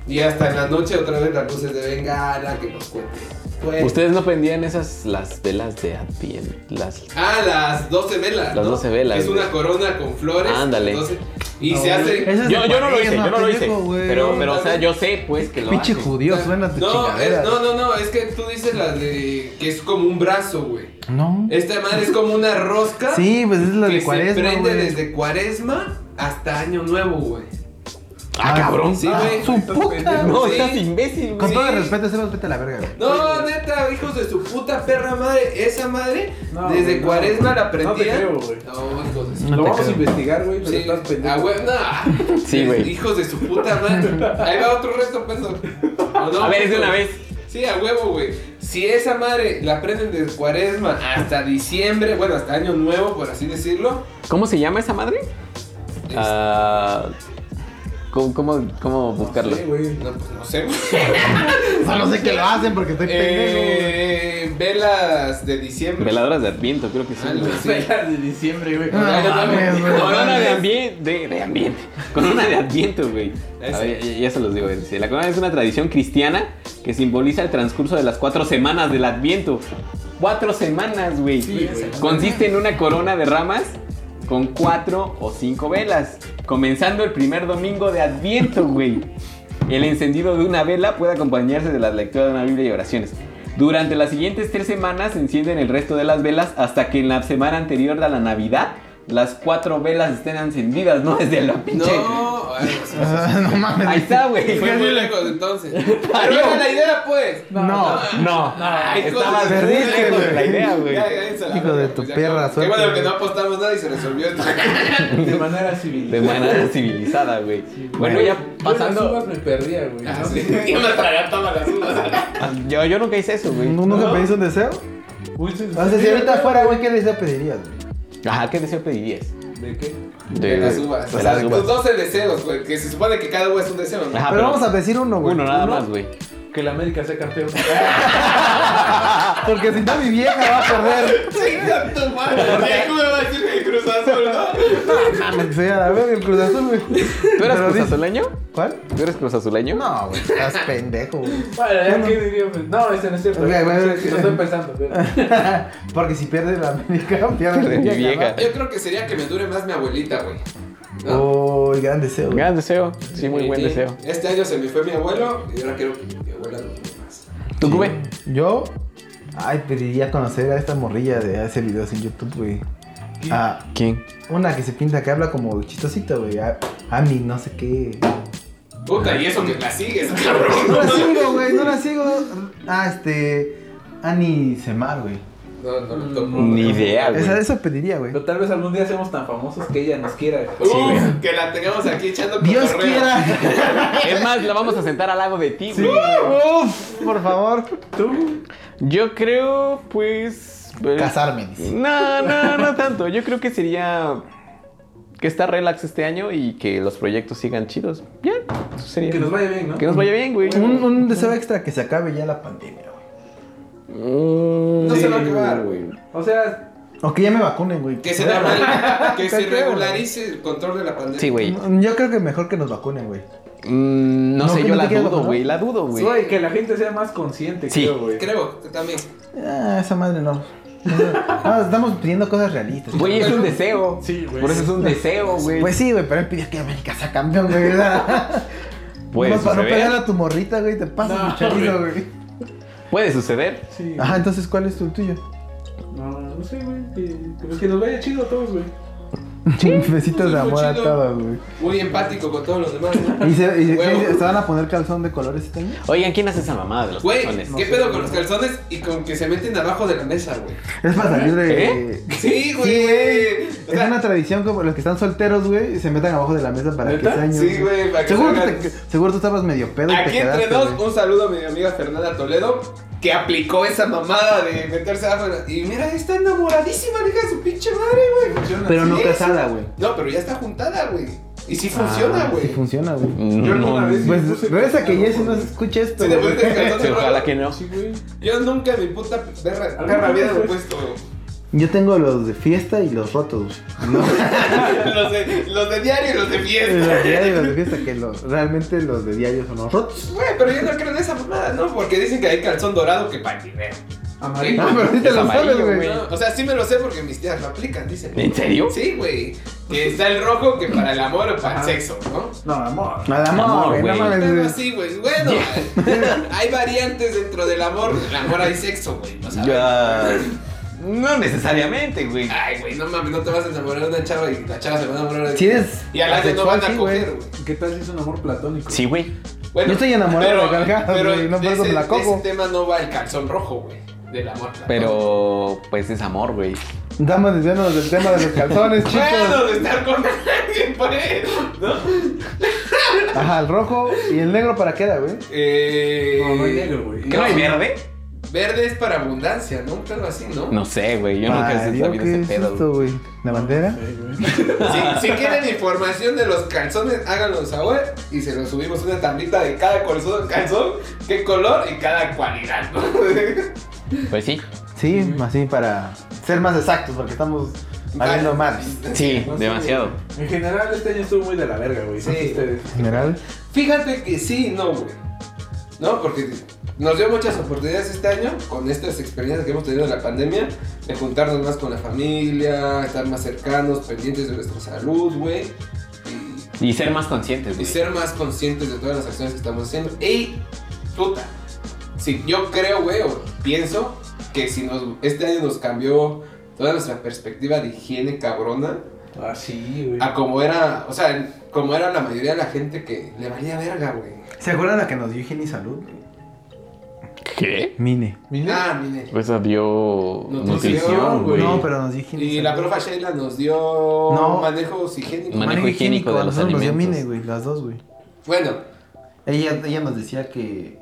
[SPEAKER 4] y hasta en la noche otra vez las luces de bengala que nos cuenten. Pues,
[SPEAKER 3] Ustedes no prendían esas las velas de Advent, las
[SPEAKER 4] Ah, las 12 velas.
[SPEAKER 3] Las
[SPEAKER 4] ¿no?
[SPEAKER 3] 12 velas,
[SPEAKER 4] Es una
[SPEAKER 3] güey.
[SPEAKER 4] corona con flores.
[SPEAKER 3] Ándale.
[SPEAKER 4] 12, y
[SPEAKER 5] No,
[SPEAKER 4] se hace.
[SPEAKER 5] ese Ah, es
[SPEAKER 3] Yo,
[SPEAKER 5] de
[SPEAKER 3] yo no lo hice,
[SPEAKER 5] cuaresma,
[SPEAKER 3] yo no lo hice.
[SPEAKER 5] pendejo, güey.
[SPEAKER 3] Pero, pero, o sea, yo sé, pues, que lo
[SPEAKER 5] Pinche
[SPEAKER 3] hacen.
[SPEAKER 5] judío, suena tu
[SPEAKER 4] no, es-
[SPEAKER 5] chingadera.
[SPEAKER 4] no, no, no, es que tú dices la de. que es como un brazo, güey.
[SPEAKER 5] No.
[SPEAKER 4] Esta madre es como una rosca.
[SPEAKER 5] Sí, pues es la
[SPEAKER 4] que
[SPEAKER 5] de
[SPEAKER 4] Se
[SPEAKER 5] cuaresma,
[SPEAKER 4] prende
[SPEAKER 5] güey.
[SPEAKER 4] desde cuaresma hasta Año Nuevo, güey.
[SPEAKER 3] Ah, cabrón.
[SPEAKER 4] Sí,
[SPEAKER 5] Ah,
[SPEAKER 4] güey.
[SPEAKER 5] su puta.
[SPEAKER 3] No,
[SPEAKER 4] Sí.
[SPEAKER 3] estás imbécil,
[SPEAKER 5] Con
[SPEAKER 3] güey.
[SPEAKER 4] Sí.
[SPEAKER 5] todo el respeto, Sebas, vete a la verga, güey.
[SPEAKER 4] No, neta, hijos de su puta perra madre. Esa madre,
[SPEAKER 6] No,
[SPEAKER 4] desde
[SPEAKER 6] güey, no.
[SPEAKER 4] cuaresma la
[SPEAKER 6] No te
[SPEAKER 4] prendía.
[SPEAKER 6] creo, güey.
[SPEAKER 4] No, hijos de su
[SPEAKER 5] No
[SPEAKER 6] lo
[SPEAKER 5] te
[SPEAKER 6] vamos a
[SPEAKER 5] creo.
[SPEAKER 6] investigar, güey, pero
[SPEAKER 4] Sí,
[SPEAKER 6] estás pendejo.
[SPEAKER 4] ah, güey, no.
[SPEAKER 3] Sí, güey.
[SPEAKER 4] Hijos de su puta madre. Ahí va otro reto, peso. ¿O no,
[SPEAKER 3] A ver, es de
[SPEAKER 4] peso?
[SPEAKER 3] una vez.
[SPEAKER 4] Sí, a huevo, güey. Si esa madre la prenden desde cuaresma hasta diciembre, bueno, hasta año nuevo, por así decirlo.
[SPEAKER 3] ¿Cómo se llama esa madre? Ah, ¿cómo, cómo, cómo buscarlo?
[SPEAKER 6] Sí, güey.
[SPEAKER 4] No, pues no sé. güey.
[SPEAKER 5] Solo sé que lo hacen porque estoy pendejo.
[SPEAKER 4] Eh, velas de diciembre.
[SPEAKER 3] Veladoras de Adviento, creo que sí.
[SPEAKER 4] Algo
[SPEAKER 3] güey.
[SPEAKER 4] así.
[SPEAKER 6] Velas de diciembre, güey.
[SPEAKER 5] No
[SPEAKER 4] ya, ya,
[SPEAKER 5] mames,
[SPEAKER 4] ya.
[SPEAKER 5] güey.
[SPEAKER 3] Corona de ambiente, de, de ambiente. Corona de adviento, güey.
[SPEAKER 4] Ese.
[SPEAKER 3] A ver, Ya, ya se los digo. eh, dice, La corona es una tradición cristiana que simboliza el transcurso de las cuatro semanas del adviento. Cuatro semanas, güey.
[SPEAKER 6] güey.
[SPEAKER 3] Consiste en una corona de ramas con cuatro o cinco velas, comenzando el primer domingo de adviento, güey. El encendido de una vela puede acompañarse de la lectura de una Biblia y oraciones. Durante las siguientes tres semanas se encienden el resto de las velas hasta que en la semana anterior a la Navidad las cuatro velas estén encendidas, ¿no? Desde la
[SPEAKER 4] No,
[SPEAKER 3] pinche...
[SPEAKER 4] ay, pues,
[SPEAKER 5] Ah, No mames.
[SPEAKER 3] Ahí está, güey.
[SPEAKER 4] Fue muy lejos entonces. Pero era la idea, pues.
[SPEAKER 5] No, no.
[SPEAKER 4] Ay, hijo
[SPEAKER 3] Estabas
[SPEAKER 4] de su
[SPEAKER 5] perdiste,
[SPEAKER 4] puta,
[SPEAKER 5] güey,
[SPEAKER 4] güey.
[SPEAKER 5] la
[SPEAKER 3] idea, güey.
[SPEAKER 4] Ya, ya, se la
[SPEAKER 5] Hijo de
[SPEAKER 4] verga,
[SPEAKER 5] tu
[SPEAKER 4] pues, ya,
[SPEAKER 5] perra,
[SPEAKER 4] Qué bueno
[SPEAKER 5] suerte,
[SPEAKER 4] que no
[SPEAKER 5] güey.
[SPEAKER 4] apostamos nada y se resolvió esto.
[SPEAKER 6] De manera civil.
[SPEAKER 3] De manera civilizada, güey. Bueno, ya
[SPEAKER 6] Yo
[SPEAKER 3] pasando...
[SPEAKER 6] las uvas me perdía, güey.
[SPEAKER 4] Ah, sí. Y me tragué todas las uvas.
[SPEAKER 3] Ah, Yo, yo nunca hice eso, güey.
[SPEAKER 5] ¿No nunca pedís un deseo?
[SPEAKER 6] Uy, se-
[SPEAKER 5] O sea, si ahorita fuera, güey, ¿qué deseo pedirías, güey?
[SPEAKER 3] Ajá, ¿qué deseo pedirías?
[SPEAKER 6] ¿De qué?
[SPEAKER 4] De las uvas.
[SPEAKER 3] De las uvas.
[SPEAKER 4] Tus 12 deseos, güey. Que se supone que cada uva es un deseo, ¿no?
[SPEAKER 3] Ajá,
[SPEAKER 5] pero, vamos a decir uno, güey.
[SPEAKER 3] Ah, Uno nada más, güey.
[SPEAKER 6] Que la América sea campeón.
[SPEAKER 5] Porque si no, mi vieja va a perder.
[SPEAKER 4] Chinga tu madre. ¿Cómo me va a decir que Cruz Azul, no?
[SPEAKER 5] Mames, que se vaya Ah, a la verga el Cruz Azul, güey.
[SPEAKER 3] ¿Tú eres
[SPEAKER 5] Pero dice-
[SPEAKER 3] cruzazuleño?
[SPEAKER 5] ¿Cuál?
[SPEAKER 3] ¿Tú eres cruzazuleño?
[SPEAKER 5] No, güey, estás pendejo, güey.
[SPEAKER 6] Bueno, ya que diría, pues, No, ese no es cierto.
[SPEAKER 5] Ok,
[SPEAKER 6] güey.
[SPEAKER 5] bueno,
[SPEAKER 6] Sí,
[SPEAKER 5] ok. Ah.
[SPEAKER 6] lo estoy pensando, pero.
[SPEAKER 5] Porque si pierde la América, pierde
[SPEAKER 3] Pierde mi
[SPEAKER 5] mi
[SPEAKER 3] vieja.
[SPEAKER 5] vieja.
[SPEAKER 4] Yo creo que sería que me dure más mi abuelita, güey.
[SPEAKER 5] ¿no?
[SPEAKER 4] Ah.
[SPEAKER 5] Oh, el gran deseo, güey.
[SPEAKER 3] Gran deseo. Sí, muy buen deseo.
[SPEAKER 4] Este año se me fue mi abuelo y ahora quiero que mi abuela me dure más.
[SPEAKER 3] ¿Tú, Cube?
[SPEAKER 5] Yo, ay, pediría conocer a esta morrilla de ese video en YouTube, güey. Ah,
[SPEAKER 3] ¿Quién?
[SPEAKER 5] una que se pinta que habla como chistosito, güey. A, a mí, no sé qué.
[SPEAKER 4] Puta, y eso que la sigues, cabrón.
[SPEAKER 5] No la sigo, güey, no la sigo. Ah, este. Ani Semar, güey.
[SPEAKER 4] No, no, no. no, no.
[SPEAKER 3] Ni
[SPEAKER 4] Ah,
[SPEAKER 3] idea, güey.
[SPEAKER 5] Esa, eso pediría, güey.
[SPEAKER 6] Pero tal vez algún día seamos tan famosos que ella nos quiera. güey.
[SPEAKER 4] Uf, que la tengamos aquí echando
[SPEAKER 5] Dios
[SPEAKER 4] cotorreo.
[SPEAKER 5] quiera.
[SPEAKER 3] Es más, la vamos a sentar al lado de ti,
[SPEAKER 5] Sí,
[SPEAKER 3] güey.
[SPEAKER 5] Uf, por favor.
[SPEAKER 3] Yo creo, pues. eh,
[SPEAKER 5] Casarme, dice.
[SPEAKER 3] No, no, no tanto. Yo creo que sería. Que está relax este año y que los proyectos sigan chidos. Ya, eso sería.
[SPEAKER 6] Que nos vaya bien, ¿no?
[SPEAKER 3] Que nos vaya bien, güey.
[SPEAKER 5] Un, un deseo extra que se acabe ya la pandemia, güey.
[SPEAKER 3] Mm,
[SPEAKER 4] No se va a
[SPEAKER 3] sí,
[SPEAKER 4] acabar,
[SPEAKER 3] güey.
[SPEAKER 6] O sea,
[SPEAKER 5] O que ya me vacunen, güey.
[SPEAKER 4] Que se, normal- que se
[SPEAKER 5] Está claro.
[SPEAKER 4] regularice el control de la pandemia.
[SPEAKER 3] Sí, güey.
[SPEAKER 5] Yo creo que mejor que nos vacunen, güey.
[SPEAKER 3] Mm, no,
[SPEAKER 5] No,
[SPEAKER 3] sé,
[SPEAKER 5] ¿no
[SPEAKER 3] yo
[SPEAKER 5] te
[SPEAKER 3] la
[SPEAKER 5] quieres
[SPEAKER 3] dudo,
[SPEAKER 5] vacunar?
[SPEAKER 3] güey. La dudo, güey.
[SPEAKER 6] güey, que la gente sea más consciente,
[SPEAKER 3] Sí.
[SPEAKER 6] creo, güey.
[SPEAKER 4] Creo que también.
[SPEAKER 5] Ah, esa madre no. Ah, estamos pidiendo cosas realistas.
[SPEAKER 3] Güey, es un deseo.
[SPEAKER 6] Sí, güey.
[SPEAKER 3] Por eso es un deseo, güey.
[SPEAKER 5] Pues sí, güey, pero él pidió que América sea campeón, güey. ¿verdad?
[SPEAKER 3] Puede
[SPEAKER 5] Nomás para no
[SPEAKER 3] suceder.
[SPEAKER 5] pegarle a tu morrita, güey, te pasas
[SPEAKER 6] No,
[SPEAKER 5] muchachito, güey.
[SPEAKER 3] Puede suceder.
[SPEAKER 6] Sí.
[SPEAKER 5] Ajá, entonces, ¿cuál es tu tuyo?
[SPEAKER 6] No, no sé, güey. Que, pues que nos vaya chido a todos, güey.
[SPEAKER 5] Besitos de
[SPEAKER 4] Muy
[SPEAKER 5] amor a
[SPEAKER 4] pues, chido.
[SPEAKER 5] todos, güey.
[SPEAKER 4] Muy empático con todos los demás, ¿no?
[SPEAKER 5] ¿Y, se, y-
[SPEAKER 4] Huevo.
[SPEAKER 5] ¿qué- se van a poner calzón de colores este año?
[SPEAKER 9] Oigan, ¿quién hace esa mamada de los
[SPEAKER 4] Güey,
[SPEAKER 9] calzones?
[SPEAKER 4] ¿qué pedo con los calzones y con que se meten abajo de la mesa, güey?
[SPEAKER 5] Es para salir de.
[SPEAKER 4] Sí, güey. O
[SPEAKER 5] Es
[SPEAKER 4] sea,
[SPEAKER 5] una tradición como los que están solteros, güey, se metan abajo de la mesa para que
[SPEAKER 4] ¿Neta?
[SPEAKER 5] se años.
[SPEAKER 4] Sí, güey, para que
[SPEAKER 5] seguro,
[SPEAKER 4] salgan.
[SPEAKER 5] te- seguro tú estabas medio pedo y te
[SPEAKER 4] Aquí entre
[SPEAKER 5] quedaste.
[SPEAKER 4] dos,
[SPEAKER 5] güey.
[SPEAKER 4] un saludo a mi amiga Fernanda Toledo, que aplicó esa mamada de meterse abajo. de la- Y mira, está enamoradísima, la hija de su pinche madre, güey. Funciona.
[SPEAKER 5] Pero no
[SPEAKER 4] Sí,
[SPEAKER 5] casada, güey.
[SPEAKER 4] No, pero ya está juntada, güey. Y sí
[SPEAKER 5] Ah,
[SPEAKER 4] funciona, güey.
[SPEAKER 5] Sí funciona, güey.
[SPEAKER 4] Yo alguna vez sí me
[SPEAKER 5] Pues
[SPEAKER 4] puse
[SPEAKER 5] regresa que
[SPEAKER 4] calzón,
[SPEAKER 5] Jessy no
[SPEAKER 4] güey.
[SPEAKER 5] se escuche esto.
[SPEAKER 4] Sí, te
[SPEAKER 5] güey.
[SPEAKER 4] pusiste el calzón
[SPEAKER 9] Sí,
[SPEAKER 4] de
[SPEAKER 9] este, ojalá
[SPEAKER 4] rojo.
[SPEAKER 9] que no.
[SPEAKER 4] Yo nunca en mi puta perra, perra vida lo he puesto.
[SPEAKER 5] Yo tengo los de fiesta y los rotos, güey. No,
[SPEAKER 4] los, de, los de diario y los de
[SPEAKER 5] los
[SPEAKER 4] fiesta.
[SPEAKER 5] de diario y los de fiesta, que los, realmente los de diario son los rotos.
[SPEAKER 4] Güey, pero yo no creo en esa mamada, ¿no? Porque dicen que hay calzón dorado que patinea.
[SPEAKER 5] Ah, pero sí te
[SPEAKER 9] Es
[SPEAKER 5] lo
[SPEAKER 9] amarillo,
[SPEAKER 5] sabes, güey.
[SPEAKER 9] güey.
[SPEAKER 4] No, o sea, sí me lo sé porque mis tías lo aplican, dicen.
[SPEAKER 9] ¿En serio?
[SPEAKER 4] Sí, güey. Que está el rojo que para el amor o para el sexo, ¿no?
[SPEAKER 6] No, amor.
[SPEAKER 5] Al
[SPEAKER 9] Amor,
[SPEAKER 5] amor, güey. No
[SPEAKER 9] güey.
[SPEAKER 5] mames,
[SPEAKER 4] Pero
[SPEAKER 5] güey.
[SPEAKER 4] así, güey. Bueno, hay variantes dentro del amor. El amor hay sexo, güey. ¿no sabes?
[SPEAKER 9] Ya. ah, No necesariamente, güey.
[SPEAKER 4] Ay, güey, no mames, no te vas a enamorar de una chava y la chava se va a enamorar de
[SPEAKER 5] Si eres
[SPEAKER 4] Y al año no
[SPEAKER 5] asexual,
[SPEAKER 4] van a
[SPEAKER 5] sí, güey.
[SPEAKER 4] coger, güey.
[SPEAKER 6] ¿Qué tal si es un amor platónico?
[SPEAKER 9] Sí, güey.
[SPEAKER 4] Bueno,
[SPEAKER 5] Yo estoy enamorado de Garganta, güey, no
[SPEAKER 4] de
[SPEAKER 5] puedo
[SPEAKER 4] ese,
[SPEAKER 5] con la
[SPEAKER 4] de
[SPEAKER 5] coco.
[SPEAKER 4] ese tema no va el calzón rojo, güey. Del amor. platónico.
[SPEAKER 9] Pero, pues es amor, güey.
[SPEAKER 5] Estamos desviándonos del tema de los calzones,
[SPEAKER 4] Bueno,
[SPEAKER 5] chicos.
[SPEAKER 4] de estar con alguien, pues. ¿No?
[SPEAKER 5] Ajá, el rojo y el negro para qué era, güey.
[SPEAKER 4] Eh.
[SPEAKER 6] No, no hay negro, güey.
[SPEAKER 9] ¿Qué no hay verde?
[SPEAKER 4] Verde es para abundancia, ¿no? Un pedo así, ¿no?
[SPEAKER 9] No sé, güey. Yo nunca he
[SPEAKER 5] Parió,
[SPEAKER 9] sabido
[SPEAKER 5] Ah, ¿qué
[SPEAKER 9] ese
[SPEAKER 5] es
[SPEAKER 9] pedo.
[SPEAKER 5] esto, güey? ¿La bandera?
[SPEAKER 4] Si, si quieren información de los calzones, háganlos ahora y se los subimos una tablita de cada calzón, calzón qué color y cada cualidad, ¿no?
[SPEAKER 9] Pues sí.
[SPEAKER 5] Sí, así para ser más exactos, porque estamos hablando mal.
[SPEAKER 9] Sí,
[SPEAKER 6] No sé,
[SPEAKER 9] demasiado.
[SPEAKER 6] güey. En general, este año estuvo muy de la verga, güey.
[SPEAKER 4] Sí.
[SPEAKER 6] No sé ustedes.
[SPEAKER 5] General.
[SPEAKER 4] Fíjate que sí y no, güey. ¿No? Porque nos dio muchas oportunidades este año con estas experiencias que hemos tenido en la pandemia de juntarnos más con la familia, estar más cercanos, pendientes de nuestra salud, güey. Y
[SPEAKER 9] Y ser más conscientes,
[SPEAKER 4] y
[SPEAKER 9] güey.
[SPEAKER 4] ser más conscientes de todas las acciones que estamos haciendo. Y, puta, si yo creo, güey, o pienso que si nos, este año nos cambió toda nuestra perspectiva de higiene cabrona
[SPEAKER 6] Ah, sí, güey.
[SPEAKER 4] a como era, o sea, como era la mayoría de la gente que le valía verga, güey.
[SPEAKER 5] ¿Se acuerdan la que nos dio higiene y salud?
[SPEAKER 9] ¿Qué?
[SPEAKER 5] Mine.
[SPEAKER 4] Ah, mire.
[SPEAKER 9] Esa dio
[SPEAKER 4] Nutrición,
[SPEAKER 9] Pues nutrición, güey.
[SPEAKER 5] No, pero nos dio higiene
[SPEAKER 4] Y
[SPEAKER 5] salud.
[SPEAKER 4] la profa Sheila nos dio
[SPEAKER 5] No.
[SPEAKER 4] manejos higiénicos.
[SPEAKER 9] Manejo higiénico de
[SPEAKER 5] a
[SPEAKER 9] los
[SPEAKER 5] nosotros nos dio
[SPEAKER 9] alimentos.
[SPEAKER 5] Mine, güey, las dos, güey.
[SPEAKER 4] Bueno,
[SPEAKER 5] Ella, ella nos decía que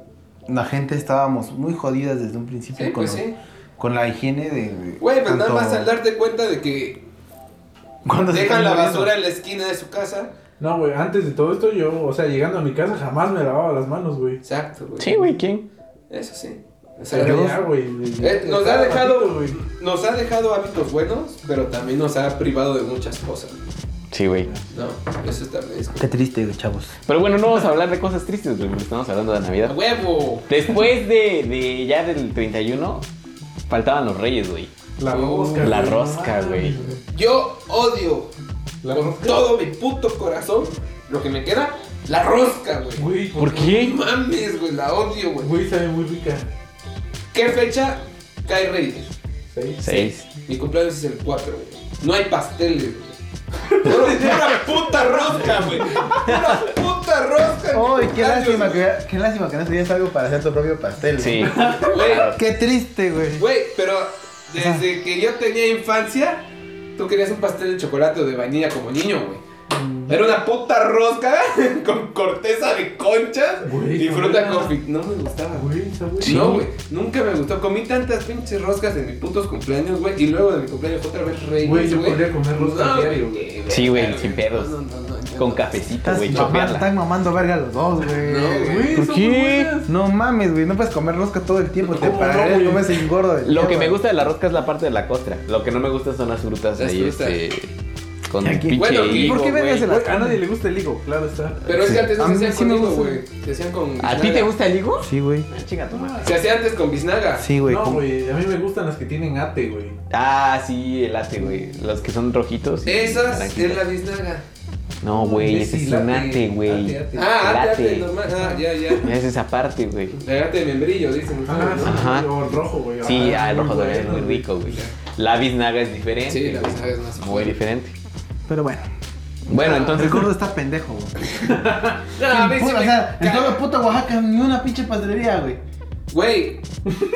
[SPEAKER 5] la gente estábamos muy jodidas desde un principio
[SPEAKER 4] sí,
[SPEAKER 5] con,
[SPEAKER 4] pues
[SPEAKER 5] lo-
[SPEAKER 4] sí.
[SPEAKER 5] con la higiene de. de-
[SPEAKER 4] Güey, pues nada
[SPEAKER 5] tanto-
[SPEAKER 4] más al darte cuenta de que
[SPEAKER 5] cuando se están
[SPEAKER 4] dejan la
[SPEAKER 5] muriendo.
[SPEAKER 4] basura en la esquina de su casa.
[SPEAKER 6] No, güey, antes de todo esto yo, o sea, llegando a mi casa jamás me lavaba las manos, güey.
[SPEAKER 4] Exacto, güey.
[SPEAKER 9] Sí, güey, ¿quién?
[SPEAKER 4] Eso sí. O sea,
[SPEAKER 6] Pero
[SPEAKER 4] yo-
[SPEAKER 6] ya, güey, de-
[SPEAKER 4] Eh, nos
[SPEAKER 6] cada
[SPEAKER 4] ha dejado-
[SPEAKER 6] ratito, güey.
[SPEAKER 4] Nos ha dejado hábitos buenos, pero también nos ha privado de muchas cosas.
[SPEAKER 9] Sí, güey.
[SPEAKER 4] No, eso también es
[SPEAKER 5] Qué triste, güey, chavos.
[SPEAKER 9] Pero bueno, no vamos a hablar de cosas tristes, güey. porque Estamos hablando de
[SPEAKER 4] ¡A
[SPEAKER 9] Navidad.
[SPEAKER 4] huevo!
[SPEAKER 9] Después de, de ya del 31, faltaban los reyes, güey.
[SPEAKER 6] La rosca.
[SPEAKER 9] La
[SPEAKER 6] güey, no
[SPEAKER 9] rosca,
[SPEAKER 6] mames,
[SPEAKER 9] güey.
[SPEAKER 4] Yo odio
[SPEAKER 6] La
[SPEAKER 4] con
[SPEAKER 6] rosca.
[SPEAKER 4] todo mi puto corazón lo que me queda, la rosca, güey.
[SPEAKER 6] Güey,
[SPEAKER 9] ¿Por qué?
[SPEAKER 4] No mames, güey, la odio, güey.
[SPEAKER 6] Güey, sabe muy rica.
[SPEAKER 4] ¿Qué fecha cae Reyes?
[SPEAKER 6] Sí.
[SPEAKER 9] Seis.
[SPEAKER 4] Mi cumpleaños es el 4, güey. No hay pasteles, güey. Puro- Pura puta rosca, güey. Pura puta rosca. en
[SPEAKER 5] ¡Ay,
[SPEAKER 4] mi
[SPEAKER 5] qué
[SPEAKER 4] cumpleaños,
[SPEAKER 5] lástima, que, qué lástima que no tenías algo para hacer tu propio pastel!
[SPEAKER 9] Sí.
[SPEAKER 4] güey. Güey,
[SPEAKER 5] ¡Qué triste, güey!
[SPEAKER 4] Güey, pero desde que yo tenía infancia, tú querías un pastel de chocolate o de vainilla como niño, güey.
[SPEAKER 5] Mm.
[SPEAKER 4] Era una puta rosca con corteza de conchas
[SPEAKER 6] Güey,
[SPEAKER 4] y fruta
[SPEAKER 6] no.
[SPEAKER 4] confit. No me gustaba, güey.
[SPEAKER 6] Güey, sabe
[SPEAKER 4] No, güey, nunca me gustó. Comí tantas pinches roscas en mis putos cumpleaños, güey. Y luego de mi cumpleaños otra vez rey.
[SPEAKER 6] Güey, yo podría comer rosca diario,
[SPEAKER 9] Sí, güey, sin pedos.
[SPEAKER 4] No, no, no, no,
[SPEAKER 9] Con
[SPEAKER 4] no.
[SPEAKER 9] cafecito,
[SPEAKER 5] Estás
[SPEAKER 9] güey.
[SPEAKER 5] mamando-
[SPEAKER 9] Chopearla.
[SPEAKER 5] están mamando verga los dos, güey.
[SPEAKER 4] No, güey.
[SPEAKER 5] ¿Por
[SPEAKER 6] son muy
[SPEAKER 5] qué?
[SPEAKER 6] buenas.
[SPEAKER 5] No mames, güey. No puedes comer rosca todo el tiempo. Te
[SPEAKER 6] ¿Cómo no,
[SPEAKER 5] pararé
[SPEAKER 6] güey?
[SPEAKER 5] no, comes engordo. de
[SPEAKER 9] Lo que
[SPEAKER 5] mierda.
[SPEAKER 9] me gusta de la rosca es la parte de la costra. Lo que no me gusta son las frutas
[SPEAKER 4] Las
[SPEAKER 9] ahí,
[SPEAKER 4] frutas.
[SPEAKER 9] este. Con
[SPEAKER 5] Aquí.
[SPEAKER 9] pinche
[SPEAKER 4] Bueno, ¿y
[SPEAKER 9] higo,
[SPEAKER 5] por qué
[SPEAKER 9] güey.
[SPEAKER 5] vergas se la
[SPEAKER 6] Güey, a nadie le gusta el higo, claro está.
[SPEAKER 4] Pero es que antes no
[SPEAKER 5] A
[SPEAKER 4] se
[SPEAKER 5] mí
[SPEAKER 4] hacían
[SPEAKER 5] sí
[SPEAKER 4] con
[SPEAKER 5] me
[SPEAKER 4] higo,
[SPEAKER 5] gusta.
[SPEAKER 4] güey. Se hacían con.
[SPEAKER 9] ¿A ti te
[SPEAKER 4] biznaga.
[SPEAKER 9] gusta el higo?
[SPEAKER 5] Sí, güey.
[SPEAKER 9] Ah, chinga tu madre.
[SPEAKER 4] Se hacía antes con biznaga.
[SPEAKER 5] Sí, güey.
[SPEAKER 6] no,
[SPEAKER 5] con-
[SPEAKER 6] güey, a mí me gustan las que tienen ate, güey.
[SPEAKER 9] Ah, sí, el ate, güey. Los que son rojitos. y
[SPEAKER 4] Esas
[SPEAKER 9] naranjitas.
[SPEAKER 4] es la biznaga.
[SPEAKER 9] No, güey, ese
[SPEAKER 6] Sí,
[SPEAKER 9] es un
[SPEAKER 6] late,
[SPEAKER 9] ate, güey.
[SPEAKER 6] ate, ate.
[SPEAKER 4] Ah,
[SPEAKER 9] Late.
[SPEAKER 4] ate, ate, normal. Ah, ya, ya.
[SPEAKER 9] Ya es esa parte, güey.
[SPEAKER 4] Regate de membrillo, dicen.
[SPEAKER 6] Ah, sí,
[SPEAKER 9] Ajá.
[SPEAKER 6] güey, o el rojo, güey.
[SPEAKER 9] Sí,
[SPEAKER 6] ah,
[SPEAKER 9] ah, el rojo
[SPEAKER 6] muy
[SPEAKER 9] también es
[SPEAKER 6] bueno,
[SPEAKER 9] muy rico, güey. La biznaga es diferente.
[SPEAKER 4] Sí, la
[SPEAKER 9] güey.
[SPEAKER 4] biznaga es más
[SPEAKER 9] Muy diferente.
[SPEAKER 5] Pero bueno.
[SPEAKER 10] Bueno, entonces.
[SPEAKER 5] El gordo está pendejo, güey.
[SPEAKER 4] No, a mí sí
[SPEAKER 5] Puta,
[SPEAKER 4] me
[SPEAKER 5] o sea, en
[SPEAKER 4] caga.
[SPEAKER 5] todo puto Oaxaca ni una pinche pastelería, güey.
[SPEAKER 4] Güey,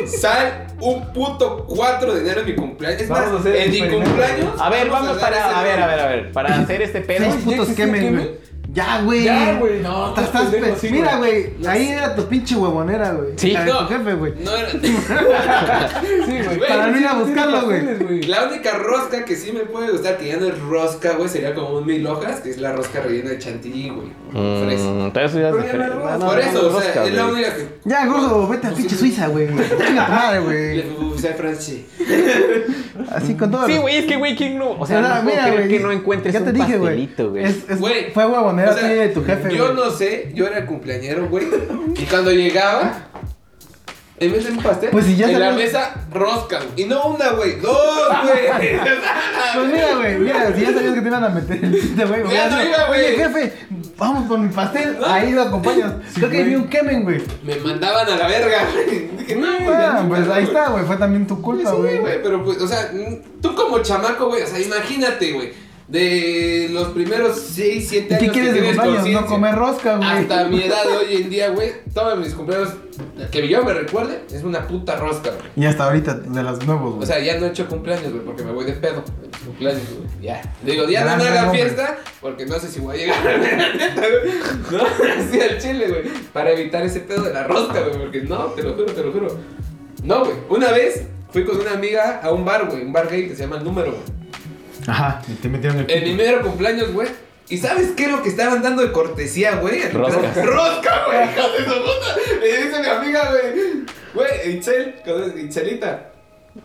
[SPEAKER 4] sal un puto 4 de enero en mi cumpleaños. Es
[SPEAKER 6] Vamos a
[SPEAKER 4] más,
[SPEAKER 6] hacer
[SPEAKER 4] en mi
[SPEAKER 6] experimento.
[SPEAKER 4] cumpleaños.
[SPEAKER 3] A ver, vamos
[SPEAKER 4] dar ese
[SPEAKER 3] para. A ver, a
[SPEAKER 4] rol.
[SPEAKER 3] ver, a ver. Para hacer este pedo.
[SPEAKER 5] Seis putos
[SPEAKER 6] existe
[SPEAKER 5] quemen,
[SPEAKER 6] quemen?
[SPEAKER 5] güey. Ya, güey.
[SPEAKER 6] Ya, güey.
[SPEAKER 5] No,
[SPEAKER 6] No,
[SPEAKER 5] te
[SPEAKER 6] estás
[SPEAKER 5] estás
[SPEAKER 6] pendejo,
[SPEAKER 5] pe-
[SPEAKER 6] sí,
[SPEAKER 5] Mira, güey. Ahí era tu pinche huevonera, güey.
[SPEAKER 3] Sí.
[SPEAKER 5] La de tu
[SPEAKER 4] No,
[SPEAKER 5] jefe, güey.
[SPEAKER 4] No era.
[SPEAKER 6] Sí, güey.
[SPEAKER 4] Güey,
[SPEAKER 5] Para no ir a buscarlo, güey.
[SPEAKER 6] Pasteles,
[SPEAKER 4] La única rosca que sí me puede gustar, que ya no es rosca, güey, sería como un mil hojas, que es la rosca rellena de chantilly, güey.
[SPEAKER 3] Mm,
[SPEAKER 4] Fresa.
[SPEAKER 3] Entonces ya es
[SPEAKER 6] Pero ya
[SPEAKER 3] diferente.
[SPEAKER 6] no hay
[SPEAKER 3] No, no,
[SPEAKER 4] Por
[SPEAKER 3] no,
[SPEAKER 4] eso,
[SPEAKER 3] no,
[SPEAKER 4] o sea,
[SPEAKER 3] rosca,
[SPEAKER 4] es la
[SPEAKER 3] güey.
[SPEAKER 4] única que.
[SPEAKER 5] Ya, gordo, vete a
[SPEAKER 4] Pues,
[SPEAKER 5] pinche
[SPEAKER 4] sí,
[SPEAKER 5] Suiza, güey. Chinga tu madre, güey.
[SPEAKER 4] Le puse a Franchi.
[SPEAKER 5] Así con todo.
[SPEAKER 3] Sí, güey, es que, güey, ¿quién no? O sea, no puedo creer que no encuentres
[SPEAKER 5] ya te
[SPEAKER 3] un
[SPEAKER 5] dije, güey.
[SPEAKER 3] pastelito, güey.
[SPEAKER 5] Es- es-
[SPEAKER 4] Güey,
[SPEAKER 5] Fue huevonera
[SPEAKER 4] o sea,
[SPEAKER 5] tuya y de tu jefe,
[SPEAKER 4] Yo
[SPEAKER 5] güey.
[SPEAKER 4] no sé, yo era el cumpleañero, güey. Y cuando llegaba, en vez de un pastel,
[SPEAKER 5] Pues si ya
[SPEAKER 4] en la
[SPEAKER 5] sabes-
[SPEAKER 4] mesa rosca. güey. Y no una, güey, dos, güey.
[SPEAKER 5] Pues mira, güey, mira, si ya sabías que te iban a meter el chiste, güey.
[SPEAKER 4] Ya no
[SPEAKER 5] güey,
[SPEAKER 4] iba, güey. Ah.
[SPEAKER 5] Oye, jefe, vamos por mi pastel, ahí lo acompañas. Creo que
[SPEAKER 6] güey.
[SPEAKER 5] vi un quemen, güey.
[SPEAKER 4] Me mandaban a la verga. Dije, no, güey, ya
[SPEAKER 5] Ah,
[SPEAKER 4] no,
[SPEAKER 5] pues
[SPEAKER 4] güey.
[SPEAKER 5] ahí está, güey, fue también tu culpa,
[SPEAKER 4] Sí,
[SPEAKER 5] güey.
[SPEAKER 4] güey, pero pues, o sea, mm, tú como chamaco, güey, o sea, imagínate, güey, de los primeros 6, 7
[SPEAKER 5] ¿Qué
[SPEAKER 4] años
[SPEAKER 5] quieres
[SPEAKER 4] que
[SPEAKER 5] de
[SPEAKER 4] tienes
[SPEAKER 5] cumpleaños? No
[SPEAKER 4] conciencia,
[SPEAKER 5] comer rosca, güey.
[SPEAKER 4] Hasta mi edad de hoy en día, güey, todos mis cumpleaños, que yo me recuerde, es una puta rosca, güey.
[SPEAKER 5] Y hasta ahorita, de los nuevos,
[SPEAKER 4] O
[SPEAKER 5] güey.
[SPEAKER 4] sea, ya no he hecho cumpleaños, güey, porque me voy de pedo. en mis Cumpleaños, güey. Ya. Digo, ya no
[SPEAKER 5] Grande
[SPEAKER 4] me haga
[SPEAKER 5] hombre.
[SPEAKER 4] fiesta, porque no sé si voy a llegar. no, así al chile, güey. Para evitar ese pedo de la rosca, güey, porque no, te lo juro, te lo juro. No, güey. Una vez fui con una amiga a un bar, güey, un bar gay que se llama El Número, güey.
[SPEAKER 5] Ajá, y te metieron el.
[SPEAKER 4] En mi mero cumpleaños, güey. ¿Y sabes qué es lo que estaban dando de cortesía, güey? Rosca. Rosca, güey, hija de su puta. Le dice mi amiga, güey. Güey, Itzel, con- Itzelita.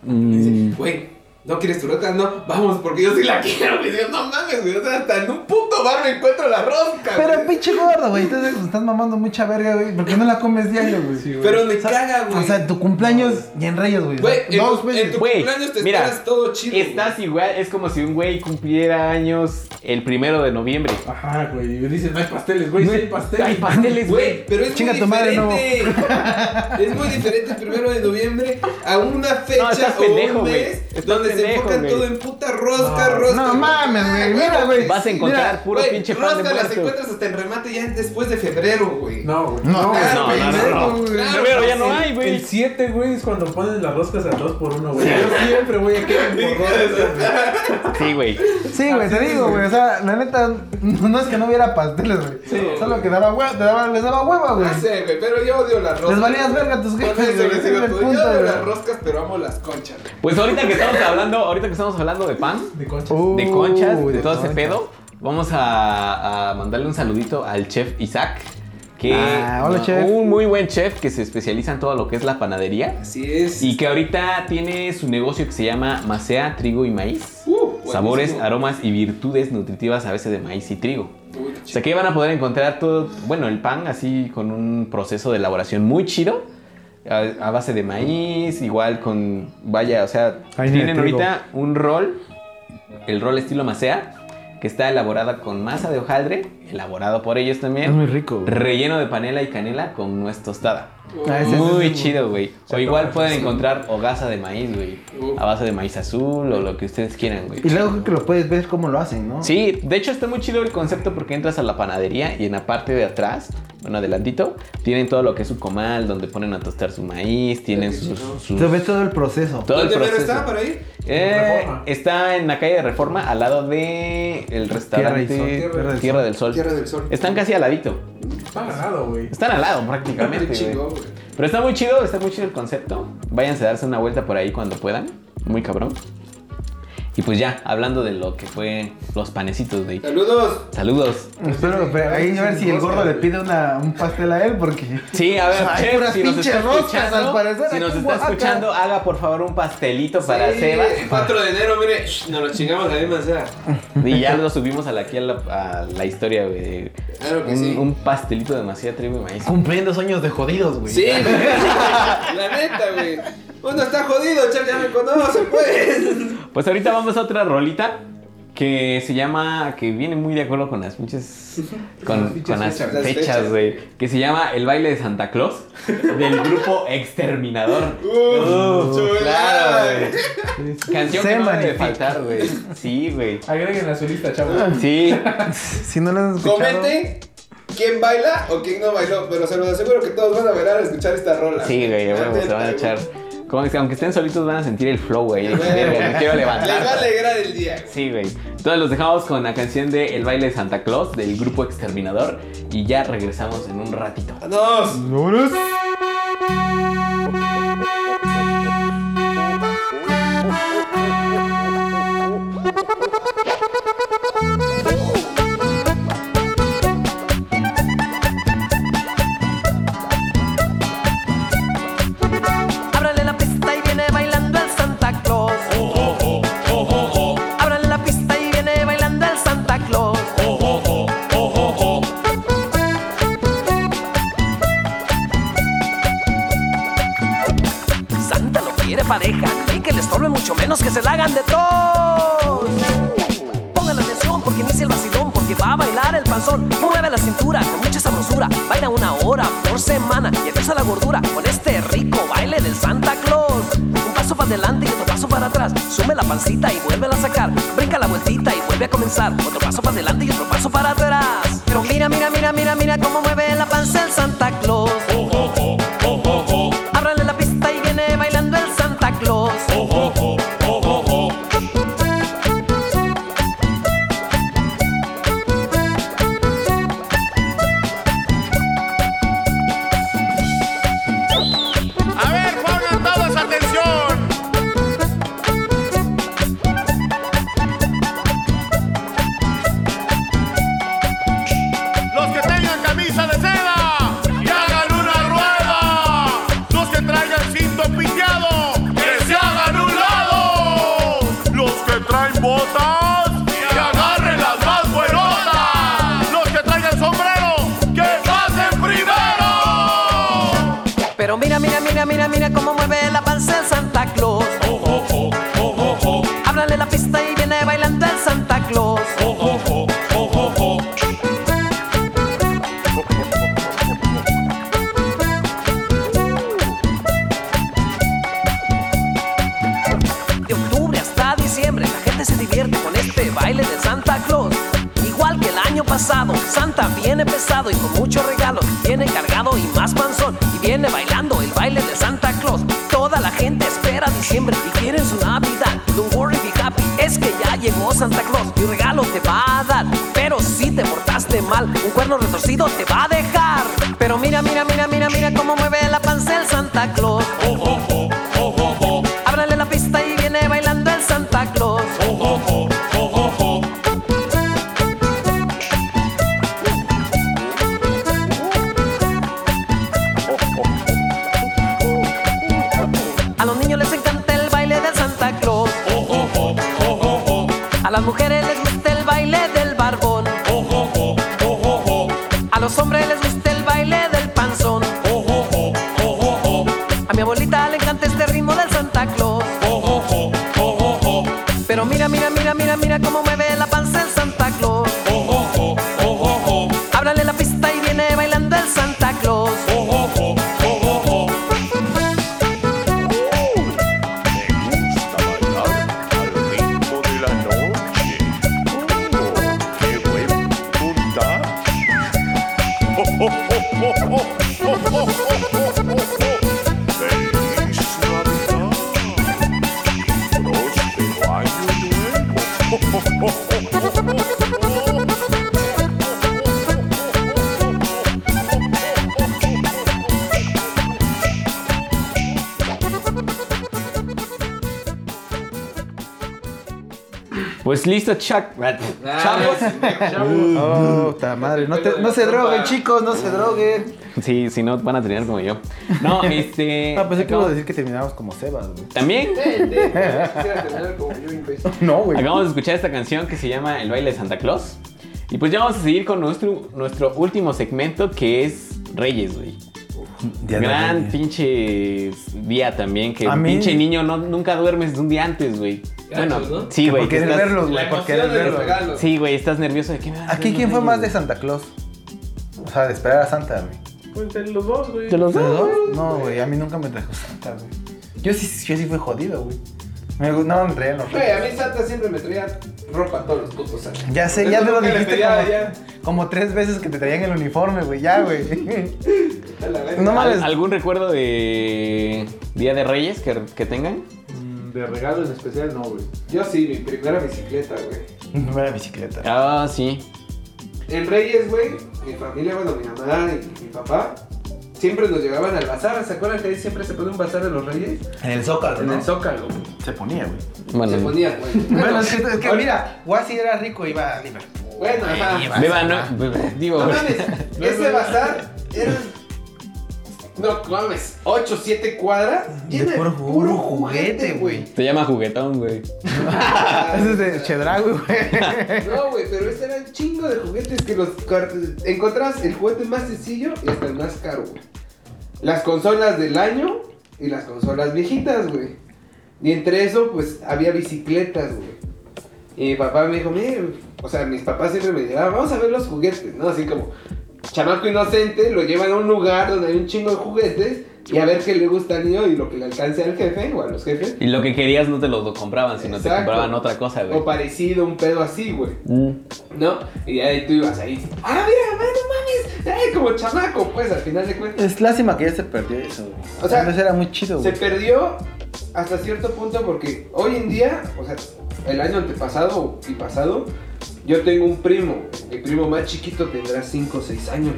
[SPEAKER 4] Dice, Güey, ¿no quieres tu rosca? No, vamos, porque yo sí la quiero, güey. Digo, no mames, güey. O sea, hasta en un puto bar me encuentro la rosca,
[SPEAKER 5] Pero
[SPEAKER 4] güey.
[SPEAKER 5] pinche gordo, güey. Entonces pues, estás mamando mucha verga, güey. ¿Por qué no la comes diario, güey?
[SPEAKER 4] Pero me caga, güey.
[SPEAKER 5] O sea, en tu cumpleaños y en Reyes, güey.
[SPEAKER 4] Güey, en,
[SPEAKER 5] Dos
[SPEAKER 4] tu- en
[SPEAKER 5] veces.
[SPEAKER 4] tu
[SPEAKER 3] Güey,
[SPEAKER 4] cumpleaños te
[SPEAKER 3] mira,
[SPEAKER 4] esperas todo chido. güey.
[SPEAKER 3] Estás igual, es como si un güey cumpliera años el primero de noviembre.
[SPEAKER 6] Ajá, güey. Y me dicen, no hay pasteles, güey. Sí hay pasteles.
[SPEAKER 3] Hay pasteles,
[SPEAKER 4] Güey,
[SPEAKER 3] güey.
[SPEAKER 4] pero es
[SPEAKER 5] Chinga
[SPEAKER 4] muy
[SPEAKER 5] tu madre, no.
[SPEAKER 4] diferente. es muy diferente el primero de noviembre a una
[SPEAKER 3] No,
[SPEAKER 4] fecha
[SPEAKER 3] estás
[SPEAKER 4] o
[SPEAKER 3] pendejo,
[SPEAKER 4] un
[SPEAKER 3] güey.
[SPEAKER 4] mes
[SPEAKER 3] Estás
[SPEAKER 4] donde se
[SPEAKER 3] pendejo,
[SPEAKER 4] enfocan
[SPEAKER 3] güey.
[SPEAKER 4] todo en puta rosca, rosca.
[SPEAKER 5] No
[SPEAKER 4] rosca.
[SPEAKER 5] mames, güey. Mira, güey.
[SPEAKER 3] Vas a encontrar
[SPEAKER 5] Mira,
[SPEAKER 3] puro
[SPEAKER 4] Güey,
[SPEAKER 3] pinche pan de
[SPEAKER 4] rosca las
[SPEAKER 3] muerto.
[SPEAKER 4] encuentras hasta el remate ya después de febrero, güey.
[SPEAKER 6] No, güey.
[SPEAKER 5] No,
[SPEAKER 4] Ah,
[SPEAKER 3] no, no,
[SPEAKER 4] pendejo,
[SPEAKER 3] no, no.
[SPEAKER 4] güey. Claro,
[SPEAKER 3] Pero ya no
[SPEAKER 4] sí.
[SPEAKER 3] hay,
[SPEAKER 6] El
[SPEAKER 3] güey.
[SPEAKER 6] 7, güey, es cuando ponen las roscas al 2 por 1, güey. Yo siempre voy a quedar por roscas, güey.
[SPEAKER 3] Sí, güey.
[SPEAKER 5] Sí, güey, te digo, güey. O sea, la neta, no no es que no hubiera pasteles, güey. Solo que daba hueva, te daba, les daba hueva, güey.
[SPEAKER 4] Ah, sí, güey, pero yo odio las roscas.
[SPEAKER 5] Les valías verga a tus
[SPEAKER 4] Con
[SPEAKER 5] jefes,
[SPEAKER 4] eso
[SPEAKER 5] güey,
[SPEAKER 4] les
[SPEAKER 5] ese
[SPEAKER 4] digo
[SPEAKER 5] era el
[SPEAKER 4] todo. Yo
[SPEAKER 5] punto,
[SPEAKER 4] odio
[SPEAKER 5] güey.
[SPEAKER 4] las roscas, pero amo las conchas. güey.
[SPEAKER 3] Pues ahorita que estamos hablando, ahorita que estamos hablando de pan,
[SPEAKER 6] De concha.
[SPEAKER 3] de conchas,
[SPEAKER 5] Uy,
[SPEAKER 3] de todo ese
[SPEAKER 5] Uh, conchas.
[SPEAKER 3] pedo, vamos a, a mandarle un saludito al chef Isaac, que
[SPEAKER 5] Ah, hola,
[SPEAKER 3] no,
[SPEAKER 5] chef.
[SPEAKER 3] un muy buen chef que se especializa en todo lo que es la panadería
[SPEAKER 4] Así es.
[SPEAKER 3] y que ahorita tiene su negocio que se llama Macea Trigo y Maíz.
[SPEAKER 4] Uh, buenísimo.
[SPEAKER 3] Sabores, aromas y virtudes nutritivas a veces de maíz y trigo.
[SPEAKER 4] Uy,
[SPEAKER 3] O sea que van a poder encontrar todo, bueno, el pan así con un proceso de elaboración muy chido, a, a base de maíz, igual con, vaya, o sea,
[SPEAKER 5] Harina de
[SPEAKER 3] tienen
[SPEAKER 5] trigo.
[SPEAKER 3] ahorita un rol, el rol estilo macea, que está elaborada con masa de hojaldre, elaborado por ellos también,
[SPEAKER 5] rico,
[SPEAKER 3] relleno de panela y canela con nuez tostada.
[SPEAKER 5] Ah, ese-
[SPEAKER 3] Muy
[SPEAKER 5] ese-
[SPEAKER 3] chido, güey. O igual pueden encontrar hogaza de maíz, güey.
[SPEAKER 4] Uh.
[SPEAKER 3] A base de maíz azul o lo que ustedes quieran, güey.
[SPEAKER 5] Y luego creo que lo puedes ver cómo lo hacen, ¿no?
[SPEAKER 3] Sí, de hecho está muy chido el concepto porque entras a la panadería y en la parte de atrás, bueno, adelantito, tienen todo lo que es su comal, donde ponen a tostar su maíz, tienen sus... sus-
[SPEAKER 5] Te ves todo el proceso.
[SPEAKER 3] todo el
[SPEAKER 4] ¿Dónde mero
[SPEAKER 3] proceso.
[SPEAKER 4] está por ahí?
[SPEAKER 3] Eh,
[SPEAKER 6] Reforma.
[SPEAKER 3] está en la calle de Reforma, al lado de el restaurante
[SPEAKER 5] Sol, Tierra del
[SPEAKER 3] Tierra del Sol.
[SPEAKER 4] Tierra del Sol.
[SPEAKER 3] Están casi al ladito.
[SPEAKER 6] Está ganado, güey.
[SPEAKER 3] Están al lado prácticamente.
[SPEAKER 4] Qué
[SPEAKER 3] güey.
[SPEAKER 4] chingón, güey.
[SPEAKER 3] Pero está muy chido, está muy chido el concepto. Váyanse a darse una vuelta por ahí cuando puedan. Muy cabrón. Y pues ya, hablando de lo que fue los panecitos de
[SPEAKER 4] Saludos.
[SPEAKER 3] Saludos.
[SPEAKER 5] Espero, pero ahí a ver si el gordo le pide una, un pastel a él, porque.
[SPEAKER 3] Sí, a ver,
[SPEAKER 5] Ay,
[SPEAKER 3] chef,
[SPEAKER 5] puras
[SPEAKER 3] si nos
[SPEAKER 5] pinches
[SPEAKER 3] está
[SPEAKER 5] roscas,
[SPEAKER 3] escuchando,
[SPEAKER 5] al parecer,
[SPEAKER 3] si
[SPEAKER 5] aquí
[SPEAKER 3] nos
[SPEAKER 5] en
[SPEAKER 3] está
[SPEAKER 5] Oaxaca.
[SPEAKER 3] escuchando, haga por favor un pastelito para
[SPEAKER 4] Sí,
[SPEAKER 3] Seba
[SPEAKER 4] El 4 de enero, mire, shh, nos lo chingamos la misma sea.
[SPEAKER 3] y ya lo subimos a la, aquí a la, a la historia, güey. de
[SPEAKER 4] Claro que
[SPEAKER 3] un,
[SPEAKER 4] sí.
[SPEAKER 3] un pastelito de masía trigo y maíz.
[SPEAKER 5] Cumpliendo sueños de jodidos, güey.
[SPEAKER 4] Sí, güey. la neta, güey. Uno está jodido, chef, ya me conoce, pues.
[SPEAKER 3] Pues ahorita vamos a otra rolita que se llama, que viene muy de acuerdo con las pinches, con,
[SPEAKER 6] Las pinches
[SPEAKER 3] con las
[SPEAKER 6] fechas.
[SPEAKER 4] Las
[SPEAKER 3] fechas,
[SPEAKER 4] fechas.
[SPEAKER 3] güey, que se llama El baile de Santa Claus del grupo Exterminador.
[SPEAKER 4] Uh,
[SPEAKER 6] Pues,
[SPEAKER 4] chulada.
[SPEAKER 3] güey. Canción que
[SPEAKER 5] Se
[SPEAKER 3] no debe de
[SPEAKER 5] magnifica.
[SPEAKER 3] faltar, güey. Sí, güey.
[SPEAKER 6] Agreguen a su lista, chavos.
[SPEAKER 3] Sí,
[SPEAKER 5] Si no lo han escuchado.
[SPEAKER 4] Comente quién baila o quién no bailó, pero se los aseguro que todos van a bailar al escuchar esta rola.
[SPEAKER 3] sí, güey, a huevo,
[SPEAKER 4] Neta,
[SPEAKER 3] se van a
[SPEAKER 4] güey.
[SPEAKER 3] echar. Como que aunque estén solitos van a sentir el flow, güey. de que,
[SPEAKER 4] Güey.
[SPEAKER 3] "Verga, Me quiero
[SPEAKER 4] Les va a
[SPEAKER 3] levantar.
[SPEAKER 4] alegrar el día. güey.
[SPEAKER 3] Sí, güey. Entonces los dejamos con la canción de El baile de Santa Claus del grupo Exterminador y ya regresamos en un ratito.
[SPEAKER 4] ¡Dos!
[SPEAKER 11] Ábrale la pista y viene bailando el Santa Claus. Ábrale la pista y viene bailando el Santa Claus. Santa no quiere pareja, ni que le estorbe mucho menos que se la hagan de todos. Pongan atención porque inicia el vacilón, porque va a bailar el panzón. Mueve la cintura con mucha sabrosura, baila una hora por semana y empieza la gordura con este rico baile del Santa Claus. Un paso para adelante y otro paso para atrás, sume la pancita y vuelve a sacar. Brinca la vueltita y vuelve a comenzar, otro paso para adelante y otro paso para atrás. Pero mira, mira, mira, mira, mira cómo mueve la panza el Santa Claus. Ábrale la pista y viene bailando el Santa Claus.
[SPEAKER 8] A ver, pongan todos atención. Los que tengan camisa de seda, que hagan una rueda. Los que traigan cinto piteado, que se hagan un lado. Los que traen botas, que agarren las más buenotas. Los que traigan sombrero, que pasen primero.
[SPEAKER 11] Pero mira, mira, mira, mira, mira cómo mueve la panza el Santa Claus. Ábrale la pista y viene bailando el Santa Claus. De octubre hasta diciembre la gente se divierte con este baile de Santa Claus. Igual que el año pasado, Santa viene pesado y con mucho regalo, viene cargado y más panzón y viene bailando el baile de Santa Claus. Toda la gente espera diciembre y quieren su Navidad. Don't worry, be happy, es que ya llegó Santa Claus y un regalo te va a dar. Pero si te portaste mal, un cuerno retorcido te va a dejar. Pero mira, mira, mira, mira, mira cómo mueve la panza el Santa Claus. Ábrale la pista y viene bailando el Santa Claus. A los niños les encanta el baile del Santa Claus. A las mujeres les gusta el baile del barbón. A los hombres les gusta el baile del panzón. A mi abuelita le encanta este ritmo del Santa Claus. Pero mira, mira, mira, mira, mira cómo mueve la panza el Santa Claus. Ábrale la pista y viene bailando el Santa Claus.
[SPEAKER 3] Pues listo, Chuck.
[SPEAKER 5] Ah.
[SPEAKER 3] Chavos.
[SPEAKER 5] Oh, puta madre. No, te- no se droguen, chicos, no se droguen.
[SPEAKER 3] Sí, si no, van a terminar como yo. No, este.
[SPEAKER 5] No, Ah, pensé que
[SPEAKER 3] acabo-
[SPEAKER 5] iba a decir que terminamos como Sebas, güey.
[SPEAKER 3] También
[SPEAKER 4] Quisiera tener como yo, imbécil.
[SPEAKER 5] No, güey.
[SPEAKER 3] acabamos de escuchar esta canción que se llama El baile de Santa Claus. Y pues ya vamos a seguir con nuestro, nuestro último segmento que es Reyes, güey.
[SPEAKER 5] Día de
[SPEAKER 3] Gran
[SPEAKER 5] Reyes.
[SPEAKER 3] pinche día también, que
[SPEAKER 5] A mí-
[SPEAKER 3] pinche niño no, nunca duermes de un día antes, güey. Bueno,
[SPEAKER 4] Gachos, ¿no?
[SPEAKER 3] sí,
[SPEAKER 5] Que
[SPEAKER 3] güey.
[SPEAKER 5] Porque
[SPEAKER 3] que
[SPEAKER 5] es
[SPEAKER 3] estás-
[SPEAKER 5] verlos,
[SPEAKER 4] La
[SPEAKER 5] güey. Porque
[SPEAKER 4] emoción
[SPEAKER 5] es
[SPEAKER 4] de los
[SPEAKER 5] verlos.
[SPEAKER 4] regalos.
[SPEAKER 3] Sí, güey, estás nervioso de que me van a
[SPEAKER 5] Aquí,
[SPEAKER 3] hacer
[SPEAKER 5] ¿quién
[SPEAKER 3] los
[SPEAKER 5] fue más de
[SPEAKER 3] niños,
[SPEAKER 5] Santa Claus? O sea, de esperar a Santa, güey.
[SPEAKER 6] Pues de los dos, güey.
[SPEAKER 3] güey? ¿De los
[SPEAKER 5] ¿Ustedes
[SPEAKER 3] dos?
[SPEAKER 5] dos? No, güey, a mí nunca me trajo Santa, güey. Yo sí, yo sí fui jodido, güey. Me gu- no me traían los
[SPEAKER 4] Güey, a
[SPEAKER 5] regalos.
[SPEAKER 4] mí Santa siempre me traía ropa todos los putos años.
[SPEAKER 5] Ya sé,
[SPEAKER 4] Eso
[SPEAKER 5] ya te lo
[SPEAKER 4] nunca le
[SPEAKER 5] dijiste
[SPEAKER 4] pedía,
[SPEAKER 5] como,
[SPEAKER 4] ya.
[SPEAKER 5] como tres veces que te traían el uniforme, güey. Ya, güey.
[SPEAKER 4] A la verga.
[SPEAKER 5] No mames.
[SPEAKER 3] ¿Al- ¿Algún recuerdo de Día de Reyes que, que tengan?
[SPEAKER 6] Mm, De regalo en especial, no, güey.
[SPEAKER 4] Yo sí, mi primera bicicleta, güey.
[SPEAKER 5] Mi primera bicicleta.
[SPEAKER 3] Ah, sí.
[SPEAKER 4] En Reyes, güey, mi familia, bueno, mi mamá y mi papá, siempre nos llevaban al bazar. ¿Se acuerdan que ahí siempre se pone un bazar de los Reyes?
[SPEAKER 5] En el Zócalo,
[SPEAKER 4] En
[SPEAKER 5] ¿no?
[SPEAKER 4] el Zócalo, güey.
[SPEAKER 5] Se ponía, güey.
[SPEAKER 3] Bueno,
[SPEAKER 4] Se ponía, güey.
[SPEAKER 5] Bueno, es que, es que mira, Wasi era rico y iba a Liverpool.
[SPEAKER 4] Bueno, ajá.
[SPEAKER 3] beba, no, beba, digo,
[SPEAKER 4] No
[SPEAKER 3] güey.
[SPEAKER 4] mames, ese bazar era. No mames, 8, 7 cuadras. lleno De puro, juguete, güey.
[SPEAKER 3] te llama juguetón, güey.
[SPEAKER 5] Ah, Ese es de Chedragui, güey.
[SPEAKER 4] No, güey, pero ese era un chingo de juguetes que los car- encontrabas el juguete más sencillo y hasta el más caro, güey. Las consolas del año y las consolas viejitas, güey. Y entre eso, pues había bicicletas, güey. Y mi papá me dijo, mire, o sea, mis papás siempre me llevaban, vamos a ver los juguetes, ¿no? Así como, chamaco inocente, lo llevan a un lugar donde hay un chingo de juguetes y a ver qué le gusta al niño y lo que le alcance al jefe o a los jefes.
[SPEAKER 3] Y lo que querías no te lo compraban, sino te
[SPEAKER 4] Exacto.
[SPEAKER 3] compraban otra cosa, güey.
[SPEAKER 4] O parecido, un pedo así, güey.
[SPEAKER 3] Mm.
[SPEAKER 4] ¿no? Y ahí tú ibas ahí. ¡Ah, mira, man, no mames! ¡Ay, como chamaco! Pues al final de cuentas.
[SPEAKER 5] Es lástima que ya se perdió eso, güey.
[SPEAKER 4] O sea,
[SPEAKER 5] Antes era muy chido,
[SPEAKER 4] Se
[SPEAKER 5] güey.
[SPEAKER 4] perdió hasta cierto punto porque hoy en día, o sea, el año antepasado y pasado, yo tengo un primo. Mi primo más chiquito tendrá 5 o 6 años.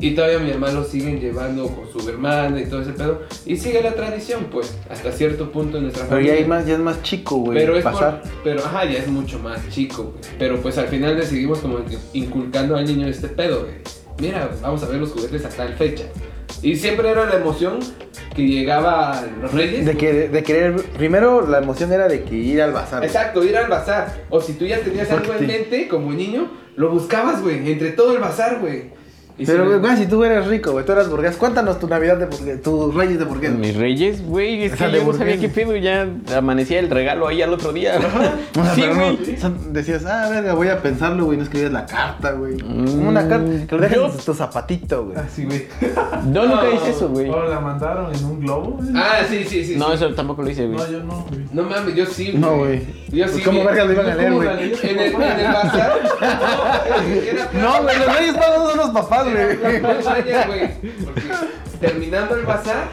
[SPEAKER 4] Y todavía mi hermano lo siguen llevando con su hermana y todo ese pedo. Y sigue la tradición, pues, hasta cierto punto en nuestra
[SPEAKER 5] Pero
[SPEAKER 4] familia.
[SPEAKER 5] ya, hay más, ya es más chico, güey.
[SPEAKER 4] Pero es por-
[SPEAKER 5] pasar.
[SPEAKER 4] pero ajá, ya es mucho más chico, güey. Pero pues al final le seguimos como que inculcando al niño este pedo, güey. Mira, vamos a ver los juguetes a tal fecha. Y siempre era la emoción que llegaba a los Reyes.
[SPEAKER 5] De, que, de querer. Primero, la emoción era de que ir al bazar. güey.
[SPEAKER 4] Exacto, ir al bazar. O si tú ya tenías algo en
[SPEAKER 5] Porque te-
[SPEAKER 4] mente como niño, lo buscabas, güey, entre todo el bazar, güey. Y
[SPEAKER 5] Pero,
[SPEAKER 4] si-
[SPEAKER 5] güey, güey, si tú eras rico, güey, tú eras burgués. Cuéntanos tu Navidad de burgués, tus reyes de burgués.
[SPEAKER 3] Mis reyes, güey, es
[SPEAKER 5] O sea,
[SPEAKER 3] que
[SPEAKER 5] de
[SPEAKER 3] yo no sabía qué
[SPEAKER 5] burgués.
[SPEAKER 3] pedo, ya amanecía el regalo ahí al otro día.
[SPEAKER 5] O sea,
[SPEAKER 3] sí,
[SPEAKER 5] pero no,
[SPEAKER 3] güey.
[SPEAKER 5] o sea, decías, ah, verga, voy a pensarlo, güey, no escribías la carta, güey. Una carta, que lo dejas en tu zapatito, güey.
[SPEAKER 6] Así, Ah, güey.
[SPEAKER 3] No, nunca hice eso, güey.
[SPEAKER 6] O la mandaron en un globo, güey.
[SPEAKER 4] Ah, sí, sí, Oh, sí.
[SPEAKER 3] No,
[SPEAKER 4] sí.
[SPEAKER 3] eso tampoco lo hice, güey.
[SPEAKER 6] No, yo no, güey.
[SPEAKER 4] No mames, yo sí.
[SPEAKER 5] No, güey.
[SPEAKER 4] Yo sí.
[SPEAKER 5] Pues, ¿Cómo
[SPEAKER 4] güey.
[SPEAKER 5] verga lo iban a
[SPEAKER 6] ¿Cómo
[SPEAKER 5] leer,
[SPEAKER 6] la
[SPEAKER 5] güey?
[SPEAKER 6] leyó tu
[SPEAKER 4] En el,
[SPEAKER 6] papá?
[SPEAKER 4] en el bazar. No, era-
[SPEAKER 5] No, güey, los reyes pagados son los papás, güey.
[SPEAKER 4] Era una campaña, güey, porque terminando el bazar,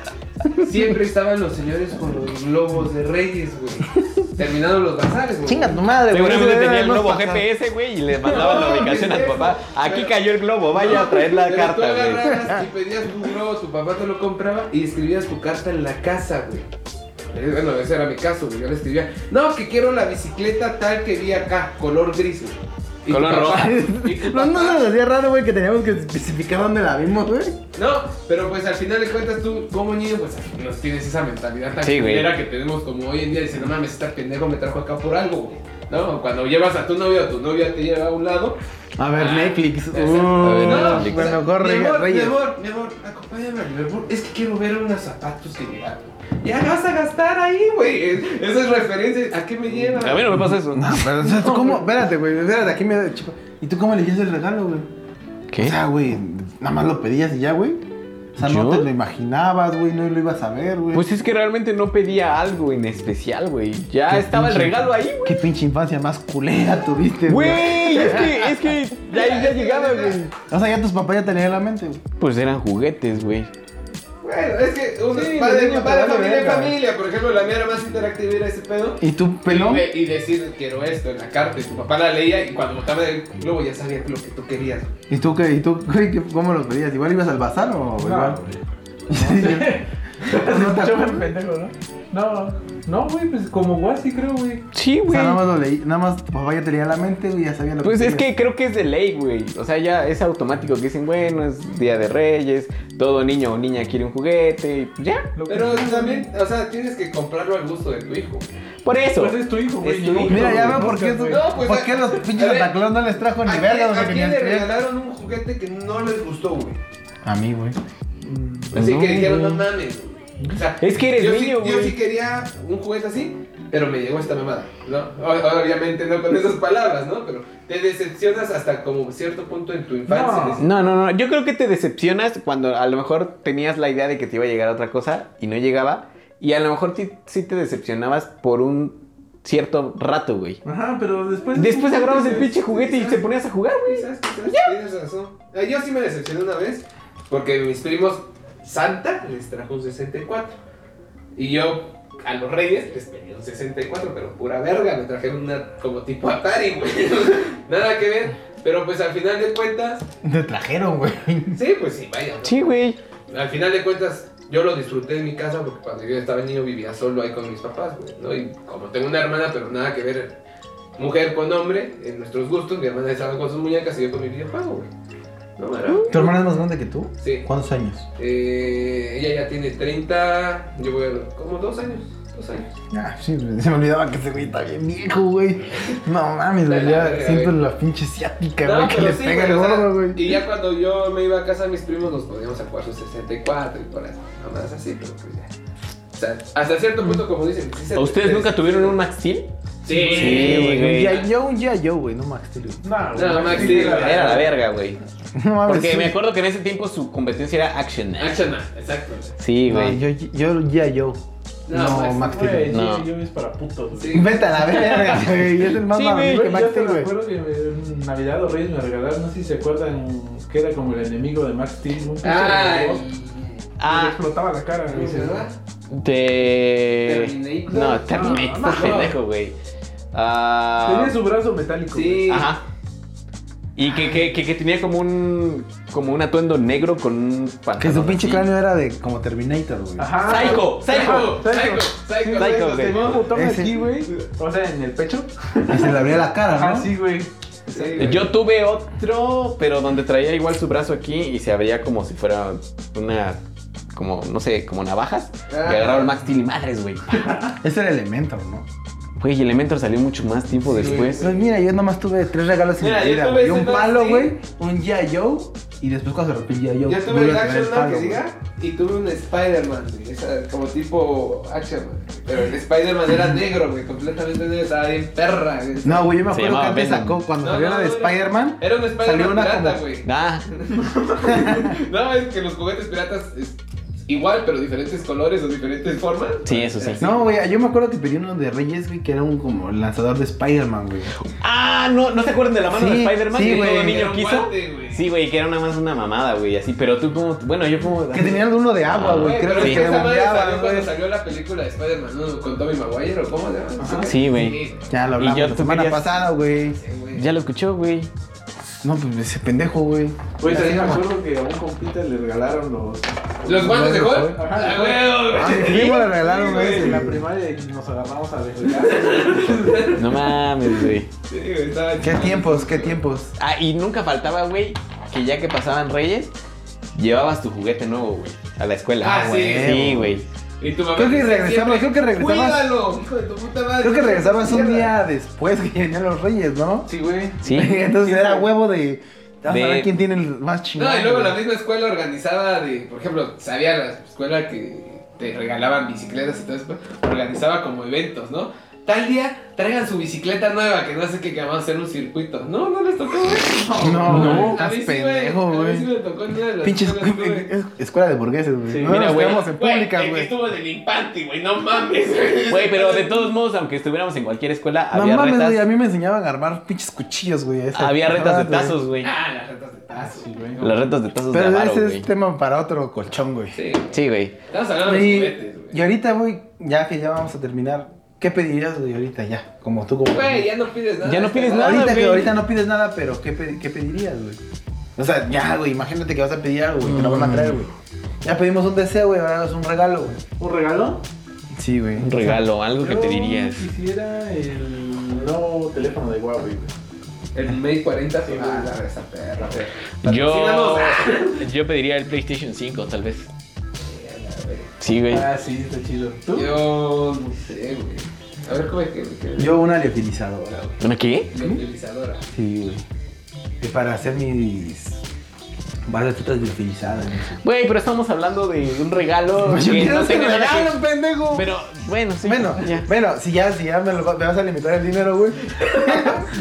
[SPEAKER 4] siempre estaban los señores con los globos de reyes, güey. Terminando los bazares, güey.
[SPEAKER 5] Chinga tu madre, güey.
[SPEAKER 3] Seguramente
[SPEAKER 5] Eso
[SPEAKER 3] tenía
[SPEAKER 5] era
[SPEAKER 3] el
[SPEAKER 5] más
[SPEAKER 3] nuevo
[SPEAKER 5] pasado.
[SPEAKER 3] GPS, güey, y le mandaban la ubicación a tu papá. Aquí cayó el globo, vaya a traer la
[SPEAKER 4] Pero
[SPEAKER 3] carta,
[SPEAKER 4] tú
[SPEAKER 3] güey.
[SPEAKER 4] agarrabas y pedías un globo, tu papá te lo compraba y escribías tu carta en la casa, güey. Eh, Bueno, ese era mi caso, güey. Yo le escribía, no, que quiero la bicicleta tal que vi acá, color gris, güey. Y tu
[SPEAKER 3] Color
[SPEAKER 4] papá- y tu
[SPEAKER 5] No, no
[SPEAKER 4] papá-
[SPEAKER 5] se nos hacía raro, güey, que teníamos que especificar dónde la vimos, güey.
[SPEAKER 4] No, pero pues al final de cuentas tú, como niño, pues no tienes esa mentalidad tan
[SPEAKER 3] Sí, güey.
[SPEAKER 4] culera que tenemos como hoy en día. Dice, no mames, este pendejo me trajo acá por algo, güey. No, cuando llevas a tu novio, tu novia te lleva a un lado.
[SPEAKER 5] A ver, Netflix.
[SPEAKER 4] Exacto.
[SPEAKER 5] Uh,
[SPEAKER 4] No, o sea,
[SPEAKER 5] Bueno, corre,
[SPEAKER 4] mi amor,
[SPEAKER 5] reyes.
[SPEAKER 4] Mi amor, mi amor, acompáñame a Liverpool. Es que quiero ver unos zapatos que llegaron. Ya vas a gastar ahí, güey. Esas referencias, ¿a qué me llevan?
[SPEAKER 3] A mí no me pasa eso.
[SPEAKER 5] No, pero, o sea, ¿tú cómo? Espérate, güey, espérate, aquí me... chupa. ¿Y tú cómo elegías el regalo, güey? O
[SPEAKER 3] ¿Qué?
[SPEAKER 5] sea, güey, nada más lo pedías y ya, güey. O sea, no
[SPEAKER 3] ¿Yo?
[SPEAKER 5] te lo imaginabas, güey, no lo ibas a ver, güey.
[SPEAKER 3] Pues es que realmente no pedía algo en especial, güey. Ya
[SPEAKER 5] Qué
[SPEAKER 3] estaba el
[SPEAKER 5] pinche-
[SPEAKER 3] regalo ahí, güey.
[SPEAKER 5] Qué pinche infancia más culera tuviste, güey.
[SPEAKER 3] Güey, es que, es que ya, ya llegaba, güey.
[SPEAKER 5] O sea, ya tus papás ya tenían en la mente, güey.
[SPEAKER 3] Pues eran juguetes, güey.
[SPEAKER 4] Bueno, es que uno
[SPEAKER 5] Sí,
[SPEAKER 4] va de,
[SPEAKER 5] niño,
[SPEAKER 4] va de
[SPEAKER 5] te vale
[SPEAKER 4] Pues, familia en
[SPEAKER 5] verga.
[SPEAKER 4] familia. Por ejemplo, la mía era más interactiva era ese pedo.
[SPEAKER 5] ¿Y tu
[SPEAKER 4] Y,
[SPEAKER 5] pelón?
[SPEAKER 4] ve- y decir, quiero esto en la carta. Y tu papá la leía y cuando botaba el globo ya sabía lo que tú querías.
[SPEAKER 5] ¿Y tú qué? ¿Y tú güey, qué- cómo lo pedías? ¿Igual ibas al bazar o
[SPEAKER 6] Ah,
[SPEAKER 5] igual? No te
[SPEAKER 6] Yo me
[SPEAKER 5] acuerdas.
[SPEAKER 6] pendejo, ¿no? No, no, güey, pues como guasi creo, güey.
[SPEAKER 3] Sí,
[SPEAKER 5] O
[SPEAKER 3] güey.
[SPEAKER 5] sea, nada más lo leí, nada más tu papá ya tenía en la mente, güey, ya sabía lo
[SPEAKER 3] Pues
[SPEAKER 5] que
[SPEAKER 3] es
[SPEAKER 5] querías.
[SPEAKER 3] que creo que es de ley, güey. O sea, ya es automático que dicen, bueno, es Día de Reyes, todo niño o niña quiere un juguete, y pues ya.
[SPEAKER 6] Lo que-
[SPEAKER 4] Pero también, o sea, tienes que comprarlo al gusto de tu hijo.
[SPEAKER 3] Por eso.
[SPEAKER 6] Pues es tu hijo, güey.
[SPEAKER 3] Es
[SPEAKER 6] yo
[SPEAKER 3] tu
[SPEAKER 6] no
[SPEAKER 3] hijo.
[SPEAKER 5] Mira, ya
[SPEAKER 6] creo,
[SPEAKER 5] veo
[SPEAKER 6] güey,
[SPEAKER 5] por qué,
[SPEAKER 6] nunca, güey.
[SPEAKER 4] No, pues,
[SPEAKER 5] por
[SPEAKER 4] a-
[SPEAKER 5] qué los
[SPEAKER 4] a
[SPEAKER 5] pinches
[SPEAKER 4] ver,
[SPEAKER 5] Santa Claus no les trajo
[SPEAKER 4] ¿A
[SPEAKER 5] ni
[SPEAKER 4] quién-
[SPEAKER 5] verga donde
[SPEAKER 4] ¿A quién
[SPEAKER 5] querían
[SPEAKER 4] le
[SPEAKER 5] creer?
[SPEAKER 4] regalaron un juguete que no les gustó, güey?
[SPEAKER 5] A mí, güey.
[SPEAKER 9] Así
[SPEAKER 3] No,
[SPEAKER 9] que dijeron, no
[SPEAKER 3] güey.
[SPEAKER 9] mames. güey". O sea,
[SPEAKER 3] Es que eres
[SPEAKER 9] yo
[SPEAKER 3] niño,
[SPEAKER 9] sí, Yo
[SPEAKER 3] güey.
[SPEAKER 9] sí quería un juguete así, pero me llegó esta mamada, ¿no? O- Obviamente no con esas palabras, ¿no? Pero te decepcionas hasta como cierto punto en tu infancia.
[SPEAKER 3] No, no, no. Yo creo que te decepcionas cuando a lo mejor tenías la idea de que te iba a llegar otra cosa y no llegaba. Y a lo mejor ti- sí te decepcionabas por un cierto rato, güey.
[SPEAKER 6] Ajá, pero después.
[SPEAKER 3] Después agarrabas el pinche juguete y te ponías a jugar, güey.
[SPEAKER 9] Quizás, quizás, tienes razón. Ah, Yo sí me decepcioné una vez porque mis primos Santa les trajo un 64 y yo a los Reyes les pedí un 64, pero pura verga, me trajeron una como tipo Atari, güey. Nada que ver, pero pues al final de cuentas,
[SPEAKER 5] Te trajeron, güey.
[SPEAKER 9] sí, pues sí, vaya. ¿no?
[SPEAKER 3] Sí, güey.
[SPEAKER 9] Al final de cuentas, yo lo disfruté en mi casa porque cuando yo estaba niño vivía solo ahí con mis papás, güey, ¿no? Y como tengo una hermana, pero nada que ver mujer con hombre, en nuestros gustos, mi hermana estaba con sus muñecas y yo con mi videojuego, güey. No, era-
[SPEAKER 5] ¿Tu hermana es más grande que tú?
[SPEAKER 9] Sí.
[SPEAKER 5] ¿Cuántos años?
[SPEAKER 9] Eh, ella ya tiene 30, yo voy a los- como dos años, dos años.
[SPEAKER 5] Ah, sí, güey, se me olvidaba que ese güey está bien viejo, güey. No mames, güey,
[SPEAKER 9] La
[SPEAKER 5] ya
[SPEAKER 9] verga,
[SPEAKER 5] siento
[SPEAKER 9] güey.
[SPEAKER 5] la pinche ciática,
[SPEAKER 9] No,
[SPEAKER 5] güey, que
[SPEAKER 9] pero
[SPEAKER 5] le
[SPEAKER 9] sí,
[SPEAKER 5] pega el
[SPEAKER 9] güey, o sea,
[SPEAKER 5] gorro, güey.
[SPEAKER 9] Y ya cuando yo me iba a casa, mis primos nos poníamos a jugar sus 64 y por eso, nada más así, pero pues ya. O sea, hasta cierto punto, como dicen, sí se-
[SPEAKER 3] ¿A ustedes
[SPEAKER 9] se-
[SPEAKER 3] nunca tuvieron un Max Steel?
[SPEAKER 9] Sí,
[SPEAKER 3] Sí, güey.
[SPEAKER 5] Un G.I. Joe, un G.I. Joe, güey, no Max Steel, güey.
[SPEAKER 6] No,
[SPEAKER 9] No, Max
[SPEAKER 6] sí,
[SPEAKER 9] Steel,
[SPEAKER 6] la verdad.
[SPEAKER 3] Era la verga, güey.
[SPEAKER 5] No mames.
[SPEAKER 3] Porque
[SPEAKER 5] Ah, sí.
[SPEAKER 3] me acuerdo que en ese tiempo su competencia era Action Man.
[SPEAKER 9] Action Man, exacto.
[SPEAKER 3] Sí,
[SPEAKER 5] No,
[SPEAKER 3] güey.
[SPEAKER 5] yo, yo, G.I. Joe.
[SPEAKER 9] No,
[SPEAKER 5] No,
[SPEAKER 9] Max
[SPEAKER 5] Max
[SPEAKER 6] Güey,
[SPEAKER 5] Steel.
[SPEAKER 3] No.
[SPEAKER 6] sí, yo es para putos, güey.
[SPEAKER 9] Sí.
[SPEAKER 5] Vete a la verga, güey. Es el más
[SPEAKER 3] Sí,
[SPEAKER 5] mamón
[SPEAKER 3] güey,
[SPEAKER 5] que
[SPEAKER 6] Güey,
[SPEAKER 5] Max
[SPEAKER 6] yo
[SPEAKER 5] Ah, Steel,
[SPEAKER 6] te
[SPEAKER 5] güey.
[SPEAKER 6] recuerdo que en Navidad los Reyes me regalaron, no sé si se acuerdan, que era como el enemigo de Max Steel. Un pinche
[SPEAKER 9] Ay,
[SPEAKER 6] robot que le
[SPEAKER 3] Ah,
[SPEAKER 6] explotaba la cara, güey.
[SPEAKER 9] ¿verdad?
[SPEAKER 3] te.
[SPEAKER 9] Terminator.
[SPEAKER 3] No, Terminator,
[SPEAKER 6] No, no, no.
[SPEAKER 3] pendejo, güey. Ah.
[SPEAKER 6] Tenía su brazo metálico.
[SPEAKER 9] Sí.
[SPEAKER 3] Ajá. Y que, que, que, que tenía como un como un atuendo negro con un pantalón.
[SPEAKER 5] Que su pinche
[SPEAKER 3] así.
[SPEAKER 5] cráneo era de como Terminator, güey.
[SPEAKER 6] Ajá.
[SPEAKER 3] Psycho,
[SPEAKER 9] Psycho,
[SPEAKER 3] psycho.
[SPEAKER 9] Psycho, Psycho,
[SPEAKER 3] Psycho,
[SPEAKER 9] Psycho,
[SPEAKER 3] güey.
[SPEAKER 6] Tenía un botón
[SPEAKER 5] Ese-
[SPEAKER 6] aquí, güey. O sea, en el pecho.
[SPEAKER 5] Y se le abría la cara, ¿no?
[SPEAKER 6] Ajá, sí, güey.
[SPEAKER 9] Sí, güey.
[SPEAKER 3] Yo tuve otro, pero donde traía igual su brazo aquí y se abría como si fuera una como no sé, como navajas. Y
[SPEAKER 9] Ah.
[SPEAKER 3] agarraba el Max Steel y madres, güey.
[SPEAKER 5] Ese era Elementor, ¿no?
[SPEAKER 3] Güey, Elementor salió mucho más tiempo
[SPEAKER 9] Sí,
[SPEAKER 3] después.
[SPEAKER 5] Pues mira, yo nomás tuve tres regalos en
[SPEAKER 9] Mira,
[SPEAKER 5] mi
[SPEAKER 9] yo
[SPEAKER 5] vida,
[SPEAKER 9] tuve
[SPEAKER 5] güey.
[SPEAKER 9] ese
[SPEAKER 5] Un
[SPEAKER 9] Max
[SPEAKER 5] palo,
[SPEAKER 9] Steel.
[SPEAKER 5] güey. Un G.I. Joe. Y después cuando se rompió el G.I. Joe.
[SPEAKER 9] Yo tuve
[SPEAKER 5] volví
[SPEAKER 9] el
[SPEAKER 5] a tener
[SPEAKER 9] Action Man que
[SPEAKER 5] güey.
[SPEAKER 9] siga y tuve un Spider-Man, güey. Esa, como tipo Action Man. Pero el Spider-Man era negro, güey. Completamente negro. Estaba bien perra, güey.
[SPEAKER 5] No, güey, yo me acuerdo que
[SPEAKER 3] llamaba
[SPEAKER 5] antes
[SPEAKER 3] Venom.
[SPEAKER 5] sacó cuando
[SPEAKER 9] No,
[SPEAKER 5] salió
[SPEAKER 9] no,
[SPEAKER 5] la de
[SPEAKER 9] no, era-
[SPEAKER 5] Spider-Man.
[SPEAKER 9] Era un
[SPEAKER 5] Salió
[SPEAKER 9] Spider-Man
[SPEAKER 5] una
[SPEAKER 9] pirata,
[SPEAKER 5] como-
[SPEAKER 9] güey.
[SPEAKER 3] Ah,
[SPEAKER 9] No, es que los juguetes piratas es igual, pero diferentes colores o diferentes formas.
[SPEAKER 3] sí, eso sí.
[SPEAKER 5] No, güey, yo me acuerdo que pedí uno de Reyes, güey, que era un como lanzador de Spider-Man, güey.
[SPEAKER 3] Ah, no, ¿no se acuerdan de la mano de
[SPEAKER 5] Sí,
[SPEAKER 3] Spider-Man
[SPEAKER 5] sí,
[SPEAKER 3] que todo
[SPEAKER 5] güey.
[SPEAKER 3] niño
[SPEAKER 9] Era un
[SPEAKER 3] quiso?
[SPEAKER 9] guante, güey.
[SPEAKER 3] Sí, güey, que era nada más una mamada, güey, así, pero tú como bueno, yo como
[SPEAKER 5] Que tenían uno de agua,
[SPEAKER 3] Ah,
[SPEAKER 5] güey.
[SPEAKER 9] Güey,
[SPEAKER 5] Creo
[SPEAKER 9] pero
[SPEAKER 5] que
[SPEAKER 9] es que
[SPEAKER 5] se
[SPEAKER 9] esa madre
[SPEAKER 5] bombeaba,
[SPEAKER 9] salió
[SPEAKER 5] güey.
[SPEAKER 9] cuando salió la película de Spider-Man, ¿no? Con Tommy Maguire o cómo se llama.
[SPEAKER 3] Sí, güey.
[SPEAKER 5] Ya lo hablamos
[SPEAKER 3] Y yo,
[SPEAKER 5] la
[SPEAKER 3] tú
[SPEAKER 5] semana
[SPEAKER 3] querías-
[SPEAKER 5] pasada, güey.
[SPEAKER 3] Ya lo escuchó, güey.
[SPEAKER 5] No, pues ese pendejo, güey.
[SPEAKER 6] Güey,
[SPEAKER 5] Ya
[SPEAKER 6] también me
[SPEAKER 5] sigamos.
[SPEAKER 6] acuerdo que a un compita le regalaron los.
[SPEAKER 9] ¿Los guantes de gol?
[SPEAKER 6] Ajá.
[SPEAKER 9] ¡Ah, huevo, güey!
[SPEAKER 5] Ah, sí, güey, le regalaron,
[SPEAKER 6] güey,
[SPEAKER 5] güey.
[SPEAKER 6] en la primaria y nos agarramos a desvelar.
[SPEAKER 3] No mames, güey.
[SPEAKER 9] Sí, güey, estaba
[SPEAKER 5] Qué
[SPEAKER 9] chido.
[SPEAKER 5] tiempos, qué tiempos.
[SPEAKER 3] Ah, y nunca faltaba, güey, que ya que pasaban Reyes, llevabas tu juguete nuevo, güey, a la escuela.
[SPEAKER 9] Ah, sí.
[SPEAKER 3] Sí, güey.
[SPEAKER 9] Y tu mamá
[SPEAKER 5] Creo que
[SPEAKER 9] dice siempre,
[SPEAKER 5] regresabas, creo que regresabas.
[SPEAKER 9] ¡Cuídalo, hijo de tu puta madre!
[SPEAKER 5] Creo que regresabas un día después que venían los Reyes, ¿no?
[SPEAKER 6] Sí, güey.
[SPEAKER 3] Sí.
[SPEAKER 5] Entonces era huevo de. Vamos a
[SPEAKER 3] De-
[SPEAKER 5] ver quién tiene el más chingón.
[SPEAKER 9] No, y luego
[SPEAKER 5] güey.
[SPEAKER 9] la misma escuela organizaba de, por ejemplo, sabía la escuela que te regalaban bicicletas y todo eso, organizaba como eventos, ¿no? Tal día traigan su bicicleta nueva, que no sé qué, que vamos a hacer un circuito. No, no les tocó, güey.
[SPEAKER 5] No,
[SPEAKER 9] güey.
[SPEAKER 5] estás
[SPEAKER 9] A mí sí,
[SPEAKER 5] pendejo,
[SPEAKER 9] A
[SPEAKER 5] güey.
[SPEAKER 9] mí sí me tocó en una de las
[SPEAKER 5] Pinches
[SPEAKER 9] escuelas, güey.
[SPEAKER 5] es- escuela de burgueses, güey.
[SPEAKER 6] Sí,
[SPEAKER 5] no
[SPEAKER 3] mira,
[SPEAKER 5] nos
[SPEAKER 3] güey.
[SPEAKER 5] quedamos en públicas,
[SPEAKER 9] el que
[SPEAKER 5] güey.
[SPEAKER 9] estuvo del infante, güey, no mames. güey.
[SPEAKER 3] Güey, pero de todos modos, aunque estuviéramos en cualquier escuela,
[SPEAKER 5] No
[SPEAKER 3] había
[SPEAKER 5] mames,
[SPEAKER 3] retas.
[SPEAKER 5] güey. A mí me enseñaban a armar pinches cuchillos, güey. a esa
[SPEAKER 3] Había retas de
[SPEAKER 5] edad, güey.
[SPEAKER 3] tazos, güey.
[SPEAKER 9] Ah, las retas de paso, güey.
[SPEAKER 3] Las retas de tazos de
[SPEAKER 5] Pero
[SPEAKER 3] avaro,
[SPEAKER 5] ese
[SPEAKER 3] güey.
[SPEAKER 5] es este- tema para otro colchón, güey.
[SPEAKER 9] Sí,
[SPEAKER 3] Sí, güey.
[SPEAKER 9] estamos hablando de
[SPEAKER 5] Y,
[SPEAKER 9] los juguetes, güey.
[SPEAKER 5] y ahorita, güey, ya que ya vamos a terminar, ¿qué pedirías, güey, ahorita ya? Como tú, como.
[SPEAKER 9] Güey, ya no pides nada.
[SPEAKER 3] Ya no pides nada,
[SPEAKER 5] ahorita, que
[SPEAKER 3] güey.
[SPEAKER 5] ahorita no pides nada, pero ¿qué, pe- qué pedirías, güey? O sea, ya, güey, imagínate que vas a pedir algo, güey, te lo
[SPEAKER 3] Mm.
[SPEAKER 5] van a traer, güey. Ya pedimos un deseo, güey, ahora es un regalo, güey.
[SPEAKER 6] ¿Un regalo?
[SPEAKER 5] Sí, güey.
[SPEAKER 3] Un regalo, algo que
[SPEAKER 6] Yo
[SPEAKER 3] te dirías.
[SPEAKER 6] Quisiera el nuevo teléfono de Huawei, güey.
[SPEAKER 9] El May 40 sí,
[SPEAKER 6] Ah,
[SPEAKER 9] güey. esa perra, güey.
[SPEAKER 3] Yo,
[SPEAKER 9] Patrocínanos.
[SPEAKER 3] yo pediría el PlayStation 5, tal vez. Sí, güey.
[SPEAKER 6] Ah, sí, está chido. ¿Tú?
[SPEAKER 9] Yo no sé, güey. A ver cómo es que. que-
[SPEAKER 5] Yo una
[SPEAKER 6] Ah,
[SPEAKER 5] liofilizadora,
[SPEAKER 9] La
[SPEAKER 5] güey.
[SPEAKER 3] ¿Una qué?
[SPEAKER 9] utilizadora.
[SPEAKER 5] Sí, güey. Que Para hacer mis Barretitas liofilizadas. no sé.
[SPEAKER 3] Güey, pero estamos hablando de un regalo
[SPEAKER 5] Pues yo
[SPEAKER 3] que
[SPEAKER 5] quiero
[SPEAKER 3] no
[SPEAKER 5] ese
[SPEAKER 3] tenga nada que-
[SPEAKER 5] regalo, pendejo.
[SPEAKER 3] Pero bueno, sí.
[SPEAKER 5] bueno,
[SPEAKER 3] ya.
[SPEAKER 5] bueno, si ya, si ya me, lo va- me vas a limitar el dinero, güey.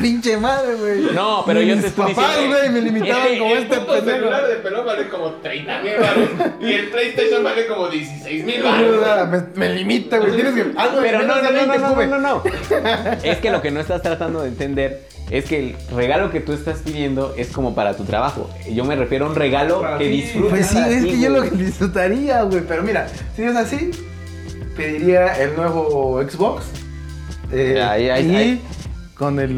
[SPEAKER 5] Pinche madre, güey.
[SPEAKER 3] No, pero yo te estoy
[SPEAKER 5] Mis papás,
[SPEAKER 3] diciendo-
[SPEAKER 5] güey, me limitaban
[SPEAKER 3] Ey,
[SPEAKER 5] como
[SPEAKER 3] el
[SPEAKER 5] este pendejo.
[SPEAKER 12] de pelón vale como 30 mil baros. Y el PlayStation vale como 16 mil
[SPEAKER 5] Me, me limita, güey. Tienes que. Algo de
[SPEAKER 3] Pero no,
[SPEAKER 5] menos
[SPEAKER 3] no,
[SPEAKER 5] de
[SPEAKER 3] no, no,
[SPEAKER 5] 20
[SPEAKER 3] no,
[SPEAKER 5] sube.
[SPEAKER 3] no, no, no. Es que lo que no estás tratando de entender es que el regalo que tú estás pidiendo es como para tu trabajo. Yo me refiero a un regalo
[SPEAKER 6] Para
[SPEAKER 3] que
[SPEAKER 6] ti.
[SPEAKER 3] disfrutes.
[SPEAKER 5] Pues sí,
[SPEAKER 3] para
[SPEAKER 5] es
[SPEAKER 3] ti,
[SPEAKER 5] que yo lo
[SPEAKER 3] güey.
[SPEAKER 5] disfrutaría, güey. Pero mira, si es así, pediría el nuevo Xbox. eh,
[SPEAKER 3] Ahí, ahí,
[SPEAKER 5] y
[SPEAKER 3] ahí.
[SPEAKER 5] con el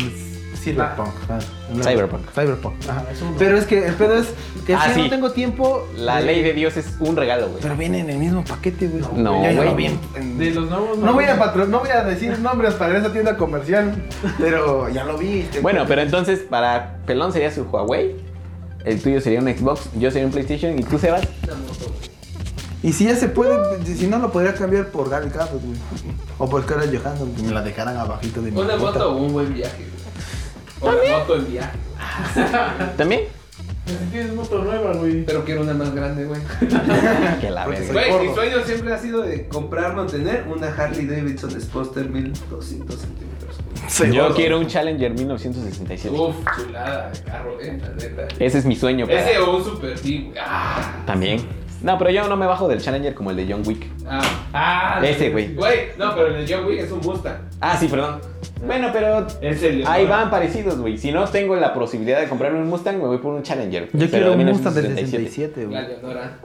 [SPEAKER 5] Cyberpunk. ah, el nuevo-
[SPEAKER 3] Cyberpunk.
[SPEAKER 5] Cyberpunk. ajá. Pero es que el pedo es que
[SPEAKER 3] Ah,
[SPEAKER 5] si
[SPEAKER 3] sí.
[SPEAKER 5] no tengo tiempo.
[SPEAKER 3] La ley de Dios es un regalo, güey.
[SPEAKER 5] Pero viene en el mismo paquete, güey.
[SPEAKER 3] No,
[SPEAKER 5] Ya, ya
[SPEAKER 3] güey.
[SPEAKER 5] lo vi en- en-
[SPEAKER 6] De los nuevos.
[SPEAKER 5] No voy, a patro- no voy a decir nombres para esa tienda comercial, pero ya lo vi. este,
[SPEAKER 3] Bueno, pero entonces para Pelón sería su Huawei, el tuyo sería un Xbox, yo sería un PlayStation y tú, Sebas,
[SPEAKER 5] Y si ya se puede, pues, si no lo podría cambiar por Gaby Carlos, güey. O por Carlos Johansson, que me la dejaran abajito de mi
[SPEAKER 9] Una
[SPEAKER 5] bota.
[SPEAKER 9] moto o un buen viaje, güey. O la moto en viaje.
[SPEAKER 3] ¿también?
[SPEAKER 6] Si tienes moto nueva, güey.
[SPEAKER 9] Pero quiero una más grande, güey.
[SPEAKER 3] Que la
[SPEAKER 5] Porque
[SPEAKER 9] Pues,
[SPEAKER 3] verga.
[SPEAKER 5] soy
[SPEAKER 9] Güey, mi
[SPEAKER 5] gordo.
[SPEAKER 9] sueño siempre ha sido de comprar, mantener una Harley Davidson Sposter 1200 centímetros.
[SPEAKER 5] Soy
[SPEAKER 3] Yo
[SPEAKER 5] gordo.
[SPEAKER 3] quiero un Challenger 1967.
[SPEAKER 9] Uf, chulada de carro, eh, la neta.
[SPEAKER 3] Ese es mi sueño. para-
[SPEAKER 9] Ese o un Super T, güey. Ah,
[SPEAKER 3] También. No, pero yo no me bajo del Challenger como el de John Wick.
[SPEAKER 9] ah, ah.
[SPEAKER 3] Ese, güey.
[SPEAKER 9] Güey, no, pero en el John Wick es un Mustang.
[SPEAKER 3] Ah, sí, perdón. Bueno, pero
[SPEAKER 9] Es el-
[SPEAKER 3] ahí van parecidos, güey. Si no tengo la posibilidad de comprarme un Mustang, me voy por un Challenger.
[SPEAKER 5] Yo
[SPEAKER 3] Pero
[SPEAKER 5] quiero
[SPEAKER 3] de
[SPEAKER 5] un Mustang del
[SPEAKER 3] 1967.
[SPEAKER 5] 67,
[SPEAKER 9] La
[SPEAKER 5] güey.
[SPEAKER 9] Leonora.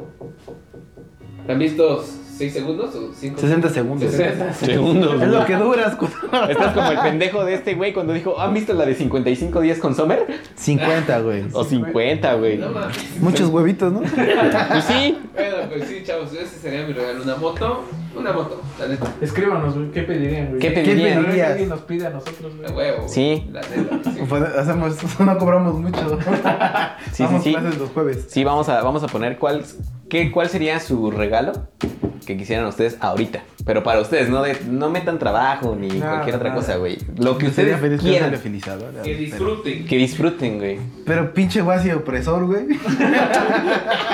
[SPEAKER 9] ¿Te han visto 6 segundos o 5?
[SPEAKER 5] 60 segundos.
[SPEAKER 9] 60
[SPEAKER 3] Segundos,
[SPEAKER 5] Es
[SPEAKER 3] güey.
[SPEAKER 5] lo que duras. cu-
[SPEAKER 3] Estás como el pendejo de este güey cuando dijo, ¿han visto la de 55 días con Sommer?
[SPEAKER 5] 50, güey.
[SPEAKER 3] O 50, güey.
[SPEAKER 9] No mames.
[SPEAKER 5] Muchos huevitos, ¿no?
[SPEAKER 3] Pues sí.
[SPEAKER 9] Bueno, pues sí, chavos, ese sería mi regalo. Una moto, una moto, la neta.
[SPEAKER 6] Escríbanos, güey. ¿Qué pedirían, güey?
[SPEAKER 3] ¿Qué
[SPEAKER 6] A
[SPEAKER 3] pedirían?
[SPEAKER 5] pedí?
[SPEAKER 6] ver que
[SPEAKER 5] pedirías?
[SPEAKER 6] alguien nos pide a nosotros,
[SPEAKER 9] La
[SPEAKER 6] güey.
[SPEAKER 9] huevo.
[SPEAKER 3] Sí.
[SPEAKER 9] La neta. sí.
[SPEAKER 5] Pues hacemos, no cobramos mucho.
[SPEAKER 3] Sí,
[SPEAKER 5] Vamos
[SPEAKER 3] sí, sí.
[SPEAKER 5] clases los jueves.
[SPEAKER 3] Sí, vamos a, vamos a poner cuál, qué, cuál sería su regalo que quisieran ustedes ahorita. Pero para ustedes, no, de, no metan trabajo ni
[SPEAKER 5] Nada,
[SPEAKER 3] cualquier otra
[SPEAKER 5] nada.
[SPEAKER 3] cosa, güey. Lo que
[SPEAKER 5] Sería
[SPEAKER 3] ustedes
[SPEAKER 5] feliz que
[SPEAKER 3] quieran.
[SPEAKER 5] sea felizador.
[SPEAKER 9] Que disfruten.
[SPEAKER 3] Que disfruten, güey.
[SPEAKER 5] Pero pinche guasi opresor, güey.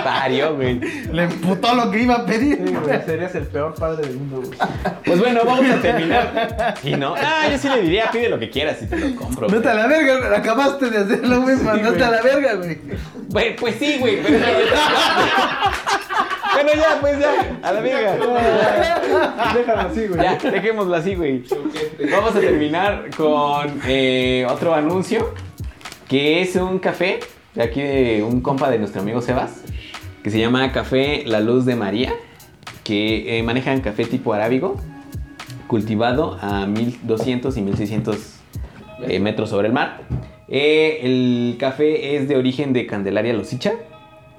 [SPEAKER 3] Pario, güey.
[SPEAKER 5] Le emputó lo que iba a pedir.
[SPEAKER 6] Sí, güey, Serías el peor padre del mundo, güey.
[SPEAKER 3] Pues bueno, vamos a terminar. Y no, ah, yo sí le diría, pide lo que quieras y te lo compro. güey.
[SPEAKER 5] Vete a la verga, acabaste de hacerlo, güey. Mandate a la verga, güey.
[SPEAKER 3] Güey, pues sí, güey. Pero Bueno, ya, pues ya, a la verga.
[SPEAKER 6] Déjalo así, güey.
[SPEAKER 3] Ya, dejémoslo así, güey. Vamos a terminar con eh, otro anuncio, que es un café, de aquí de un compa de nuestro amigo Sebas, que se llama Café La Luz de María, que eh, manejan café tipo arábigo, cultivado a 1200 y 1600 eh, metros sobre el mar. Eh, el café es de origen de Candelaria Losicha,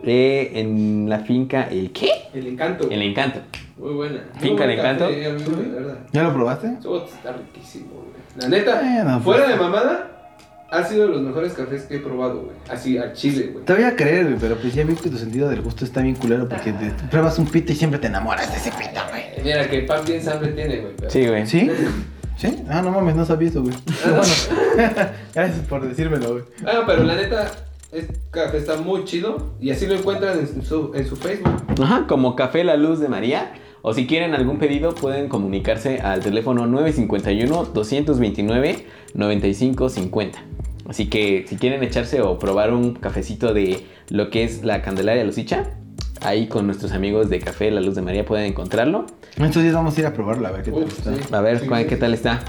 [SPEAKER 3] eh, en la finca ¿El qué?
[SPEAKER 9] El encanto.
[SPEAKER 3] El Encanto.
[SPEAKER 9] Muy buena.
[SPEAKER 3] Finca
[SPEAKER 9] Muy
[SPEAKER 3] del
[SPEAKER 9] buen
[SPEAKER 3] Encanto.
[SPEAKER 9] café, amigo, de verdad.
[SPEAKER 5] ¿Ya lo probaste?
[SPEAKER 9] Su bote está riquísimo, güey. La neta,
[SPEAKER 5] Bueno, pues.
[SPEAKER 9] fuera de mamada, ha sido de los mejores cafés que he probado, güey. Así, al chile, güey.
[SPEAKER 5] Te voy a creer, güey, pero pues ya vi que tu sentido del gusto está bien culero porque te- te pruebas un pito y siempre te enamoras de ese pito, güey.
[SPEAKER 9] Eh, Mira, que pan bien hambre tiene, güey. pero-
[SPEAKER 3] Sí, güey.
[SPEAKER 5] ¿Sí? ¿Sí? Ah, no mames, no sabía eso, güey. Bueno, gracias por decírmelo, güey.
[SPEAKER 9] Ah, pero la neta, este café está muy chido. Y así lo encuentran en su, en su Facebook.
[SPEAKER 3] Ajá, como Café La Luz de María. O si quieren algún pedido, pueden comunicarse al teléfono 951-229-9550. Así que si quieren echarse o probar un cafecito de lo que es la Candelaria Lucicha, ahí con nuestros amigos de Café La Luz de María pueden encontrarlo.
[SPEAKER 5] Estos días vamos a ir a probarlo, a ver qué tal
[SPEAKER 9] Uf,
[SPEAKER 5] está.
[SPEAKER 9] sí.
[SPEAKER 3] A ver
[SPEAKER 9] Sí,
[SPEAKER 3] cuál-
[SPEAKER 9] sí.
[SPEAKER 3] qué tal está.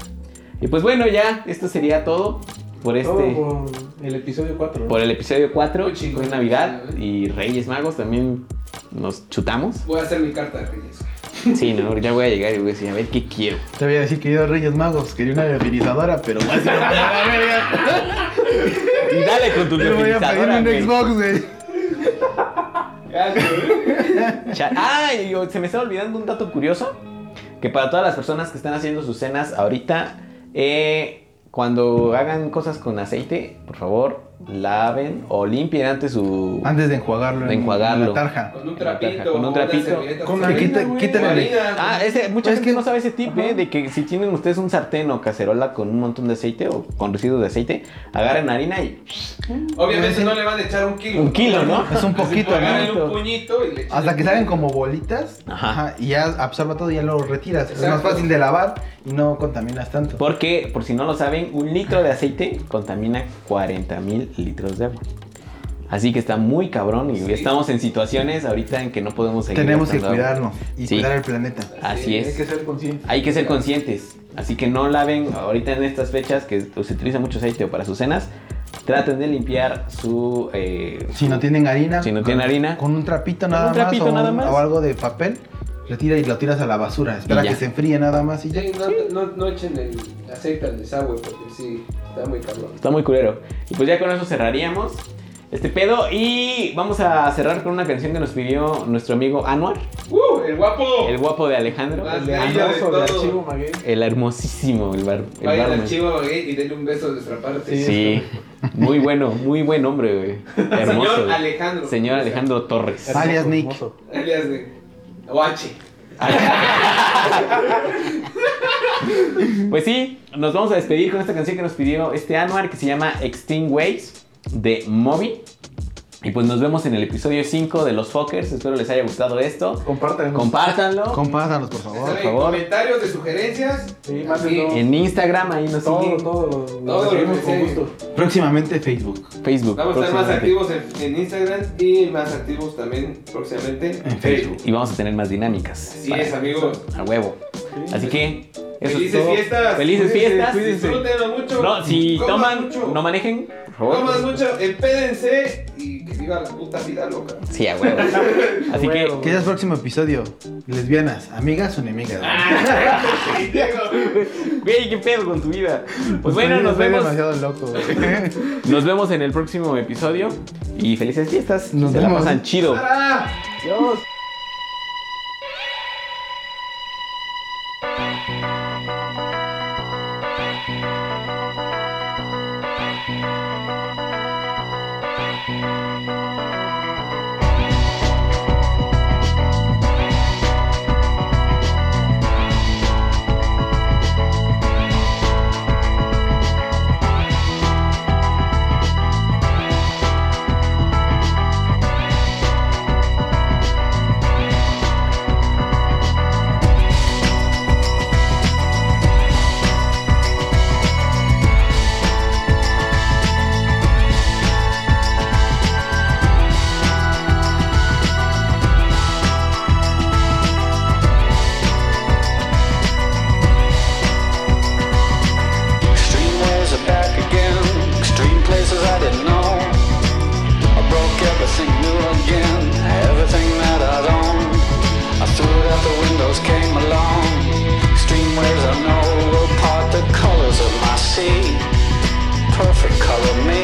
[SPEAKER 3] Y pues bueno, ya, esto sería todo por este.
[SPEAKER 6] Todo por el episodio 4.
[SPEAKER 3] Por el episodio 4,
[SPEAKER 9] Muy chingón.
[SPEAKER 3] fue Navidad y Reyes Magos también nos chutamos.
[SPEAKER 9] Voy a hacer mi carta de Reyes.
[SPEAKER 3] Sí, no, ya voy a llegar y voy a decir, a ver qué quiero.
[SPEAKER 5] Te voy a decir, querido Reyes Magos, quería una biofinizadora, pero voy a hacer una la verga.
[SPEAKER 3] Y dale con tu
[SPEAKER 5] Te voy a pedir
[SPEAKER 3] biofinizadora, güey.
[SPEAKER 5] un Xbox, güey.
[SPEAKER 9] Ah,
[SPEAKER 3] Cha- Ah, y yo- se me está olvidando un dato curioso. Que para todas las personas que están haciendo sus cenas ahorita, eh, cuando hagan cosas con aceite, por favor, laven o limpien antes su...
[SPEAKER 5] Antes de enjuagarlo.
[SPEAKER 3] De
[SPEAKER 5] en-
[SPEAKER 3] enjuagarlo.
[SPEAKER 5] En la tarja.
[SPEAKER 9] Con un
[SPEAKER 3] En la tarja,
[SPEAKER 9] trapito.
[SPEAKER 3] con un trapito.
[SPEAKER 5] Con-
[SPEAKER 9] la
[SPEAKER 5] quita- quítale-
[SPEAKER 3] Ah, ese, mucha gente no sabe ese tip, ¿eh? De que si tienen ustedes un sartén o cacerola con un montón de aceite o con residuos de aceite, agarren harina y
[SPEAKER 9] Obviamente no le van a echar un kilo.
[SPEAKER 3] un kilo, ¿no?
[SPEAKER 5] Es un poquito, ¿no?
[SPEAKER 9] Agárrenle un puñito y le echan
[SPEAKER 5] Hasta
[SPEAKER 9] el
[SPEAKER 5] que
[SPEAKER 9] puñito.
[SPEAKER 5] salen como bolitas.
[SPEAKER 3] Ajá.
[SPEAKER 5] Ajá, y ya absorba todo y ya lo retiras. Es más
[SPEAKER 9] Exacto.
[SPEAKER 5] fácil de lavar y no contaminas tanto.
[SPEAKER 3] Porque, por si no lo saben, un litro de aceite contamina 40 mil litros de agua. Así que está muy cabrón y estamos en situaciones ahorita en que no podemos seguir.
[SPEAKER 5] Tenemos que
[SPEAKER 3] gastando agua.
[SPEAKER 5] cuidarnos y
[SPEAKER 3] Sí.
[SPEAKER 5] cuidar el planeta.
[SPEAKER 3] Así
[SPEAKER 6] Hay que
[SPEAKER 3] es.
[SPEAKER 6] ser consciente.
[SPEAKER 3] Hay que ser conscientes. Así que no laven ahorita en estas fechas que se utiliza mucho aceite o para sus cenas. Traten de limpiar su. eh,
[SPEAKER 5] Si no tienen harina.
[SPEAKER 3] Si no tienen
[SPEAKER 5] con-
[SPEAKER 3] harina.
[SPEAKER 5] Con un trapito nada
[SPEAKER 3] un trapito
[SPEAKER 5] más. o
[SPEAKER 3] nada más.
[SPEAKER 5] O algo de papel. Retira y lo tiras a la basura. Espera
[SPEAKER 3] Y ya.
[SPEAKER 5] que se enfríe nada más y ya.
[SPEAKER 9] Sí, no, no, no echen el aceite al desagüe porque sí, está muy cabrón.
[SPEAKER 3] Está muy culero. Y pues ya con eso cerraríamos este pedo. Y vamos a cerrar con una canción que nos pidió nuestro amigo Anuar,
[SPEAKER 9] ¡Uh! ¡El guapo!
[SPEAKER 3] el guapo de Alejandro.
[SPEAKER 9] Más
[SPEAKER 3] Ah,
[SPEAKER 9] bello de
[SPEAKER 6] Sobre el
[SPEAKER 9] todo.
[SPEAKER 6] archivo Maguey.
[SPEAKER 3] El hermosísimo, el bar. El
[SPEAKER 9] Vayan
[SPEAKER 3] barman.
[SPEAKER 9] al chivo Maguey y denle un beso de nuestra parte.
[SPEAKER 3] Sí, muy bueno, muy buen hombre, güey. Hermoso.
[SPEAKER 9] Señor
[SPEAKER 3] güey.
[SPEAKER 9] Alejandro.
[SPEAKER 3] Señor Alejandro Torres.
[SPEAKER 5] Alias Nick.
[SPEAKER 9] Alias de Oache.
[SPEAKER 3] Pues sí, nos vamos a despedir con esta canción que nos pidió este Anuar que se llama Extinct Waves de Moby. Y pues nos vemos en el episodio 5 de Los Fuckers. Espero les haya gustado esto.
[SPEAKER 6] Compartan.
[SPEAKER 3] Compártanlo.
[SPEAKER 5] Compásanos, por favor.
[SPEAKER 9] Saben,
[SPEAKER 3] favor.
[SPEAKER 9] Comentarios de sugerencias.
[SPEAKER 6] Sí,
[SPEAKER 9] Así,
[SPEAKER 6] mándenlo.
[SPEAKER 3] en Instagram, ahí nos
[SPEAKER 6] Todo,
[SPEAKER 3] siguen.
[SPEAKER 6] todo.
[SPEAKER 9] Todo
[SPEAKER 6] Lo
[SPEAKER 9] lo
[SPEAKER 6] recibimos
[SPEAKER 9] que
[SPEAKER 6] con
[SPEAKER 9] sea.
[SPEAKER 6] gusto.
[SPEAKER 5] Próximamente Facebook.
[SPEAKER 3] Facebook.
[SPEAKER 9] Vamos a estar más
[SPEAKER 3] próximamente.
[SPEAKER 9] activos en, en Instagram y más activos también próximamente en Facebook.
[SPEAKER 3] Y vamos a tener más dinámicas.
[SPEAKER 9] Así
[SPEAKER 3] Para-
[SPEAKER 9] es, amigos.
[SPEAKER 3] A huevo. Así que. Eso es
[SPEAKER 9] Felices
[SPEAKER 3] todo.
[SPEAKER 9] fiestas.
[SPEAKER 3] Felices
[SPEAKER 9] Cuídense,
[SPEAKER 3] fiestas.
[SPEAKER 9] Disfrútenlo mucho.
[SPEAKER 3] No, si
[SPEAKER 9] Coman
[SPEAKER 3] toman,
[SPEAKER 9] mucho.
[SPEAKER 3] no manejen. Por favor.
[SPEAKER 9] Coman mucho, empédense y que viva la puta vida loca.
[SPEAKER 3] Sí, a huevo. Así que.
[SPEAKER 5] ¿Qué es el próximo episodio? Lesbianas, amigas o enemigas.
[SPEAKER 3] Ah, Güey, qué pedo con tu vida. Pues bueno, nos
[SPEAKER 5] Soy
[SPEAKER 3] vemos.
[SPEAKER 5] demasiado loco.
[SPEAKER 3] Nos vemos en el próximo episodio. Y felices fiestas.
[SPEAKER 5] Nos
[SPEAKER 3] Se la
[SPEAKER 5] vemos.
[SPEAKER 3] pasan chido.
[SPEAKER 11] Extreme ways are back again. Extreme places I didn't know. I broke everything new again. Everything that I'd owned. I threw it out the windows, came along. Extreme waves I know will part the colors of my sea. Perfect color me.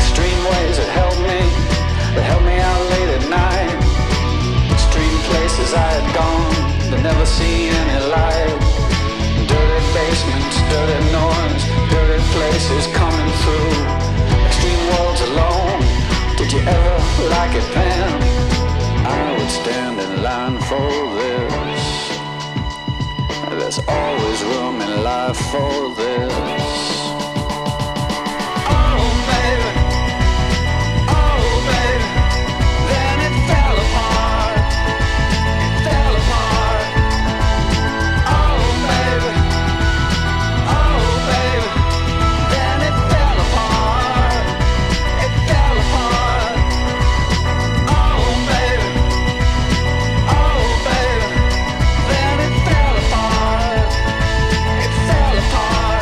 [SPEAKER 11] Extreme waves that helped me. That helped me out late at night. Extreme places I had gone. But never seen any light. Dirty basements, dirty noise, dirty places coming through. Extreme worlds alone. Did you ever like it, Pam? I would stand in line for this. There's always room in life for this. Oh, baby. Oh, baby. Then it fell apart. It fell apart. Oh, baby. Oh, baby. Then it fell apart. It fell apart. Oh, baby. Oh, baby. Then it fell apart. It fell apart.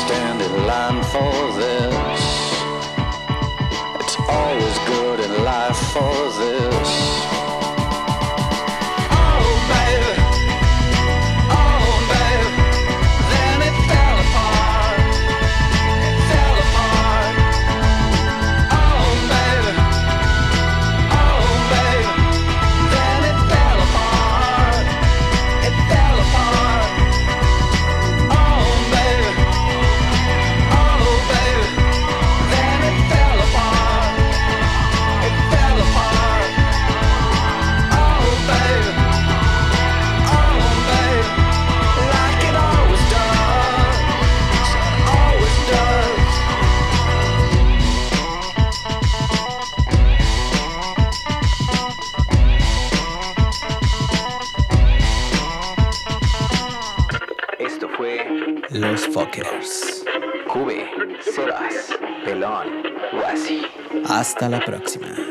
[SPEAKER 11] for this. It's always good in life for this. Oh, baby. Oh, baby. Then it fell apart. It fell apart. Oh, baby. Oh, baby. Then it fell apart. It fell apart. Oh, baby. Oh, baby. Then it fell apart. It fell apart. Oh, baby. Oh, baby. Like it always does. Always does.
[SPEAKER 2] Esto fue
[SPEAKER 1] Los Fuckers.
[SPEAKER 2] Cube, Sebas, Pelón, Wasi.
[SPEAKER 1] Hasta la próxima.